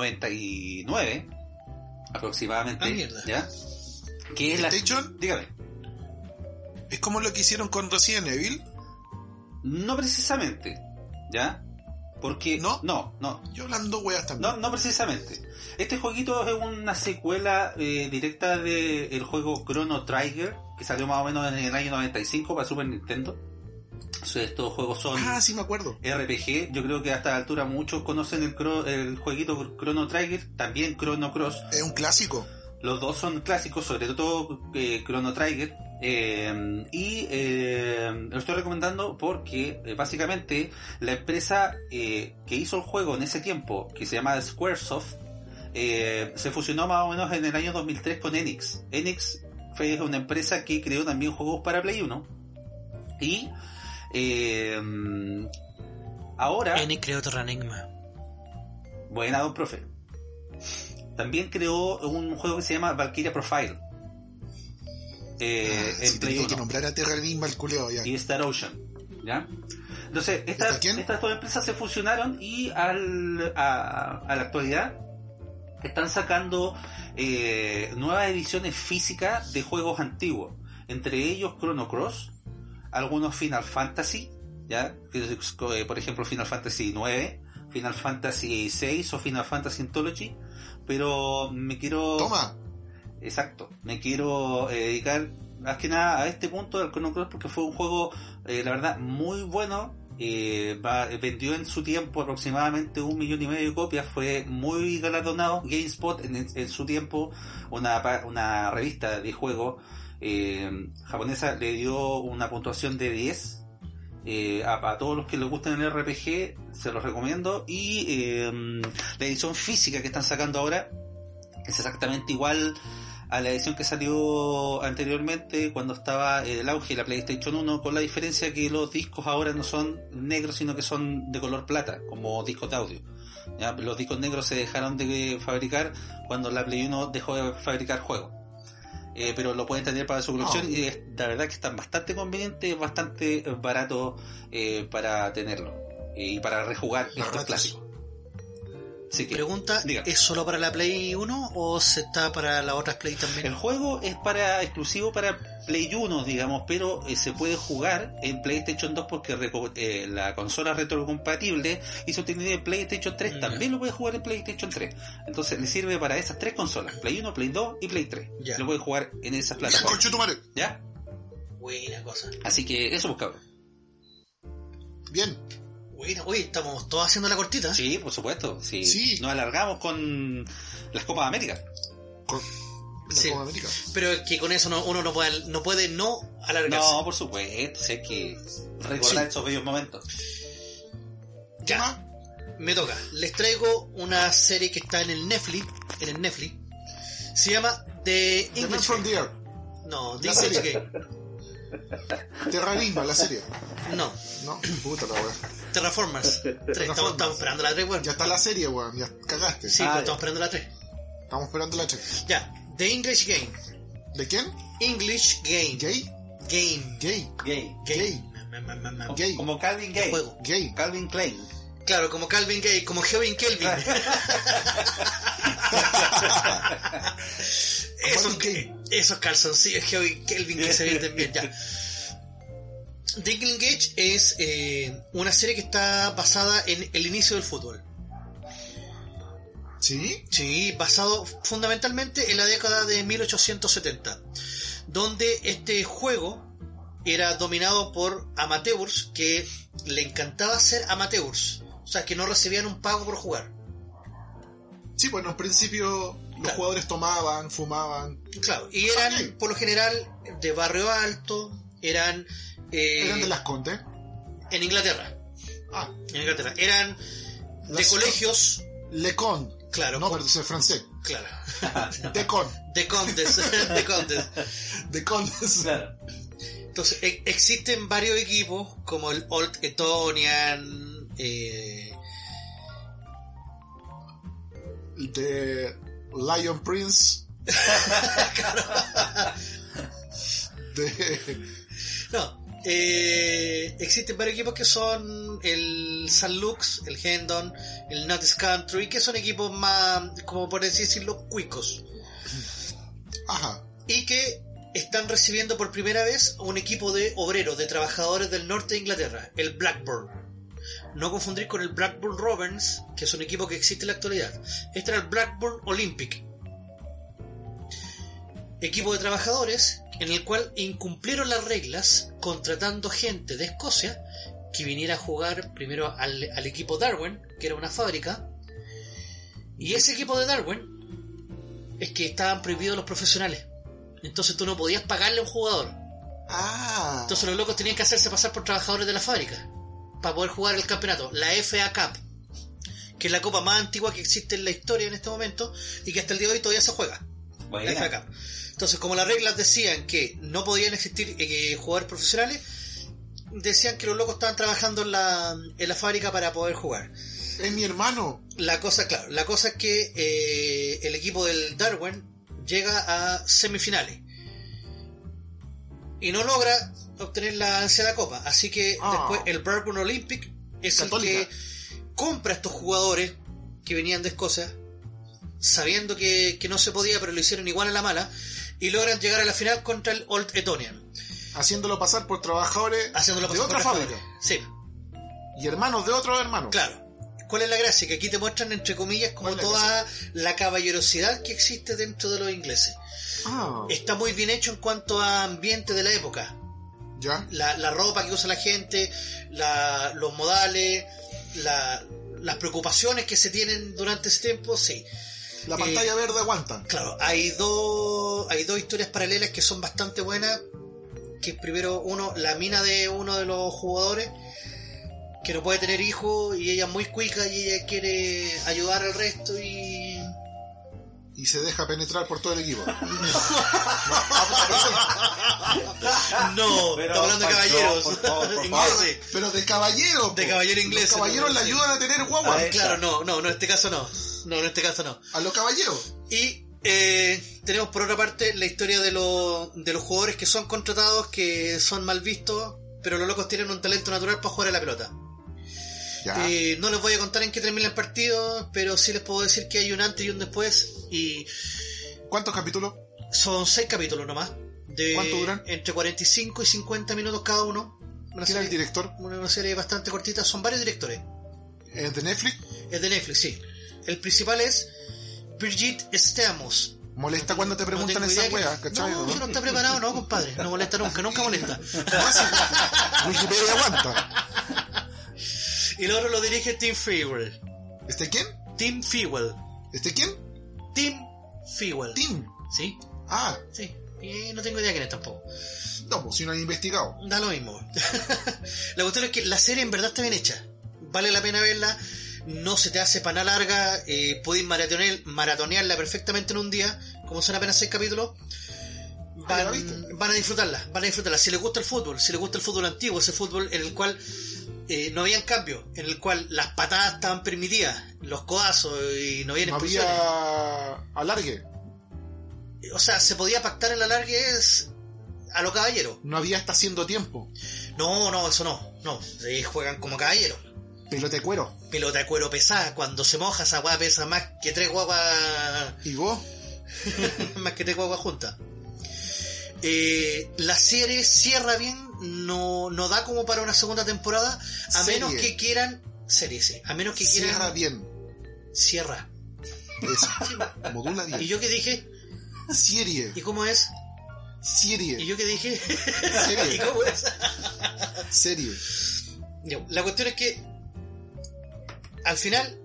1999 aproximadamente. Ah, mierda. ¿Ya? Que es la... ¿Station? Dígame. Es como lo que hicieron con Resident Evil. No precisamente. ¿Ya? Porque... ¿No? No, no. Yo hablando weas también. No, no precisamente. Este jueguito es una secuela eh, directa del juego Chrono Trigger, que salió más o menos en el año 95 para Super Nintendo. So, Estos juegos son Ah, sí, me acuerdo. RPG. Yo creo que a esta altura muchos conocen el, cro- el jueguito Chrono Trigger, también Chrono Cross. Es un clásico. Los dos son clásicos, sobre todo eh, Chrono Trigger. eh, y eh, lo estoy recomendando porque eh, básicamente la empresa eh, que hizo el juego en ese tiempo, que se llama Squaresoft, eh, se fusionó más o menos en el año 2003 con Enix. Enix fue una empresa que creó también juegos para Play 1. Y eh, ahora... Enix creó Terranigma. Buena, don profe. También creó un juego que se llama Valkyria Profile. Eh, Ah, en si Play tenía que 1 nombrar a Terra Enigma el culeo ya. y Star Ocean. ¿Ya? Entonces, estas, ¿Está quién? estas dos empresas se fusionaron y al, a, a la actualidad están sacando eh, nuevas ediciones físicas de juegos antiguos. Entre ellos Chrono Cross, algunos Final Fantasy, ¿ya? Que es, eh, por ejemplo Final Fantasy 9, Final Fantasy 6 o Final Fantasy Anthology. Pero me quiero... Toma, Exacto. Me quiero eh, dedicar más que nada a este punto del Chrono Cross porque fue un juego, eh, la verdad, muy bueno. Eh, va- vendió en su tiempo aproximadamente un millón y medio de copias. Fue muy galardonado. GameSpot en, en su tiempo, una, pa- una revista de juego eh, japonesa, le dio una puntuación de 10. Eh, a, a todos los que les gustan el RPG, se los recomiendo. Y eh, la edición física que están sacando ahora es exactamente igual a la edición que salió anteriormente cuando estaba el auge de la PlayStation 1, con la diferencia que los discos ahora no son negros, sino que son de color plata, como discos de audio. Ya, Los discos negros se dejaron de fabricar cuando la Play 1 dejó de fabricar juegos. Eh, pero lo pueden tener para su colección y Oh. es- la verdad que están bastante convenientes, bastante barato eh, para tenerlo eh, y para rejugar estos La verdad que sí. clásicos. Así que- Pregunta, Diga. ¿es solo para la Play 1 o se está para las otras Play El también? juego es para exclusivo para Play 1, digamos, pero eh, se puede jugar en PlayStation 2 porque reco- eh, la consola retrocompatible y su tiene de PlayStation 3 Ya. también lo puede jugar en PlayStation 3. Entonces le sirve para esas tres consolas, Play 1, Play 2 y Play 3. Ya. Lo puede jugar en esas ya, plataformas, conchetumare. ¿ya? Buena cosa. Así que eso pues, buscaba. Bien, Buena, oye, estamos todos haciendo la cortita. Sí, por supuesto. Sí. Sí. Nos alargamos con las Copas de América. con la Sí. Copa América. Pero es que con eso no- uno no puede no, puede no alargarse. No, por supuesto, sé que recordar Sí. esos bellos momentos. ¿Qué ya, más? me toca. Les traigo una serie que está en el Netflix. En el Netflix. Se llama The The Man English from Game. the Earth. No, The La English serie. Game. Terra Enigma, la serie. No, No, puta la weá. Terraformers. Tres, Estamos, estamos esperando la 3, weón. Ya está la serie, weón. Ya cagaste. Sí, pero Ah, ya. estamos esperando la 3. Estamos esperando la check. Ya, The English Game. ¿De quién? English Game. ¿Gay? Game. ¿Gay? Gay. Gay. Ma, ma, ma, ma. Gay. Como Calvin Gay. juego. ¿Gay? Calvin Klein. Claro, como Calvin Gay, como Kevin Kelvin. esos, Calvin esos calzoncillos Kevin Kelvin que se venden bien, ya. The England Gage es eh, una serie que está basada en el inicio del fútbol. ¿Sí? Sí, basado fundamentalmente en la década de 1870, donde este juego era dominado por amateurs que le encantaba ser amateurs, o sea, que no recibían un pago por jugar. Sí, bueno, en principio los Claro. jugadores tomaban, fumaban. Claro, y eran Ok. por lo general de barrio alto, eran, eh, Eran de las Condes. en Inglaterra, Ah, en Inglaterra, eran de las- colegios, Le Con. claro, No, con- pero eso es francés. claro, De Con. de condes, de condes. De Condes. Claro. Entonces, e- existen varios equipos como el Old Etonian, eh, De Lion Prince. de no, eh, existen varios equipos que son el San Lux, el Hendon, el Notts Country, que son equipos más, como por así decirlo, cuicos. Ajá. Y que están recibiendo por primera vez a un equipo de obreros, de trabajadores del norte de Inglaterra, el Blackburn. No confundir con el Blackburn Rovers, que es un equipo que existe en la actualidad. Este era el Blackburn Olympic. equipo de trabajadores en el cual incumplieron las reglas contratando gente de Escocia que viniera a jugar primero al, al equipo Darwin, que era una fábrica, y ese equipo de Darwin es que estaban prohibidos los profesionales. Entonces tú no podías pagarle a un jugador. Ah. Entonces los locos tenían que hacerse pasar por trabajadores de la fábrica para poder jugar el campeonato, la FA Cup, que es la copa más antigua que existe en la historia en este momento y que hasta el día de hoy todavía se juega. Buena. La FA Cup. Entonces, como las reglas decían que no podían existir eh, jugadores profesionales, decían que los locos estaban trabajando en la, en la fábrica para poder jugar. es mi hermano. La cosa, claro, la cosa es que eh, el equipo del Darwin llega a semifinales y no logra obtener la ansiada copa. Así que Ah. después el Bergman Olympic es el Católica. que compra a estos jugadores que venían de Escocia, sabiendo que, que no se podía, pero lo hicieron igual a la mala, y logran llegar a la final contra el Old Etonian, Haciéndolo pasar por trabajadores haciéndolo de pasar otra por la fábrica. fábrica. Sí. Y hermanos de otros hermanos. Claro. ¿Cuál es la gracia? Que aquí te muestran, entre comillas, como ¿Cuál es la toda la caballerosidad que existe dentro de los ingleses. Ah, Está muy bien hecho en cuanto a ambiente de la época. ya. La, la ropa que usa la gente, la- los modales, la- las preocupaciones que se tienen durante ese tiempo, sí. La Eh, pantalla verde aguanta. Claro, hay dos, hay dos historias paralelas que son bastante buenas. Que primero, uno, la mina de uno de los jugadores, que no puede tener hijos, y ella es muy cuica y ella quiere ayudar al resto y. Y se deja penetrar por todo el equipo. No, Ah, estamos hablando Pero, de Pancho, caballeros. por favor, por Ah, ingleses. pero de caballero. De po. caballero inglés. Los caballeros le ayudan a tener Ah, guagua. ver. claro, no, no, no, en este caso no. No, en este caso no. A los caballeros. Y eh, tenemos por otra parte la historia de, los- de los jugadores que son contratados, que son mal vistos, pero los locos tienen un talento natural para jugar a la pelota. Ya. Eh, no les voy a contar en qué termina el partido, pero sí les puedo decir que hay un antes y un después. Y ¿Cuántos capítulos? son seis capítulos nomás. De ¿Cuánto duran? Entre 45 y 50 minutos cada uno. Una ¿Quién era el serie, director? una serie bastante cortita. Son varios directores. ¿Es de Netflix? Es de Netflix, sí. El principal es Brigitte Stamos. Molesta cuando te preguntan tengo esa idea que- wea, ¿cachai? No, ¿no? si no está preparado, no, compadre. No molesta nunca, nunca molesta. Wikipedia aguanta. Y el otro lo dirige Tim Fewell. ¿Este quién? Tim Fewell. ¿Este quién? Tim Fewell. Tim. ¿Sí? Ah, Sí. Y no tengo idea quién es tampoco. no, pues si no han investigado. Da lo mismo. la cuestión es que la serie en verdad está bien hecha. Vale la pena verla. No se te hace pana larga. Eh, puedes maratonear, maratonearla perfectamente en un día. Como son apenas seis capítulos. Ah, ¿la Van, viste? van a disfrutarla. Van a disfrutarla. Si les gusta el fútbol. Si les gusta el fútbol antiguo. Ese fútbol en el cual eh, no habían cambios. En el cual las patadas estaban permitidas. Los codazos. Y no había No expulsiones. había alargue. O sea, se podía pactar en la larga es a lo caballero. No había hasta haciendo tiempo. No, no, eso no. No. Eh, juegan como caballero. Pelote de cuero. pelota de cuero pesada. Cuando se moja esa guapa pesa más que tres guaguas, ¿Y vos? más que tres guaguas juntas. Eh, la serie cierra bien, no, no da como para una segunda temporada, a Serie. menos que quieran serie, sí, a menos que quieran Cierra cierra. bien. Ah. Eso. Modula ¿Y bien. yo qué dije? Serie. ¿Y cómo es? ¿Y Serie. yo qué dije? ¿Y Serie. cómo es? Serie. Ya, La cuestión es que al final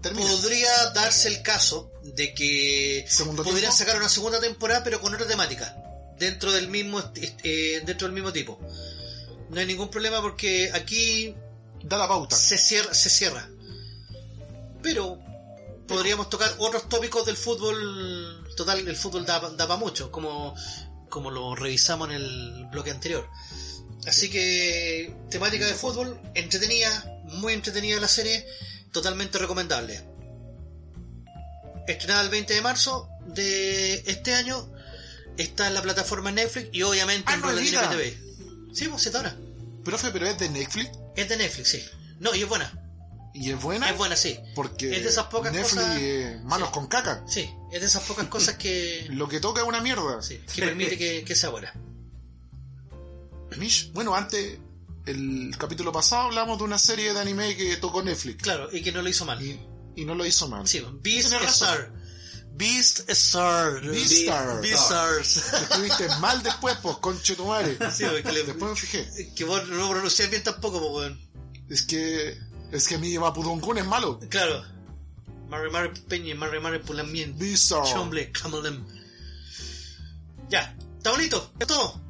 Termina. podría darse el caso de que Segundo podrían tiempo. sacar una segunda temporada pero con otra temática dentro del mismo est- est- eh, dentro del mismo tipo no hay ningún problema porque aquí Da la pauta. se cierra se cierra pero podríamos tocar otros tópicos del fútbol total el fútbol da, para mucho como como lo revisamos en el bloque anterior así que temática de fútbol entretenida muy entretenida la serie totalmente recomendable estrenada el 20 de marzo de este año está en la plataforma Netflix y obviamente Ah, en no, Roland mira. TV sí pues sí, está ahora Profe, pero es de Netflix. es de Netflix sí no y es buena Y es buena. es buena sí Porque es de esas pocas Netflix cosas- eh, manos con caca. Sí, es de esas pocas cosas que, Lo que toca es una mierda. sí, que permite que, que sea buena. Mish, bueno, antes, el capítulo pasado hablamos de una serie de anime que tocó Netflix. Claro, y que no lo hizo mal. Y, y no lo hizo mal. Sí, Beast Tienes razón. Star. Beast Star. Beastars. Beastars. Estuviste mal después, pues, conchetumare. Sí, porque le- Después me fijé. que vos no pronunciás bien tampoco, pues, weón. Es que. Es que a mí lleva Pudoncún es malo. Claro. Mare Mare Peña, Mare Mare Pulamien. Beastars. Chomble, Camelem. Ya, está bonito, es todo.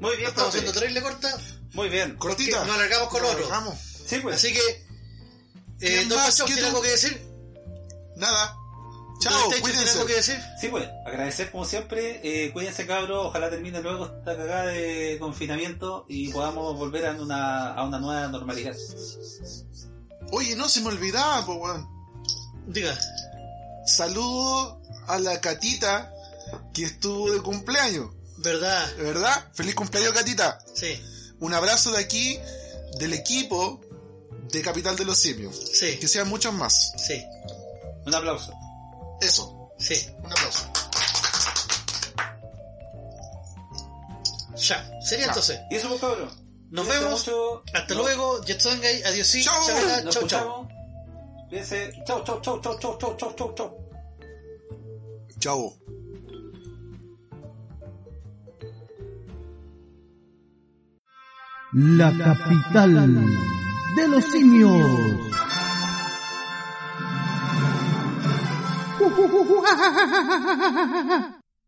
Muy bien, Estamos haciendo profe. terrible corta. Muy bien. Cortita. Nos alargamos con Nos otro. alargamos. Sí, pues. Así que. Eh, ¿Quién ¿Don más? Pacho ¿Qué tiene tú? algo que decir? Nada. ¿Don Chao, Techo tiene algo que cuídense. decir? Sí, pues, agradecer como siempre, eh, cuídense cabros, ojalá termine luego esta cagada de confinamiento y podamos volver a una, a una nueva normalidad. Oye, no se me olvidaba, po, weón. Diga. Saludo a la Catita que estuvo de cumpleaños, ¿Verdad? ¿verdad? Feliz cumpleaños, Catita. Sí, Un abrazo de aquí, del equipo de Capital de los Simios. sí, Que sean muchos más. sí, Un aplauso. Eso, sí. un aplauso. Ya, sería entonces. Y eso pues cabros. Nos Cuídense vemos. mucho. Hasta No- luego. Jetsongay, adiós. Sí, Chao. chao, Nos chao, chao. escuchamos. Cuídense. Chau, chau, chau, chau, chau, chau, chau, chau, chau. Chao. La capital de los simios.